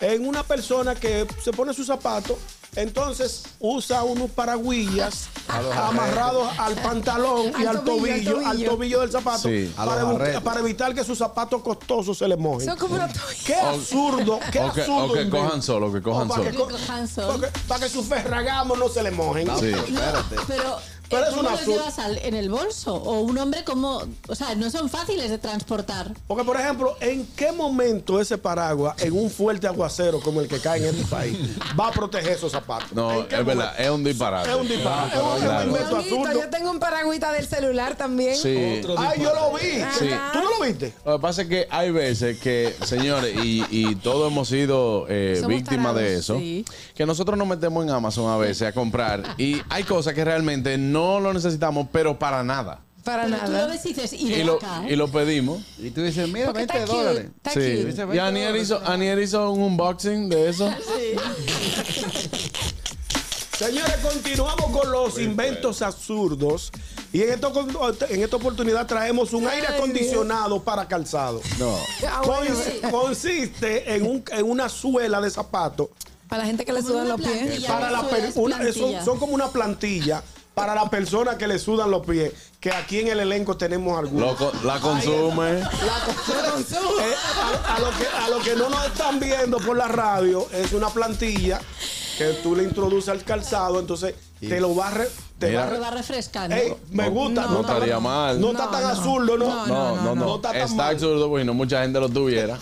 Speaker 3: en una persona que se pone sus zapatos, entonces usa unos paraguillas amarrados al pantalón y
Speaker 4: Ah. Al
Speaker 3: al tobillo,
Speaker 4: tobillo, al
Speaker 3: al tobillo,
Speaker 4: tobillo.
Speaker 3: del zapato,
Speaker 1: Sí.
Speaker 5: A
Speaker 3: para,
Speaker 5: los
Speaker 3: bu-
Speaker 5: barretes.
Speaker 3: para evitar que sus zapatos costosos se les mojen.
Speaker 4: Son como una toalla.
Speaker 3: Qué absurdo, qué
Speaker 1: O que,
Speaker 3: absurdo.
Speaker 1: o que
Speaker 3: invento.
Speaker 1: cojan solo, que cojan
Speaker 3: O para que
Speaker 1: solo.
Speaker 3: co-
Speaker 2: Cojan sol.
Speaker 3: Para que, para que sus ferragamos no se les mojen.
Speaker 5: No,
Speaker 1: Sí.
Speaker 5: pero espérate.
Speaker 2: Pero,
Speaker 3: Pero
Speaker 2: eh,
Speaker 3: es
Speaker 2: ¿cómo
Speaker 3: una
Speaker 2: los
Speaker 3: azul.
Speaker 2: llevas al- en el bolso? O un hombre como... O sea, no son fáciles de transportar.
Speaker 3: Porque, por ejemplo, ¿en qué momento ese paraguas, en un fuerte aguacero como el que cae en este país, va a proteger esos zapatos?
Speaker 1: No,
Speaker 3: ¿En qué
Speaker 1: es verdad,
Speaker 3: momento?
Speaker 1: es un disparate.
Speaker 3: Es un disparate. es
Speaker 1: Claro,
Speaker 3: un
Speaker 1: claro.
Speaker 3: invento
Speaker 4: Ñonguito,
Speaker 3: absurdo.
Speaker 4: yo tengo un paraguita del celular también. Ah,
Speaker 1: Sí.
Speaker 3: Ay, yo lo vi.
Speaker 1: Sí.
Speaker 3: ¿Tú no lo viste?
Speaker 1: Lo que pasa es que hay veces que, señores, y, y todos hemos sido eh,
Speaker 4: Somos
Speaker 1: víctimas de
Speaker 4: tarados,
Speaker 1: eso,
Speaker 4: sí.
Speaker 1: que nosotros nos metemos en Amazon a veces a comprar y hay cosas que realmente no lo necesitamos, pero para nada.
Speaker 4: Para
Speaker 2: Pero tú lo
Speaker 4: nada.
Speaker 2: ves y dices, y
Speaker 1: Y
Speaker 2: de
Speaker 1: lo,
Speaker 2: acá,
Speaker 1: y lo pedimos.
Speaker 5: Y tú dices, mira,
Speaker 4: ¿eh? Porque
Speaker 5: 20
Speaker 4: está cute,
Speaker 5: dólares.
Speaker 4: está
Speaker 1: Sí.
Speaker 4: cute.
Speaker 1: Y Anier hizo, Aniel hizo un unboxing de eso.
Speaker 3: Señores, continuamos con los inventos absurdos. Y en, esta con- en esta oportunidad traemos un aire acondicionado para calzado.
Speaker 1: No.
Speaker 2: ¿eh?".
Speaker 4: Ah, bueno,
Speaker 3: Consi- consiste en, un- en una suela de zapato
Speaker 4: Para la gente que le
Speaker 2: Como
Speaker 4: sudan
Speaker 2: una
Speaker 4: los pies.
Speaker 2: plantilla.
Speaker 3: para
Speaker 2: eso
Speaker 3: la per-
Speaker 2: es
Speaker 3: una-
Speaker 2: plantilla.
Speaker 3: son, son como una plantilla para la persona que le sudan los pies, que aquí en el elenco tenemos algunos.
Speaker 1: Loco, la consume.
Speaker 3: Eh, a, a lo que, a lo que no nos están viendo por la radio, es una plantilla que tú le introduces al calzado, entonces te lo va a... re- te
Speaker 1: Mira.
Speaker 3: va a
Speaker 2: te
Speaker 3: re-
Speaker 2: va refrescando.
Speaker 3: Ey, me gusta.
Speaker 1: No,
Speaker 3: No,
Speaker 1: no
Speaker 3: está-
Speaker 1: estaría mal.
Speaker 3: No está tan
Speaker 4: No, no.
Speaker 3: absurdo, ¿no?
Speaker 1: No, no, no.
Speaker 3: está tan
Speaker 1: Está
Speaker 3: mal.
Speaker 1: absurdo porque no mucha gente lo tuviera.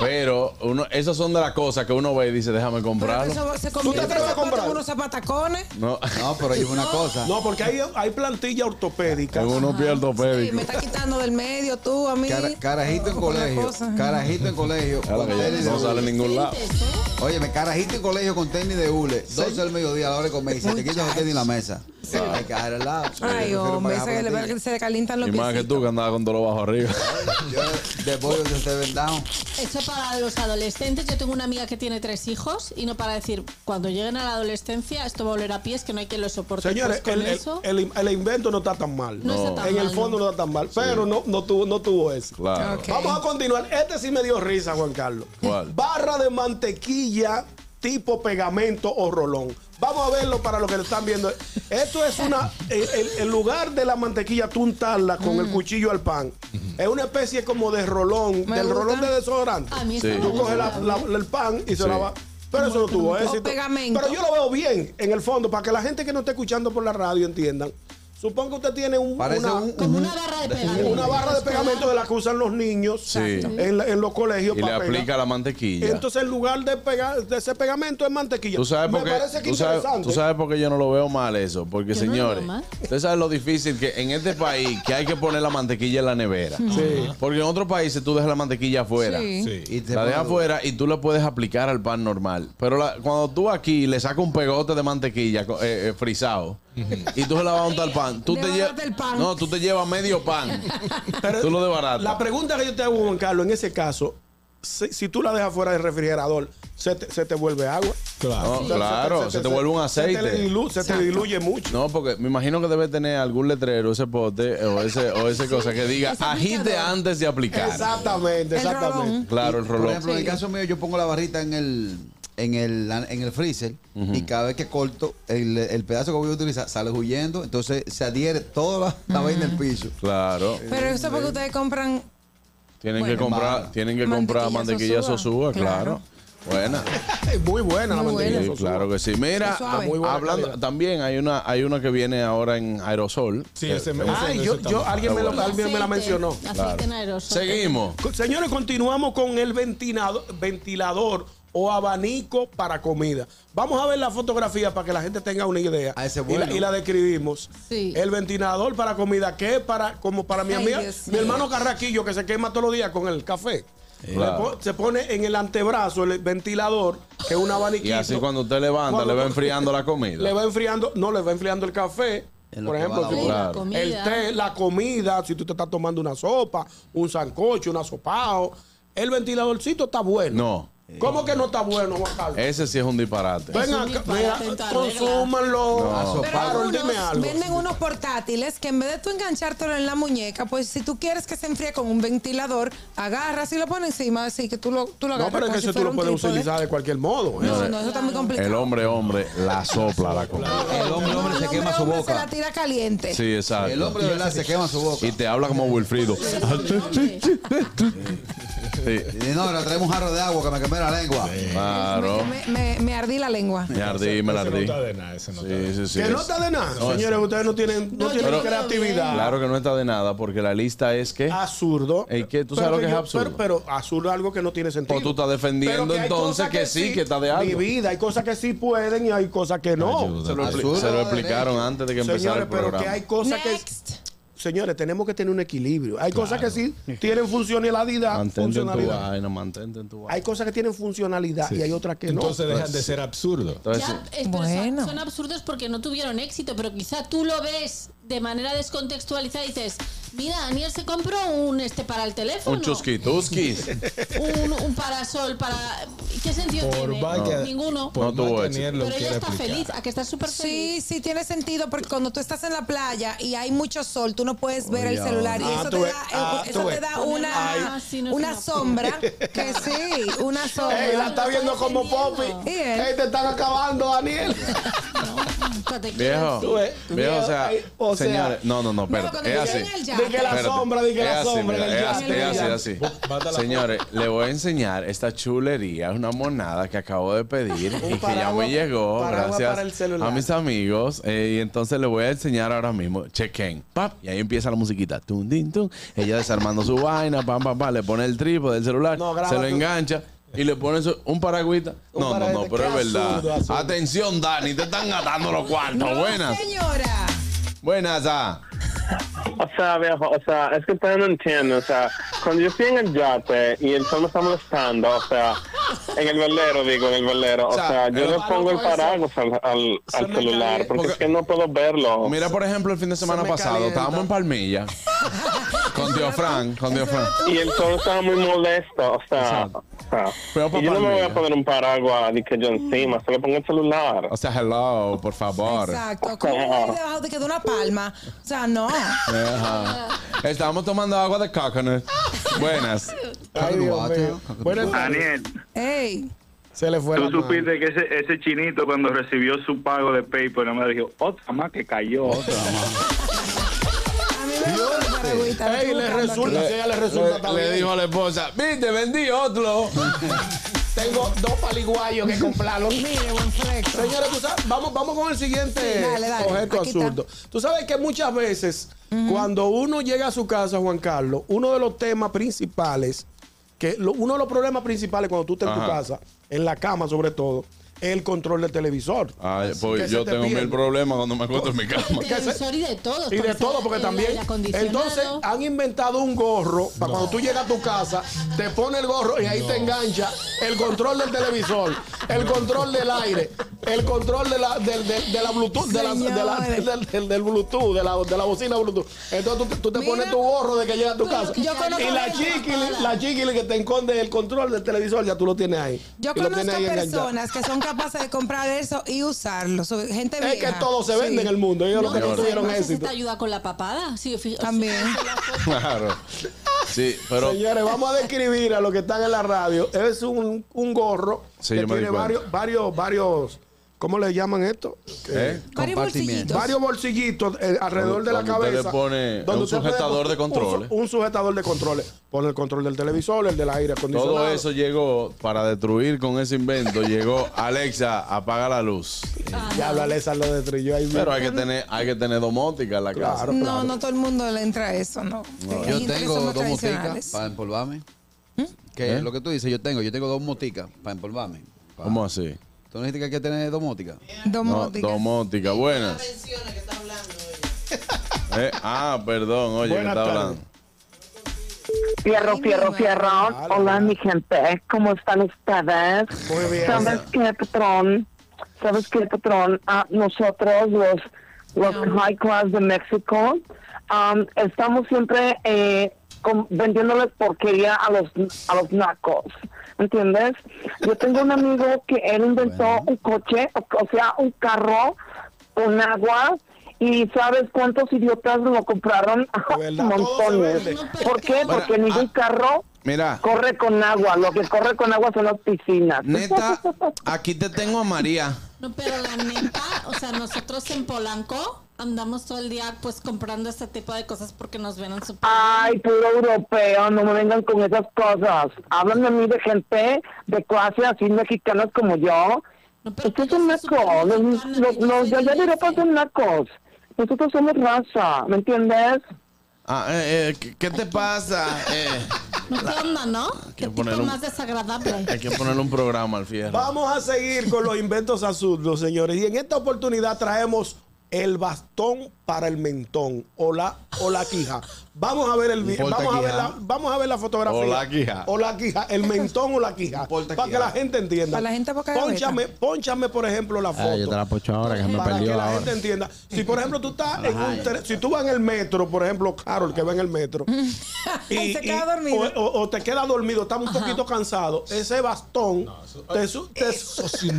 Speaker 1: Pero uno, esas son de las cosas que uno ve y dice, déjame
Speaker 4: Pero que
Speaker 1: comprarlo.
Speaker 4: eso se
Speaker 3: te
Speaker 4: convierte en
Speaker 3: atreves a
Speaker 4: zapatos
Speaker 3: comprar?
Speaker 4: en unos zapatacones.
Speaker 1: No,
Speaker 5: No, pero hay una cosa.
Speaker 3: No, porque hay, hay plantilla ortopédica.
Speaker 1: es uno pierdo
Speaker 4: Sí, me está quitando del medio tú a mí.
Speaker 5: Cara- carajito en
Speaker 4: Con la
Speaker 5: colegio.
Speaker 4: cosa.
Speaker 5: Carajito en colegio. con tenis de
Speaker 1: no sale en
Speaker 5: hule.
Speaker 1: ningún lado.
Speaker 5: Óyeme, carajito en colegio con tenis de hule. 12 del mediodía a la hora de comer. Y se te quitan los tenis en la mesa. Hay que dejar el lado.
Speaker 4: Ay,
Speaker 1: oh.
Speaker 5: Yo prefiero
Speaker 4: hombre,
Speaker 5: pagar
Speaker 4: esa que le
Speaker 5: plantilla.
Speaker 4: que se le calientan los
Speaker 1: Y más que
Speaker 4: pies.
Speaker 1: tú que andabas con todo lo bajo arriba.
Speaker 5: Yo de pollo de Seven Down.
Speaker 2: Eso para los adolescentes. Yo tengo una amiga que tiene tres hijos y no para decir, cuando lleguen a la adolescencia, esto va a oler a pies, que no hay quien lo soporte.
Speaker 3: Señores,
Speaker 2: Pues
Speaker 3: el,
Speaker 2: con
Speaker 3: el-
Speaker 2: eso,
Speaker 3: el- el invento no está tan mal.
Speaker 2: No está tan
Speaker 3: en el
Speaker 2: mal,
Speaker 3: fondo no.
Speaker 2: no.
Speaker 3: está tan mal, pero no, no tuvo, no tuvo eso.
Speaker 1: Claro.
Speaker 4: Ok.
Speaker 3: Vamos a continuar. Este sí me dio risa, Juan Carlos.
Speaker 1: ¿Cuál?
Speaker 3: Barra de mantequilla tipo pegamento o rolón. Vamos a verlo para los que lo están viendo. Esto es una. el- el- En lugar de la mantequilla, tú untarla con
Speaker 2: Mm.
Speaker 3: el cuchillo al pan. Es una especie como de rolón,
Speaker 4: Me
Speaker 3: del
Speaker 4: gusta.
Speaker 3: rolón de desodorante.
Speaker 2: a mí esto
Speaker 1: Sí.
Speaker 2: me
Speaker 3: Tú
Speaker 2: gusta.
Speaker 3: coges la- la- el pan y se
Speaker 1: Sí.
Speaker 3: la va. Pero eso no tuvo éxito.
Speaker 4: pegamento.
Speaker 3: Pero yo lo veo bien en el fondo, para que la gente que no está escuchando por la radio entiendan. Supongo que usted tiene un,
Speaker 5: Parece
Speaker 3: una,
Speaker 5: un- Como una barra de pegamento.
Speaker 3: Una barra de pegamento de la que usan los niños
Speaker 1: Sí.
Speaker 3: en, la- en los colegios
Speaker 1: Y le
Speaker 3: para pegar.
Speaker 1: aplica la mantequilla.
Speaker 3: Entonces, en lugar de pegar de ese pegamento es mantequilla.
Speaker 1: ¿Tú sabes,
Speaker 3: Me
Speaker 1: por qué,
Speaker 3: parece que
Speaker 1: tú, sabes,
Speaker 3: interesante.
Speaker 1: tú sabes por qué yo no lo veo mal eso. Porque,
Speaker 3: Yo no lo veo
Speaker 1: señores,
Speaker 3: mal.
Speaker 1: ustedes saben lo difícil que en este país que hay que poner la mantequilla en la nevera.
Speaker 3: Sí.
Speaker 1: Porque en otros países tú dejas la mantequilla afuera.
Speaker 16: Sí. Sí. Y te
Speaker 1: La
Speaker 16: pone
Speaker 1: dejas
Speaker 16: duro.
Speaker 1: afuera y tú la puedes aplicar al pan normal. Pero la- cuando tú aquí le sacas un pegote de mantequilla co- eh, eh, frisado y tú se la vas a untar al pan, tú te llevas.
Speaker 3: Debarata el pan.
Speaker 1: No, tú te llevas medio pan. tú lo debaratas.
Speaker 3: La pregunta que yo te hago, Juan Carlos, en ese caso, si, si tú la dejas fuera del refrigerador, ¿se te, se te vuelve agua?
Speaker 1: Claro,
Speaker 3: O sea,
Speaker 1: claro, se, te, vuelve un aceite.
Speaker 3: Se te, dilu- se te diluye mucho.
Speaker 1: No, porque me imagino que debe tener algún letrero, ese pote o ese o esa cosa que diga
Speaker 3: ese
Speaker 1: agite
Speaker 3: aplicador".
Speaker 1: antes de aplicar.
Speaker 3: Exactamente, exactamente.
Speaker 1: Claro, el
Speaker 5: Por
Speaker 1: rolón.
Speaker 5: ejemplo, en el caso mío, yo pongo la barrita en el, en el, en el freezer y cada vez que corto, el, el pedazo que voy a utilizar sale huyendo, entonces se adhiere toda la, la vaina en el piso.
Speaker 1: Claro.
Speaker 4: Pero eso es porque ustedes compran.
Speaker 1: Tienen
Speaker 4: Bueno,
Speaker 1: que comprar,
Speaker 4: mala.
Speaker 1: tienen que comprar
Speaker 4: Mantequilla
Speaker 1: mantequilla
Speaker 4: Sosúa,
Speaker 1: sosúa, claro. Buena.
Speaker 3: Muy buena la mantequilla.
Speaker 1: Sí, claro que sí. Mira,
Speaker 3: Es suave. Muy buena
Speaker 1: hablando,
Speaker 3: calidad.
Speaker 1: también hay una, hay una que viene ahora en aerosol.
Speaker 7: Sí, ese me-
Speaker 3: Ay, yo- yo- alguien me lo- alguien me la Aceite. mencionó. Aceite
Speaker 1: Claro.
Speaker 3: en aerosol.
Speaker 1: Seguimos.
Speaker 3: Co- Señores, continuamos con el ventinado- ventilador o abanico para comida. Vamos a ver la fotografía para que la gente tenga una idea.
Speaker 1: Ah,
Speaker 3: y, la,
Speaker 5: bueno.
Speaker 3: y la describimos.
Speaker 5: Sí.
Speaker 3: El ventilador para comida, que es para, como para mi
Speaker 5: Ay,
Speaker 3: amiga,
Speaker 5: Dios
Speaker 3: mi
Speaker 5: mío.
Speaker 3: hermano Carraquillo, que se quema todos los días con el café.
Speaker 1: Eh.
Speaker 3: Le po- Se pone en el antebrazo el ventilador, que es un abaniquito.
Speaker 1: Y así cuando usted levanta,
Speaker 3: Cuando-
Speaker 1: le va enfriando la comida.
Speaker 3: Le va enfriando, no, le va enfriando el café.
Speaker 1: En lo
Speaker 3: Por
Speaker 1: que
Speaker 3: ejemplo,
Speaker 1: va la
Speaker 3: si-
Speaker 1: Sí, la
Speaker 3: el,
Speaker 1: comida.
Speaker 3: té, la comida, si tú te estás tomando una sopa, un sancocho, un asopao, el ventiladorcito está bueno. No. ¿Cómo que no está bueno, Juan Carlos?
Speaker 1: Ese sí es un disparate.
Speaker 3: Ven acá, mira, consúmanlo.
Speaker 1: No.
Speaker 4: Pero
Speaker 3: Asopao,
Speaker 4: algunos
Speaker 3: dime algo.
Speaker 4: venden unos portátiles que en vez de tú enganchártelo en la muñeca, pues si tú quieres que se enfríe con un ventilador, agarras y lo pones encima, así que tú lo, tú lo
Speaker 3: No,
Speaker 4: agarras.
Speaker 3: pero es
Speaker 4: como
Speaker 3: que
Speaker 4: si
Speaker 3: eso tú
Speaker 4: fuera
Speaker 3: lo
Speaker 4: un
Speaker 3: puedes
Speaker 4: trípode.
Speaker 3: utilizar de cualquier modo.
Speaker 1: No,
Speaker 3: ¿eh?
Speaker 4: No, eso está muy complicado.
Speaker 1: El hombre, hombre, la sopla la comida.
Speaker 5: El hombre, hombre, se quema su
Speaker 4: Se
Speaker 5: boca.
Speaker 4: la tira caliente.
Speaker 1: Sí, exacto.
Speaker 5: El hombre de verdad se quema su boca.
Speaker 1: Y te habla como Wilfrido. Sí.
Speaker 5: Y no, ahora traemos un jarro de agua que me quemé la lengua.
Speaker 1: Claro.
Speaker 4: Me, me- me ardí la lengua.
Speaker 1: Me ardí, me la
Speaker 7: Ese no
Speaker 1: ardí.
Speaker 7: está
Speaker 1: de nada, sí, sí, sí.
Speaker 3: Que no está de nada.
Speaker 1: No,
Speaker 3: Señores, ustedes no tienen, no tienen
Speaker 1: Pero-
Speaker 3: creatividad.
Speaker 1: Claro que no está de nada, porque la lista es que.
Speaker 3: Absurdo.
Speaker 1: ¿Y que ¿Tú sabes lo que es
Speaker 3: yo-
Speaker 1: absurdo?
Speaker 3: Pero, pero absurdo es algo que no tiene sentido.
Speaker 1: o tú estás
Speaker 3: Pero
Speaker 1: defendiendo
Speaker 3: que hay
Speaker 1: entonces
Speaker 3: cosas
Speaker 1: que, sí, que está de algo.
Speaker 3: Mi vida, hay cosas que sí pueden y hay cosas que no.
Speaker 1: Se lo, expli- se lo explicaron antes de que empezara
Speaker 3: Señores,
Speaker 1: el
Speaker 3: pero
Speaker 1: programa.
Speaker 3: que hay cosas que. Señores, tenemos que tener un equilibrio. Hay cosas que sí tienen funcionalidad.
Speaker 1: Mantente en tu
Speaker 3: funcionalidad.
Speaker 1: vaina, mantente en tu vaina.
Speaker 3: Hay cosas que tienen funcionalidad y hay otras que no.
Speaker 7: Entonces
Speaker 1: Pues
Speaker 7: dejan de ser absurdos.
Speaker 1: Entonces,
Speaker 2: Ya, es- pero son, son absurdos porque no tuvieron éxito, pero quizá tú lo ves de manera descontextualizada y dices, mira, Daniel se compró un este para el teléfono,
Speaker 1: un chusquituskis.
Speaker 2: un, un parasol para... ¿Qué sentido
Speaker 1: Por
Speaker 2: tiene?
Speaker 1: vaya-
Speaker 2: Ninguno.
Speaker 1: por No tuvo más éxito. tenerlo,
Speaker 2: Pero ella
Speaker 1: quiere
Speaker 2: está
Speaker 1: aplicar.
Speaker 2: feliz, a que está súper
Speaker 4: Sí, sí tiene sentido porque cuando tú estás en la playa y hay mucho sol, tú no puedes ver el
Speaker 2: Oye,
Speaker 4: celular y
Speaker 2: ahora. Ah,
Speaker 4: eso te
Speaker 2: tú
Speaker 4: da,
Speaker 2: ves, ah,
Speaker 4: eso
Speaker 2: tú
Speaker 4: te
Speaker 2: ves.
Speaker 4: da
Speaker 2: Poner
Speaker 4: una,
Speaker 2: la- si Ah, no es
Speaker 4: una
Speaker 2: una-
Speaker 4: sombra que sí, una sombra.
Speaker 3: Ey, la está viendo como Poppy. Ey, te están acabando, Daniel.
Speaker 2: Mm,
Speaker 1: Viejo,
Speaker 3: Tú ves,
Speaker 1: viejo, o sea,
Speaker 3: ay, o sea-
Speaker 1: señores, no, no, no, espera,
Speaker 3: cuando
Speaker 1: es
Speaker 3: llega
Speaker 1: así.
Speaker 3: en el yate. Di que la
Speaker 1: Espérate,
Speaker 3: sombra, di que la
Speaker 1: es así,
Speaker 3: sombra,
Speaker 1: mira,
Speaker 3: en el
Speaker 1: es
Speaker 3: yate, en el
Speaker 1: así,
Speaker 3: yate.
Speaker 1: es así,
Speaker 3: Bata
Speaker 1: así.
Speaker 3: la
Speaker 1: Señores, le voy a enseñar esta chulería, una monada que acabo de pedir y que ya
Speaker 3: paraguas-
Speaker 1: me llegó,
Speaker 3: paraguas para el
Speaker 1: gracias
Speaker 3: celular.
Speaker 1: a mis amigos. eh, y entonces le voy a enseñar ahora mismo, chequen, pap, y ahí empieza la musiquita, tum, tin, tum. Ella desarmando su vaina, pam, pam, pam, le pone el trípode del celular, se lo
Speaker 7: tú.
Speaker 1: engancha. Y le pone su- un paragüita. No, no, no,
Speaker 7: paragüita,
Speaker 1: pero es
Speaker 7: qué
Speaker 1: verdad.
Speaker 7: absurdo, absurdo.
Speaker 1: Atención, Dani, te están atando los cuartos. Buenas.
Speaker 4: Señora.
Speaker 1: Buenas, ah.
Speaker 10: O sea, viejo, o sea, es que ustedes no entienden, o sea, cuando yo estoy en el yate y el sol me está molestando, o sea, en el velero, digo, en el velero, o, sea, yo le pongo el paraguas al, al, al celular, porque, es que no puedo verlo.
Speaker 1: Mira, por ejemplo, el fin de semana
Speaker 10: me
Speaker 1: pasado
Speaker 10: calienta.
Speaker 1: estábamos en Palmilla con Tío Fran, con Tío Fran.
Speaker 10: Y el sol estaba muy molesto, o sea, o sea, y yo no me voy a poner un paraguas de que yo encima, solo pongo el celular.
Speaker 1: O sea, hello, por favor.
Speaker 4: Exacto. ¿Cómo
Speaker 1: Ajá.
Speaker 4: que debajo te quedó una palma? O sea, no.
Speaker 1: Ajá. Estábamos tomando agua de coconut. Buenas.
Speaker 19: Daniel,
Speaker 4: Ey.
Speaker 3: Se le fue
Speaker 19: tú supiste que ese, ese chinito cuando recibió su pago de PayPal, nada más dijo, otra más que cayó. Otra más.
Speaker 3: Ey, le resulta, que a ella le resulta
Speaker 1: le,
Speaker 3: también.
Speaker 1: dijo a la esposa, viste, vendí otro.
Speaker 3: Tengo dos paliguayos que comprarlos.
Speaker 4: Mire, buen fresco.
Speaker 3: Señores, tú sabes, vamos, vamos con el siguiente
Speaker 4: Sí, dale, dale.
Speaker 3: objeto
Speaker 4: Aquí está.
Speaker 3: absurdo. Tú sabes que muchas veces, cuando uno llega a su casa, Juan Carlos, uno de los temas principales, que lo- uno de los problemas principales cuando tú estás en tu
Speaker 1: Ajá.
Speaker 3: casa, en la cama sobre todo, es el control del televisor.
Speaker 1: Ay, pues
Speaker 3: Que
Speaker 1: yo
Speaker 3: se te
Speaker 1: tengo
Speaker 3: pierde.
Speaker 1: mil problemas cuando me acuesto en mi cama.
Speaker 2: televisor y de todo.
Speaker 3: Y de
Speaker 2: Está
Speaker 3: todo, porque
Speaker 2: el
Speaker 3: también.
Speaker 2: aire acondicionado.
Speaker 3: Entonces, han inventado un gorro para cuando tú llegas a tu casa, te pone el gorro y ahí te engancha el control del televisor, el control del aire, el control de la, del- del- de la Bluetooth, de la- de la-
Speaker 4: Señores.
Speaker 3: del, del- del Bluetooth, de la, de la bocina Bluetooth. Entonces, tú, tú te pones tu gorro de que llegas a tu casa.
Speaker 4: yo conozco
Speaker 3: y la
Speaker 4: gente
Speaker 3: chiquili, la chiquili que te esconde el control del televisor, ya tú lo tienes ahí.
Speaker 4: Yo
Speaker 3: Y lo tienes
Speaker 4: conozco
Speaker 3: ahí enganchado.
Speaker 4: personas que son capaces de comprar eso y usarlo. So- Gente
Speaker 3: Es que
Speaker 4: vieja.
Speaker 3: todo se vende
Speaker 4: Sí.
Speaker 3: en el mundo. Ellos lo que no
Speaker 2: Además,
Speaker 3: tuvieron
Speaker 2: ¿esa
Speaker 3: éxito.
Speaker 2: te ayuda con la papada? Sí, fi-
Speaker 4: También.
Speaker 1: Claro. Sí, pero.
Speaker 3: Señores, vamos a describir a los que están en la radio. Es un, un gorro
Speaker 1: Sí,
Speaker 3: que
Speaker 1: yo me di
Speaker 3: tiene
Speaker 1: cuenta.
Speaker 3: varios, varios, varios, ¿cómo le llaman esto?
Speaker 1: ¿Eh?
Speaker 4: Varios bolsillitos.
Speaker 3: Varios bolsillitos eh, alrededor de la
Speaker 1: Donde usted
Speaker 3: cabeza.
Speaker 1: le pone
Speaker 3: donde
Speaker 1: un
Speaker 3: usted puede
Speaker 1: sujetador
Speaker 3: poner
Speaker 1: de
Speaker 3: un su-
Speaker 1: controles.
Speaker 3: Un, sujetador de controles. Pone el control del televisor, el del aire acondicionado.
Speaker 1: Todo eso llegó para destruir con ese invento. Llegó Alexa, apaga la luz.
Speaker 3: Ya háblale esa lo de trillo ahí.
Speaker 1: Pero hay que tener, hay que tener domótica en la casa.
Speaker 3: Claro,
Speaker 4: No, no todo el mundo le entra a eso, no. Hay
Speaker 5: Yo
Speaker 4: gente que son
Speaker 5: tengo
Speaker 4: más
Speaker 5: dos moticas
Speaker 4: tradicionales. ¿Mm?
Speaker 5: para empolvarme. Que
Speaker 1: ¿Eh?
Speaker 5: lo que tú dices, yo tengo, yo tengo dos moticas para empolvarme. Pa-
Speaker 1: ¿Cómo así?
Speaker 5: ¿Tú no dijiste que hay que tener dos moticas?
Speaker 4: Dos
Speaker 1: No,
Speaker 4: moticas.
Speaker 1: domótica, buenas. Eh, ah, perdón, oye, que
Speaker 3: Buenas
Speaker 1: estaba
Speaker 3: tardes.
Speaker 1: hablando.
Speaker 20: Fierro, fierro, fierro. Hola, mi gente. ¿Cómo están ustedes?
Speaker 3: Muy bien.
Speaker 20: ¿Sabes qué, patrón? ¿Sabes qué, patrón? Ah, nosotros, los, los high class de México, am, estamos siempre eh, com- vendiéndoles porquería a los, a los nacos. ¿Entiendes? Yo tengo un amigo que él inventó un coche, o, o sea, un carro con agua. ¿Y sabes cuántos idiotas lo compraron? Montones. ¿Por qué?
Speaker 1: Bueno, ah,
Speaker 20: Porque ningún carro
Speaker 1: Mira,
Speaker 20: corre con agua. Lo que corre con agua son las piscinas.
Speaker 1: neta, aquí te tengo a María.
Speaker 2: No, pero la neta, o sea, nosotros en Polanco andamos todo el día pues comprando este tipo de cosas porque nos ven en su...
Speaker 20: Ay, puro europeo, no me vengan con esas cosas. Hablan de mí de gente de clase así mexicanos como yo. Ustedes son nacos. Los, los, los de allá de Europa son nacos. Nosotros somos raza, ¿me entiendes?
Speaker 1: Ah, eh, eh, ¿qué- ¿Qué te pasa? Eh,
Speaker 2: No, ¿qué onda, no?
Speaker 1: que
Speaker 2: ¿Qué
Speaker 1: poner
Speaker 2: tipo
Speaker 1: un-
Speaker 2: más desagradable?
Speaker 1: hay que ponerle un programa al fierro.
Speaker 3: Vamos a seguir con los inventos absurdos, señores. Y en esta oportunidad traemos el bastón para el mentón o la, o la quija. Vamos a ver el vi-
Speaker 1: Un
Speaker 3: vamos a ver,
Speaker 1: portaquija.
Speaker 3: la, vamos a ver la fotografía.
Speaker 1: O la quija.
Speaker 3: O la quija, el mentón o la quija. Para que la gente entienda.
Speaker 4: Para la gente boca de
Speaker 3: ponchame, ponchame, por ejemplo, la foto.
Speaker 14: Ay, yo te la pocho ahora que me
Speaker 3: para que
Speaker 14: perdió
Speaker 3: la
Speaker 14: ahora.
Speaker 3: gente entienda. Si por ejemplo tú estás en un
Speaker 14: Ajá.
Speaker 3: tre- si tú vas en el metro, por ejemplo, Carol que va en el metro
Speaker 4: Y se queda dormido.
Speaker 3: o, o- o te queda dormido, estás un poquito cansado, ese bastón te, su- te su-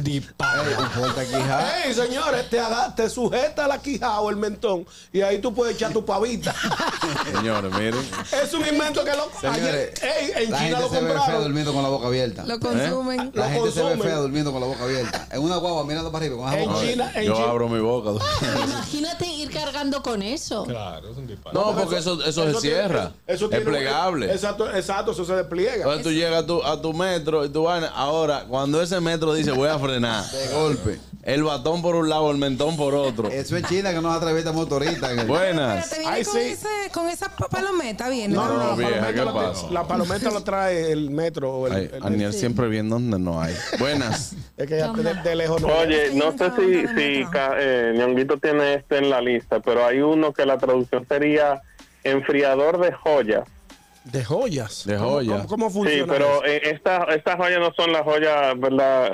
Speaker 3: Ey, señores, te, aga- te sujeta la quijada o el mentón y ahí tú puedes echar tu pavita.
Speaker 1: Señores, miren.
Speaker 3: es un invento que lo, ayer,
Speaker 5: Señores,
Speaker 3: ey, en China
Speaker 5: la gente
Speaker 3: lo
Speaker 5: se ve fea
Speaker 3: compraron. ¿Eh?
Speaker 5: durmiendo con la boca abierta.
Speaker 4: Lo consumen.
Speaker 5: La
Speaker 3: Lo
Speaker 5: gente se
Speaker 3: consumen.
Speaker 5: ve fea durmiendo con la boca abierta. En una guagua mirando para arriba con la
Speaker 3: En
Speaker 5: boca
Speaker 3: China,
Speaker 5: abierta.
Speaker 3: en
Speaker 1: Yo
Speaker 3: China.
Speaker 1: abro mi boca.
Speaker 2: Imagínate ir cargando con eso.
Speaker 7: Claro, es un disparate.
Speaker 1: No, porque eso, eso,
Speaker 3: tiene-
Speaker 1: se cierra. es
Speaker 3: tiene-
Speaker 1: plegable.
Speaker 3: Exacto, exacto, eso se despliega.
Speaker 1: Entonces tú llegas a tu, a tu metro y tu vaina. Ahora, cuando ese metro dice voy a frenar,
Speaker 5: De golpe.
Speaker 1: el batón por un lado, el mentón por otro.
Speaker 5: Eso en China que no atraviesa motorista. en el-
Speaker 1: Buenas.
Speaker 4: Pero te viene
Speaker 3: Ay,
Speaker 4: con,
Speaker 3: sí.
Speaker 4: ese- con esa pa- palometa, viene.
Speaker 3: No, no, no,
Speaker 1: No,
Speaker 3: la,
Speaker 1: vieja,
Speaker 3: palometa
Speaker 1: ¿qué
Speaker 3: lo trae-
Speaker 1: pasa?
Speaker 3: la palometa lo trae el metro o el,
Speaker 1: Ay,
Speaker 3: el-
Speaker 1: Aniel
Speaker 3: el-
Speaker 1: siempre viendo donde no hay. Buenas.
Speaker 3: es que ya de, de lejos no.
Speaker 10: Oye, no sé si, si ca- eh, Ñonguito tiene este en la lista, pero hay uno que la traducción sería enfriador de joyas.
Speaker 3: de joyas.
Speaker 1: De
Speaker 3: ¿Cómo-
Speaker 1: joyas.
Speaker 3: ¿Cómo, cómo
Speaker 10: Sí,
Speaker 3: funciona?
Speaker 10: pero
Speaker 3: eso?
Speaker 10: eh, esta- estas joyas no son las joyas, ¿verdad?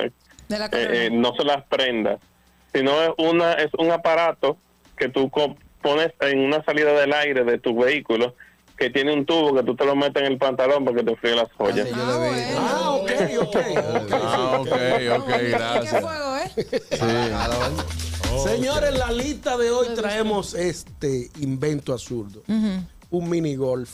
Speaker 4: De la
Speaker 10: Eh, eh, no son las prendas, sino es, una, es un aparato que tú co- pones en una salida del aire de tu vehículo que tiene un tubo que tú te lo metes en el pantalón para que te enfríe las joyas.
Speaker 3: Ah, ok, ok.
Speaker 1: Ah, ok, ok,
Speaker 4: ¿Qué
Speaker 1: gracias.
Speaker 4: fuego, eh?
Speaker 1: Oh,
Speaker 3: Señores, en la lista de hoy traemos este invento absurdo. Un mini golf.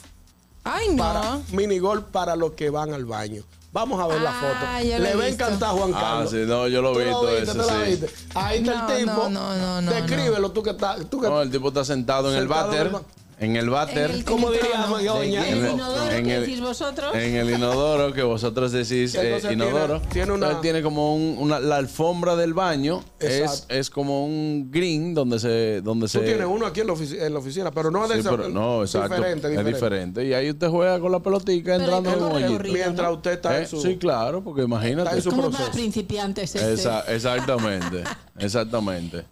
Speaker 4: Ay, no.
Speaker 3: Para, mini golf para los que van al baño. Vamos a ver la
Speaker 4: Ah,
Speaker 3: foto.
Speaker 4: ya lo
Speaker 3: Le
Speaker 4: he
Speaker 3: va a
Speaker 4: visto.
Speaker 3: encantar a Juan
Speaker 1: Ah,
Speaker 3: Carlos.
Speaker 1: sí, no, yo lo
Speaker 3: Tú
Speaker 1: vi todo
Speaker 3: viste,
Speaker 1: eso,
Speaker 3: tú la
Speaker 1: sí.
Speaker 3: viste. Ahí está
Speaker 4: No,
Speaker 3: el tipo.
Speaker 4: no, no, no, no,
Speaker 3: Descríbelo tú que estás. Tú que
Speaker 1: No, el tipo está sentado en el
Speaker 3: Sentado en el
Speaker 1: váter,
Speaker 3: ba-
Speaker 1: en, En el váter.
Speaker 2: En el-
Speaker 3: ¿Cómo
Speaker 2: en el
Speaker 3: diría
Speaker 2: trono.
Speaker 3: Magoña?
Speaker 2: En el inodoro
Speaker 1: en
Speaker 2: que
Speaker 1: el-
Speaker 2: decís vosotros.
Speaker 1: En el inodoro, que vosotros decís
Speaker 2: Que
Speaker 1: eh,
Speaker 2: entonces
Speaker 1: inodoro.
Speaker 2: tiene-
Speaker 3: tiene una-
Speaker 1: Entonces tiene como un- una. La alfombra del baño es,
Speaker 3: Exacto.
Speaker 1: es como un green donde se. Donde
Speaker 3: Tú
Speaker 1: se
Speaker 3: tienes uno aquí en la, ofici- en la oficina, pero no
Speaker 1: Sí,
Speaker 3: de esa-
Speaker 1: pero no, exacto.
Speaker 3: Diferente, diferente.
Speaker 1: Es diferente. Y ahí usted juega con la pelotica entrando en el hoyito.
Speaker 3: Mientras usted está
Speaker 1: Eh,
Speaker 3: en su.
Speaker 1: Sí, claro, porque imagínate.
Speaker 3: Está en su
Speaker 2: Como para principiantes este.
Speaker 1: Esa- exactamente. exactamente.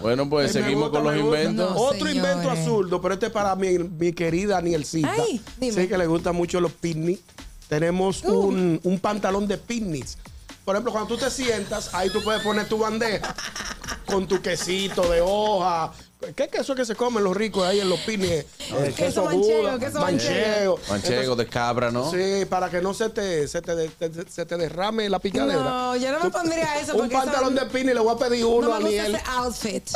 Speaker 1: Bueno, pues
Speaker 3: Me
Speaker 1: seguimos
Speaker 3: gusta,
Speaker 1: con los
Speaker 3: me gusta.
Speaker 1: inventos.
Speaker 3: Otro invento azul, pero este es para mi, mi querida Anielcita.
Speaker 4: Ay, dime. Uh.
Speaker 3: Sí, que le gustan mucho los picnic. Tenemos un, un pantalón de picnics. Por ejemplo, cuando tú te sientas, ahí tú puedes poner tu bandeja con tu quesito de hoja. ¿Qué queso que se comen los ricos ahí en los picnics? Eh,
Speaker 4: Queso manchego,
Speaker 3: Gouda,
Speaker 4: queso
Speaker 3: manchego.
Speaker 1: Manchego de cabra, ¿no?
Speaker 3: Sí, para que no se te, se te, de- te- se te derrame la picadera.
Speaker 4: No, yo no
Speaker 3: Tú-
Speaker 4: me pondría eso.
Speaker 3: Un
Speaker 4: porque eso-
Speaker 3: pantalón de picnic le voy a pedir uno
Speaker 4: No
Speaker 3: a
Speaker 4: me gusta
Speaker 3: Aniel.
Speaker 4: ese outfit.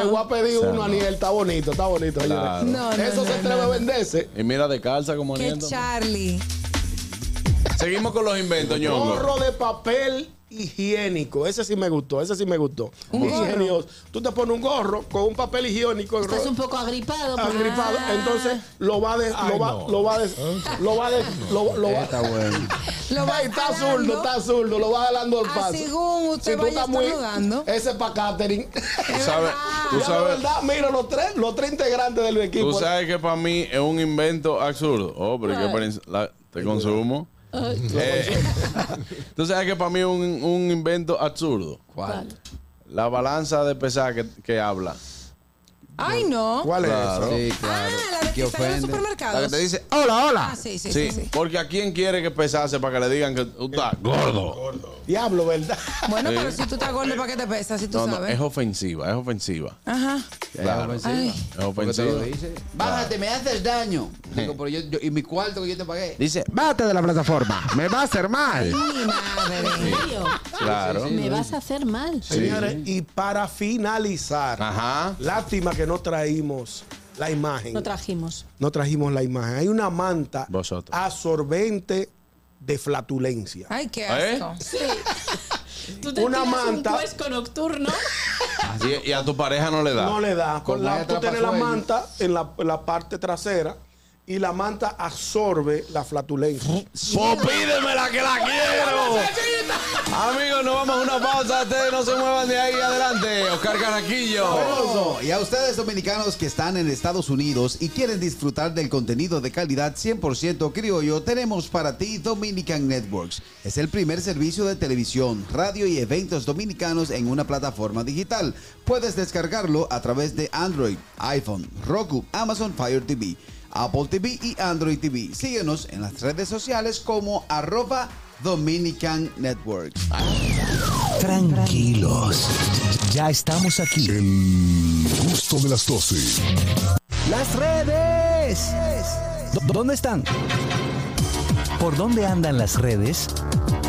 Speaker 3: Le voy a pedir
Speaker 1: O sea,
Speaker 3: uno a
Speaker 1: no.
Speaker 3: Niel, está bonito, está bonito. señores.
Speaker 1: Claro.
Speaker 4: No, no,
Speaker 3: Eso
Speaker 4: no,
Speaker 3: se atreve
Speaker 4: no,
Speaker 3: a
Speaker 4: no.
Speaker 3: venderse.
Speaker 1: Y mira de calza como
Speaker 4: Que
Speaker 1: Aniel también.
Speaker 4: Charlie.
Speaker 1: Seguimos con los inventos, ñongo.
Speaker 3: Gorro de papel higiénico. Ese sí me gustó, ese sí me gustó. Ingenioso. Tú te pones un gorro con un papel higiénico
Speaker 2: Estás Este un poco agripado. porque-
Speaker 3: agripado,
Speaker 2: Ah.
Speaker 3: entonces lo va de,
Speaker 7: Ay,
Speaker 3: lo va,
Speaker 7: no.
Speaker 3: lo va de, lo va de, lo, lo va.
Speaker 5: Está bueno.
Speaker 4: Lo va
Speaker 3: Ey, está
Speaker 4: jalando.
Speaker 3: zurdo, está zurdo, lo va jalando al
Speaker 4: Ah,
Speaker 3: paso.
Speaker 4: según usted vaya estornudando.
Speaker 3: ese es para catering.
Speaker 1: Tú sabes, tú
Speaker 3: Ya,
Speaker 1: sabes-
Speaker 3: la verdad, mira los tres, los tres integrantes del equipo.
Speaker 1: tú sabes que para mí es un invento absurdo. Oh, pero
Speaker 2: Ay.
Speaker 1: qué pens- la- te consumo.
Speaker 2: Ay,
Speaker 1: Eh, tú sabes que para mí es un, un invento absurdo.
Speaker 2: ¿Cuál?
Speaker 1: La balanza de pesar que, que habla.
Speaker 4: Ay, no.
Speaker 3: ¿Cuál es?
Speaker 1: Claro.
Speaker 5: Sí, claro.
Speaker 4: Ah, la de que está en
Speaker 5: ¿Qué
Speaker 4: los
Speaker 5: ofende?
Speaker 4: supermercados.
Speaker 5: La que te dice, hola, hola.
Speaker 4: Ah, sí, sí, sí.
Speaker 1: Sí,
Speaker 4: sí.
Speaker 1: porque a quién quiere que pesase para que le digan que tú estás gordo.
Speaker 3: Diablo, ¿verdad?
Speaker 4: Bueno,
Speaker 1: Sí.
Speaker 4: pero si tú estás gordo, ¿para qué te pesas? Si tú
Speaker 1: No, no,
Speaker 4: sabes.
Speaker 1: es ofensiva, es ofensiva.
Speaker 4: Ajá.
Speaker 1: Claro, es
Speaker 4: Ay.
Speaker 5: Porque te lo
Speaker 1: ofensiva.
Speaker 5: dice. Bájate, me haces daño. Digo, pero yo, yo- y mi cuarto que yo te pagué.
Speaker 16: Dice, bate de la plataforma, me va a hacer mal.
Speaker 4: Mi madre.
Speaker 2: Tío,
Speaker 1: Claro.
Speaker 2: Me vas a hacer mal.
Speaker 3: Señores, y para finalizar,
Speaker 1: Ajá.
Speaker 3: lástima que no traímos la imagen.
Speaker 2: Lo trajimos.
Speaker 3: no trajimos la imagen. Hay una manta
Speaker 1: Vosotros.
Speaker 3: absorbente de flatulencia.
Speaker 4: Ay, qué
Speaker 1: ¿Ah, eh?
Speaker 4: asco.
Speaker 2: Tú te
Speaker 3: Una
Speaker 2: tiras
Speaker 3: manta.
Speaker 2: un cuesco nocturno.
Speaker 1: Así- y a tu pareja no le da.
Speaker 3: No le da. Con
Speaker 5: Como
Speaker 3: la,
Speaker 5: hay
Speaker 3: tú tienes la
Speaker 5: atrapasueños.
Speaker 3: manta en la, en la parte trasera y la manta absorbe la flatulencia.
Speaker 1: Pues pídemela que la quiero. Amigos, nos vamos a una pausa. Ustedes no se muevan de ahí. Adelante, Oscar Carraquillo.
Speaker 5: Sabroso. Y a ustedes dominicanos que están en Estados Unidos y quieren disfrutar del contenido de calidad 100% criollo, tenemos para ti Dominican Networks. Es el primer servicio de televisión, radio y eventos dominicanos en una plataforma digital. Puedes descargarlo a través de Android, iPhone, Roku, Amazon Fire TV, Apple TV y Android TV. Síguenos en las redes sociales como arroba Dominican Networks.
Speaker 6: Tranquilos, ya estamos aquí.
Speaker 15: El gusto de las 12.
Speaker 6: Las redes. ¿Dó- ¿Dónde están? ¿Por dónde andan las redes?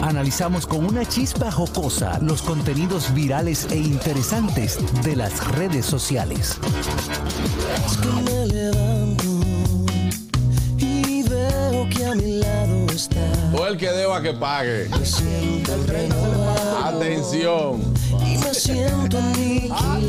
Speaker 6: Analizamos con una chispa jocosa los contenidos virales e interesantes de las redes sociales.
Speaker 17: Me levanto y veo que a mi lado está.
Speaker 1: O el que deba que pague. Atención.
Speaker 17: Y me siento aniquilado.
Speaker 3: Ah,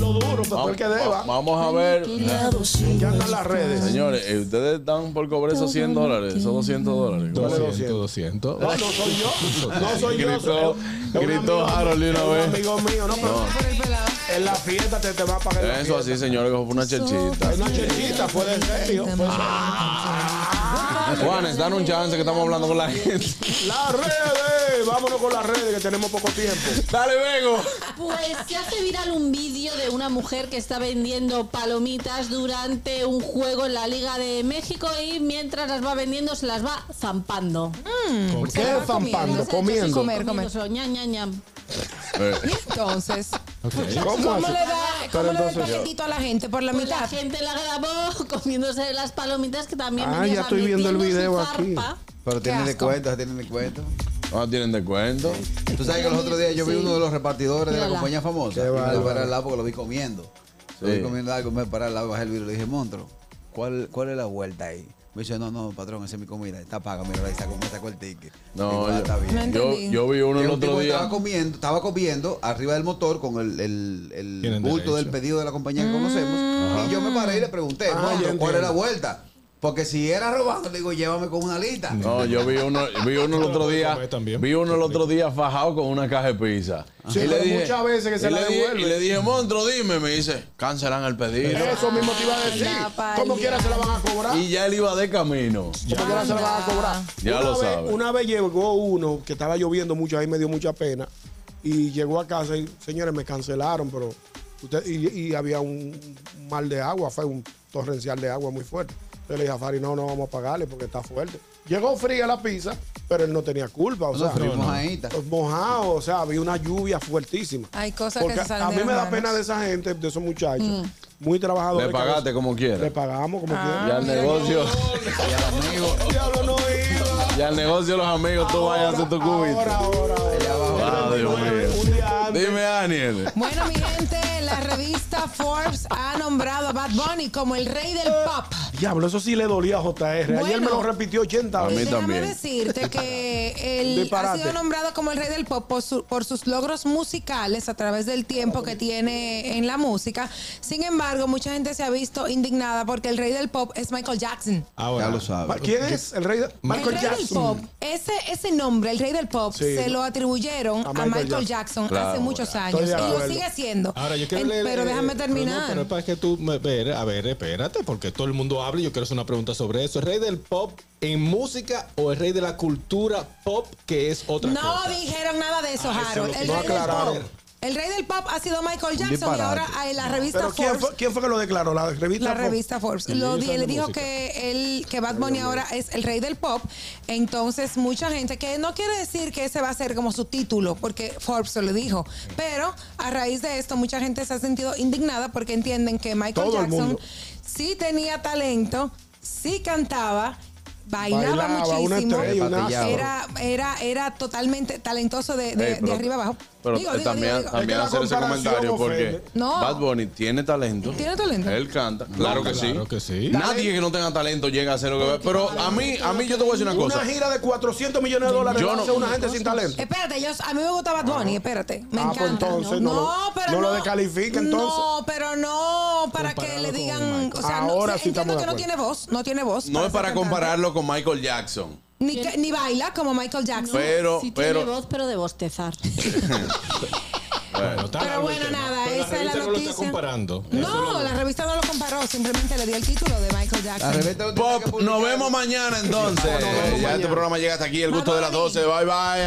Speaker 3: Lo duro, pero el que deba.
Speaker 1: Vamos a ver.
Speaker 17: Aniquilado sin
Speaker 3: Ya están las redes.
Speaker 1: Señores, eh, ustedes dan por cobrar esos 100 dólares, esos 200 dólares.
Speaker 7: 200, 200.
Speaker 3: No, no soy yo. No soy yo.
Speaker 1: Gritó-
Speaker 3: Es un
Speaker 1: gritó
Speaker 3: amigo-
Speaker 1: Harold de una
Speaker 3: es un
Speaker 1: vez.
Speaker 3: Amigo mío, no, pero
Speaker 4: Por el pelado.
Speaker 3: en la fiesta te, te va a pagar. la
Speaker 1: Eso así,
Speaker 3: fiesta.
Speaker 1: señores, que fue una chelchita.
Speaker 3: Es una chichita, puede ser. hijo, puede ser. Ah.
Speaker 1: Juanes, dan un chance que estamos hablando con la gente.
Speaker 3: Las redes. Vámonos con las redes que tenemos poco tiempo.
Speaker 1: Dale, vengo.
Speaker 2: Pues se hace viral un vídeo de una mujer que está vendiendo palomitas durante un juego en la Liga de México y mientras las va vendiendo se las va zampando.
Speaker 3: ¿Por
Speaker 4: Se
Speaker 3: qué
Speaker 4: va
Speaker 3: zampando?
Speaker 4: comiendo,
Speaker 3: Comiendo.
Speaker 4: Comer,
Speaker 2: Comiendo
Speaker 4: comer.
Speaker 2: solo, ñam, ñam, ñam.
Speaker 1: Eh,
Speaker 4: Y entonces,
Speaker 3: ¿Cómo
Speaker 4: ¿cómo
Speaker 3: así?
Speaker 4: le da,
Speaker 3: Pero
Speaker 4: cómo le da el
Speaker 3: entonces yo-
Speaker 4: paquetito a la gente por la
Speaker 2: Pues la
Speaker 4: mitad?
Speaker 2: gente la grabó comiéndose las palomitas que también
Speaker 3: Ah,
Speaker 2: venía,
Speaker 3: ya
Speaker 2: o sea,
Speaker 3: estoy viendo el
Speaker 2: metiendo
Speaker 3: video
Speaker 2: su
Speaker 3: aquí.
Speaker 2: zarpa.
Speaker 5: Pero
Speaker 4: Qué
Speaker 5: tienen
Speaker 4: asco.
Speaker 5: descuentos, tienen descuentos.
Speaker 1: No tienen descuento.
Speaker 5: Tú sabes que los otros días yo vi
Speaker 2: Sí.
Speaker 5: uno de los repartidores de la
Speaker 2: Mírala.
Speaker 5: compañía famosa.
Speaker 3: Qué
Speaker 5: y me la
Speaker 3: bárbaro.
Speaker 5: paré al lado porque lo vi comiendo. Lo
Speaker 1: Sí.
Speaker 5: vi comiendo algo, me paré al lado, bajé el vidrio y le dije, Montro, ¿cuál, ¿cuál es la vuelta ahí? Me dice, no, no, patrón, esa es mi comida. Está paga, mira, ahí sacó, me sacó el ticket.
Speaker 1: No,
Speaker 5: Digo, ah,
Speaker 1: yo-
Speaker 5: está bien.
Speaker 1: No entendí. yo- yo vi uno el
Speaker 5: Era un
Speaker 1: otro
Speaker 5: tipo que
Speaker 1: día.
Speaker 5: Estaba comiendo, estaba comiendo arriba del motor con el, el, el
Speaker 1: Tienen
Speaker 5: bulto
Speaker 1: derecho.
Speaker 5: del pedido de la compañía que conocemos. Y yo me paré y le pregunté,
Speaker 1: Ah,
Speaker 5: "Monstruo,
Speaker 1: ya
Speaker 5: ¿cuál
Speaker 1: entiendo.
Speaker 5: es la vuelta? Porque si era robando, le digo, llévame con una lista.
Speaker 1: No, yo vi uno, vi uno el otro día, vi uno el otro día fajado con una caja de pizza.
Speaker 3: Ah. Sí, pero muchas veces que se
Speaker 1: y
Speaker 3: la
Speaker 1: le dije-
Speaker 3: devuelven.
Speaker 1: Y le dije, monstruo, dime, me dice, cancelan el pedido.
Speaker 3: Eso mismo te iba a decir. Como quiera se la van a cobrar.
Speaker 1: Y ya él iba de camino.
Speaker 3: Como quiera se la van a cobrar.
Speaker 1: Ya
Speaker 3: una
Speaker 1: lo
Speaker 3: vez,
Speaker 1: sabe.
Speaker 3: Una vez llegó uno que estaba lloviendo mucho, ahí me dio mucha pena. Y llegó a casa y, señores, me cancelaron, pero. Usted, y, y había un mal de agua, fue un torrencial de agua muy fuerte. Entonces le dije a Fari, no, no vamos a pagarle porque está fuerte. Llegó fría la pizza, pero él no tenía culpa. O
Speaker 5: No,
Speaker 3: sea,
Speaker 5: fría,
Speaker 3: no, no.
Speaker 5: mojadita.
Speaker 3: mojado, o sea, había una lluvia fuertísima.
Speaker 4: Hay cosas
Speaker 3: Porque
Speaker 4: que se salen
Speaker 3: a
Speaker 4: de
Speaker 3: mí me
Speaker 4: las
Speaker 3: da
Speaker 4: manos.
Speaker 3: pena de esa gente, de esos muchachos,
Speaker 4: Mm.
Speaker 3: muy trabajadores.
Speaker 1: Le
Speaker 3: que a
Speaker 1: pagaste
Speaker 3: veces-
Speaker 1: como quiera.
Speaker 3: Le pagamos como quiera.
Speaker 1: Ya el negocio, ya el negocio los amigos, tú vayas a tu cubito. Ah, Dios mío. Dime, Daniel.
Speaker 4: Bueno, mi gente, la revista Forbes ha nombrado a Bad Bunny como el rey del pop.
Speaker 3: Diablo, eso sí le dolía a JR. Ayer me lo repitió 80 veces.
Speaker 4: Déjame decirte que él ha
Speaker 3: Disparate.
Speaker 4: sido nombrado como el rey del pop por, su- por sus logros musicales a través del tiempo que tiene en la música. Sin embargo, mucha gente se ha visto indignada porque el rey del pop es Michael Jackson.
Speaker 5: ya lo sabes.
Speaker 3: ¿Quién es? El rey de... Michael
Speaker 4: el rey
Speaker 3: Jackson.
Speaker 4: del pop, ese, ese nombre, el rey del pop,
Speaker 3: Sí.
Speaker 4: se lo atribuyeron a Michael, Jackson, hace
Speaker 7: Claro,
Speaker 4: muchos
Speaker 7: ahora.
Speaker 4: años y
Speaker 7: Estoy de
Speaker 4: lo
Speaker 7: acuerdo.
Speaker 4: sigue siendo.
Speaker 7: Ahora yo quiero
Speaker 4: En-
Speaker 7: leer,
Speaker 4: pero
Speaker 7: eh,
Speaker 4: déjame
Speaker 7: pero no,
Speaker 4: terminar.
Speaker 7: Pero, es que tú me- ver, a ver, espérate, porque todo el mundo habla y yo quiero hacer una pregunta sobre eso. ¿El rey del pop en música o el rey de la cultura pop que es otra
Speaker 4: no
Speaker 7: cosa?
Speaker 4: dijeron nada de eso,
Speaker 7: Ah, eso
Speaker 4: Harold.
Speaker 7: lo-
Speaker 4: El
Speaker 7: no
Speaker 4: rey del
Speaker 7: aclararon.
Speaker 4: pop. El rey del pop ha sido Michael Jackson y
Speaker 3: disparate.
Speaker 4: ahora a la revista
Speaker 3: ¿Pero
Speaker 4: Forbes
Speaker 3: quién fue, quién fue que lo declaró? ¿La revista
Speaker 4: la
Speaker 3: Forbes?
Speaker 4: revista Forbes lo di- le dijo que él que Bad Bunny ahora es el rey del pop entonces mucha gente que no quiere decir que ese va a ser como su título porque Forbes se lo dijo pero a raíz de esto mucha gente se ha sentido indignada porque entienden que Michael
Speaker 3: Todo el
Speaker 4: Jackson
Speaker 3: mundo.
Speaker 4: sí tenía talento sí cantaba Bailaba,
Speaker 3: Bailaba, una
Speaker 4: muchísimo,
Speaker 3: estrella, una-
Speaker 4: era, era, era totalmente talentoso de, de-
Speaker 1: Ey, Eh,
Speaker 4: de
Speaker 1: pero-
Speaker 4: arriba abajo.
Speaker 1: Pero
Speaker 4: Digo,
Speaker 1: eh,
Speaker 4: digo,
Speaker 1: también,
Speaker 4: digo, digo.
Speaker 1: también hacer ese comentario porque
Speaker 4: No.
Speaker 1: Bad Bunny tiene talento.
Speaker 4: Tiene talento.
Speaker 1: Él canta. Claro, que, sí. Nadie que no tenga talento llega a hacer lo que ve. Pero
Speaker 4: Ah,
Speaker 1: a mí, a mí yo te voy a decir una cosa.
Speaker 3: Una gira de 400 millones de dólares
Speaker 1: Yo
Speaker 3: la
Speaker 1: no-
Speaker 3: hace una gente sin talento.
Speaker 4: Espérate, yo, a mí me gusta Bad Bunny, espérate. Me
Speaker 3: Ah,
Speaker 4: encanta.
Speaker 3: pues entonces no lo-
Speaker 4: pero
Speaker 3: no lo descalifica, entonces.
Speaker 4: No, pero no para que le digan. O sea,
Speaker 1: Ahora
Speaker 4: no,
Speaker 1: sí
Speaker 4: entiendo
Speaker 1: estamos de
Speaker 4: que no
Speaker 1: acuerdo.
Speaker 4: tiene voz, no tiene voz.
Speaker 1: No es
Speaker 4: ser
Speaker 1: para
Speaker 4: cantante.
Speaker 1: compararlo con Michael Jackson.
Speaker 4: Ni, que- ni baila como Michael Jackson.
Speaker 1: Pero-
Speaker 2: Sí
Speaker 1: pero-
Speaker 2: tiene voz, pero de bostezar.
Speaker 1: Bueno,
Speaker 4: Pero bueno, nada, Ah, esa es la
Speaker 7: no lo está
Speaker 4: noticia.
Speaker 7: comparando.
Speaker 4: No, la revista no lo comparó, simplemente le dio el título de Michael Jackson.
Speaker 1: Pop, nos vemos mañana entonces. ya este programa llega hasta aquí. El gusto de las 12. Bye bye.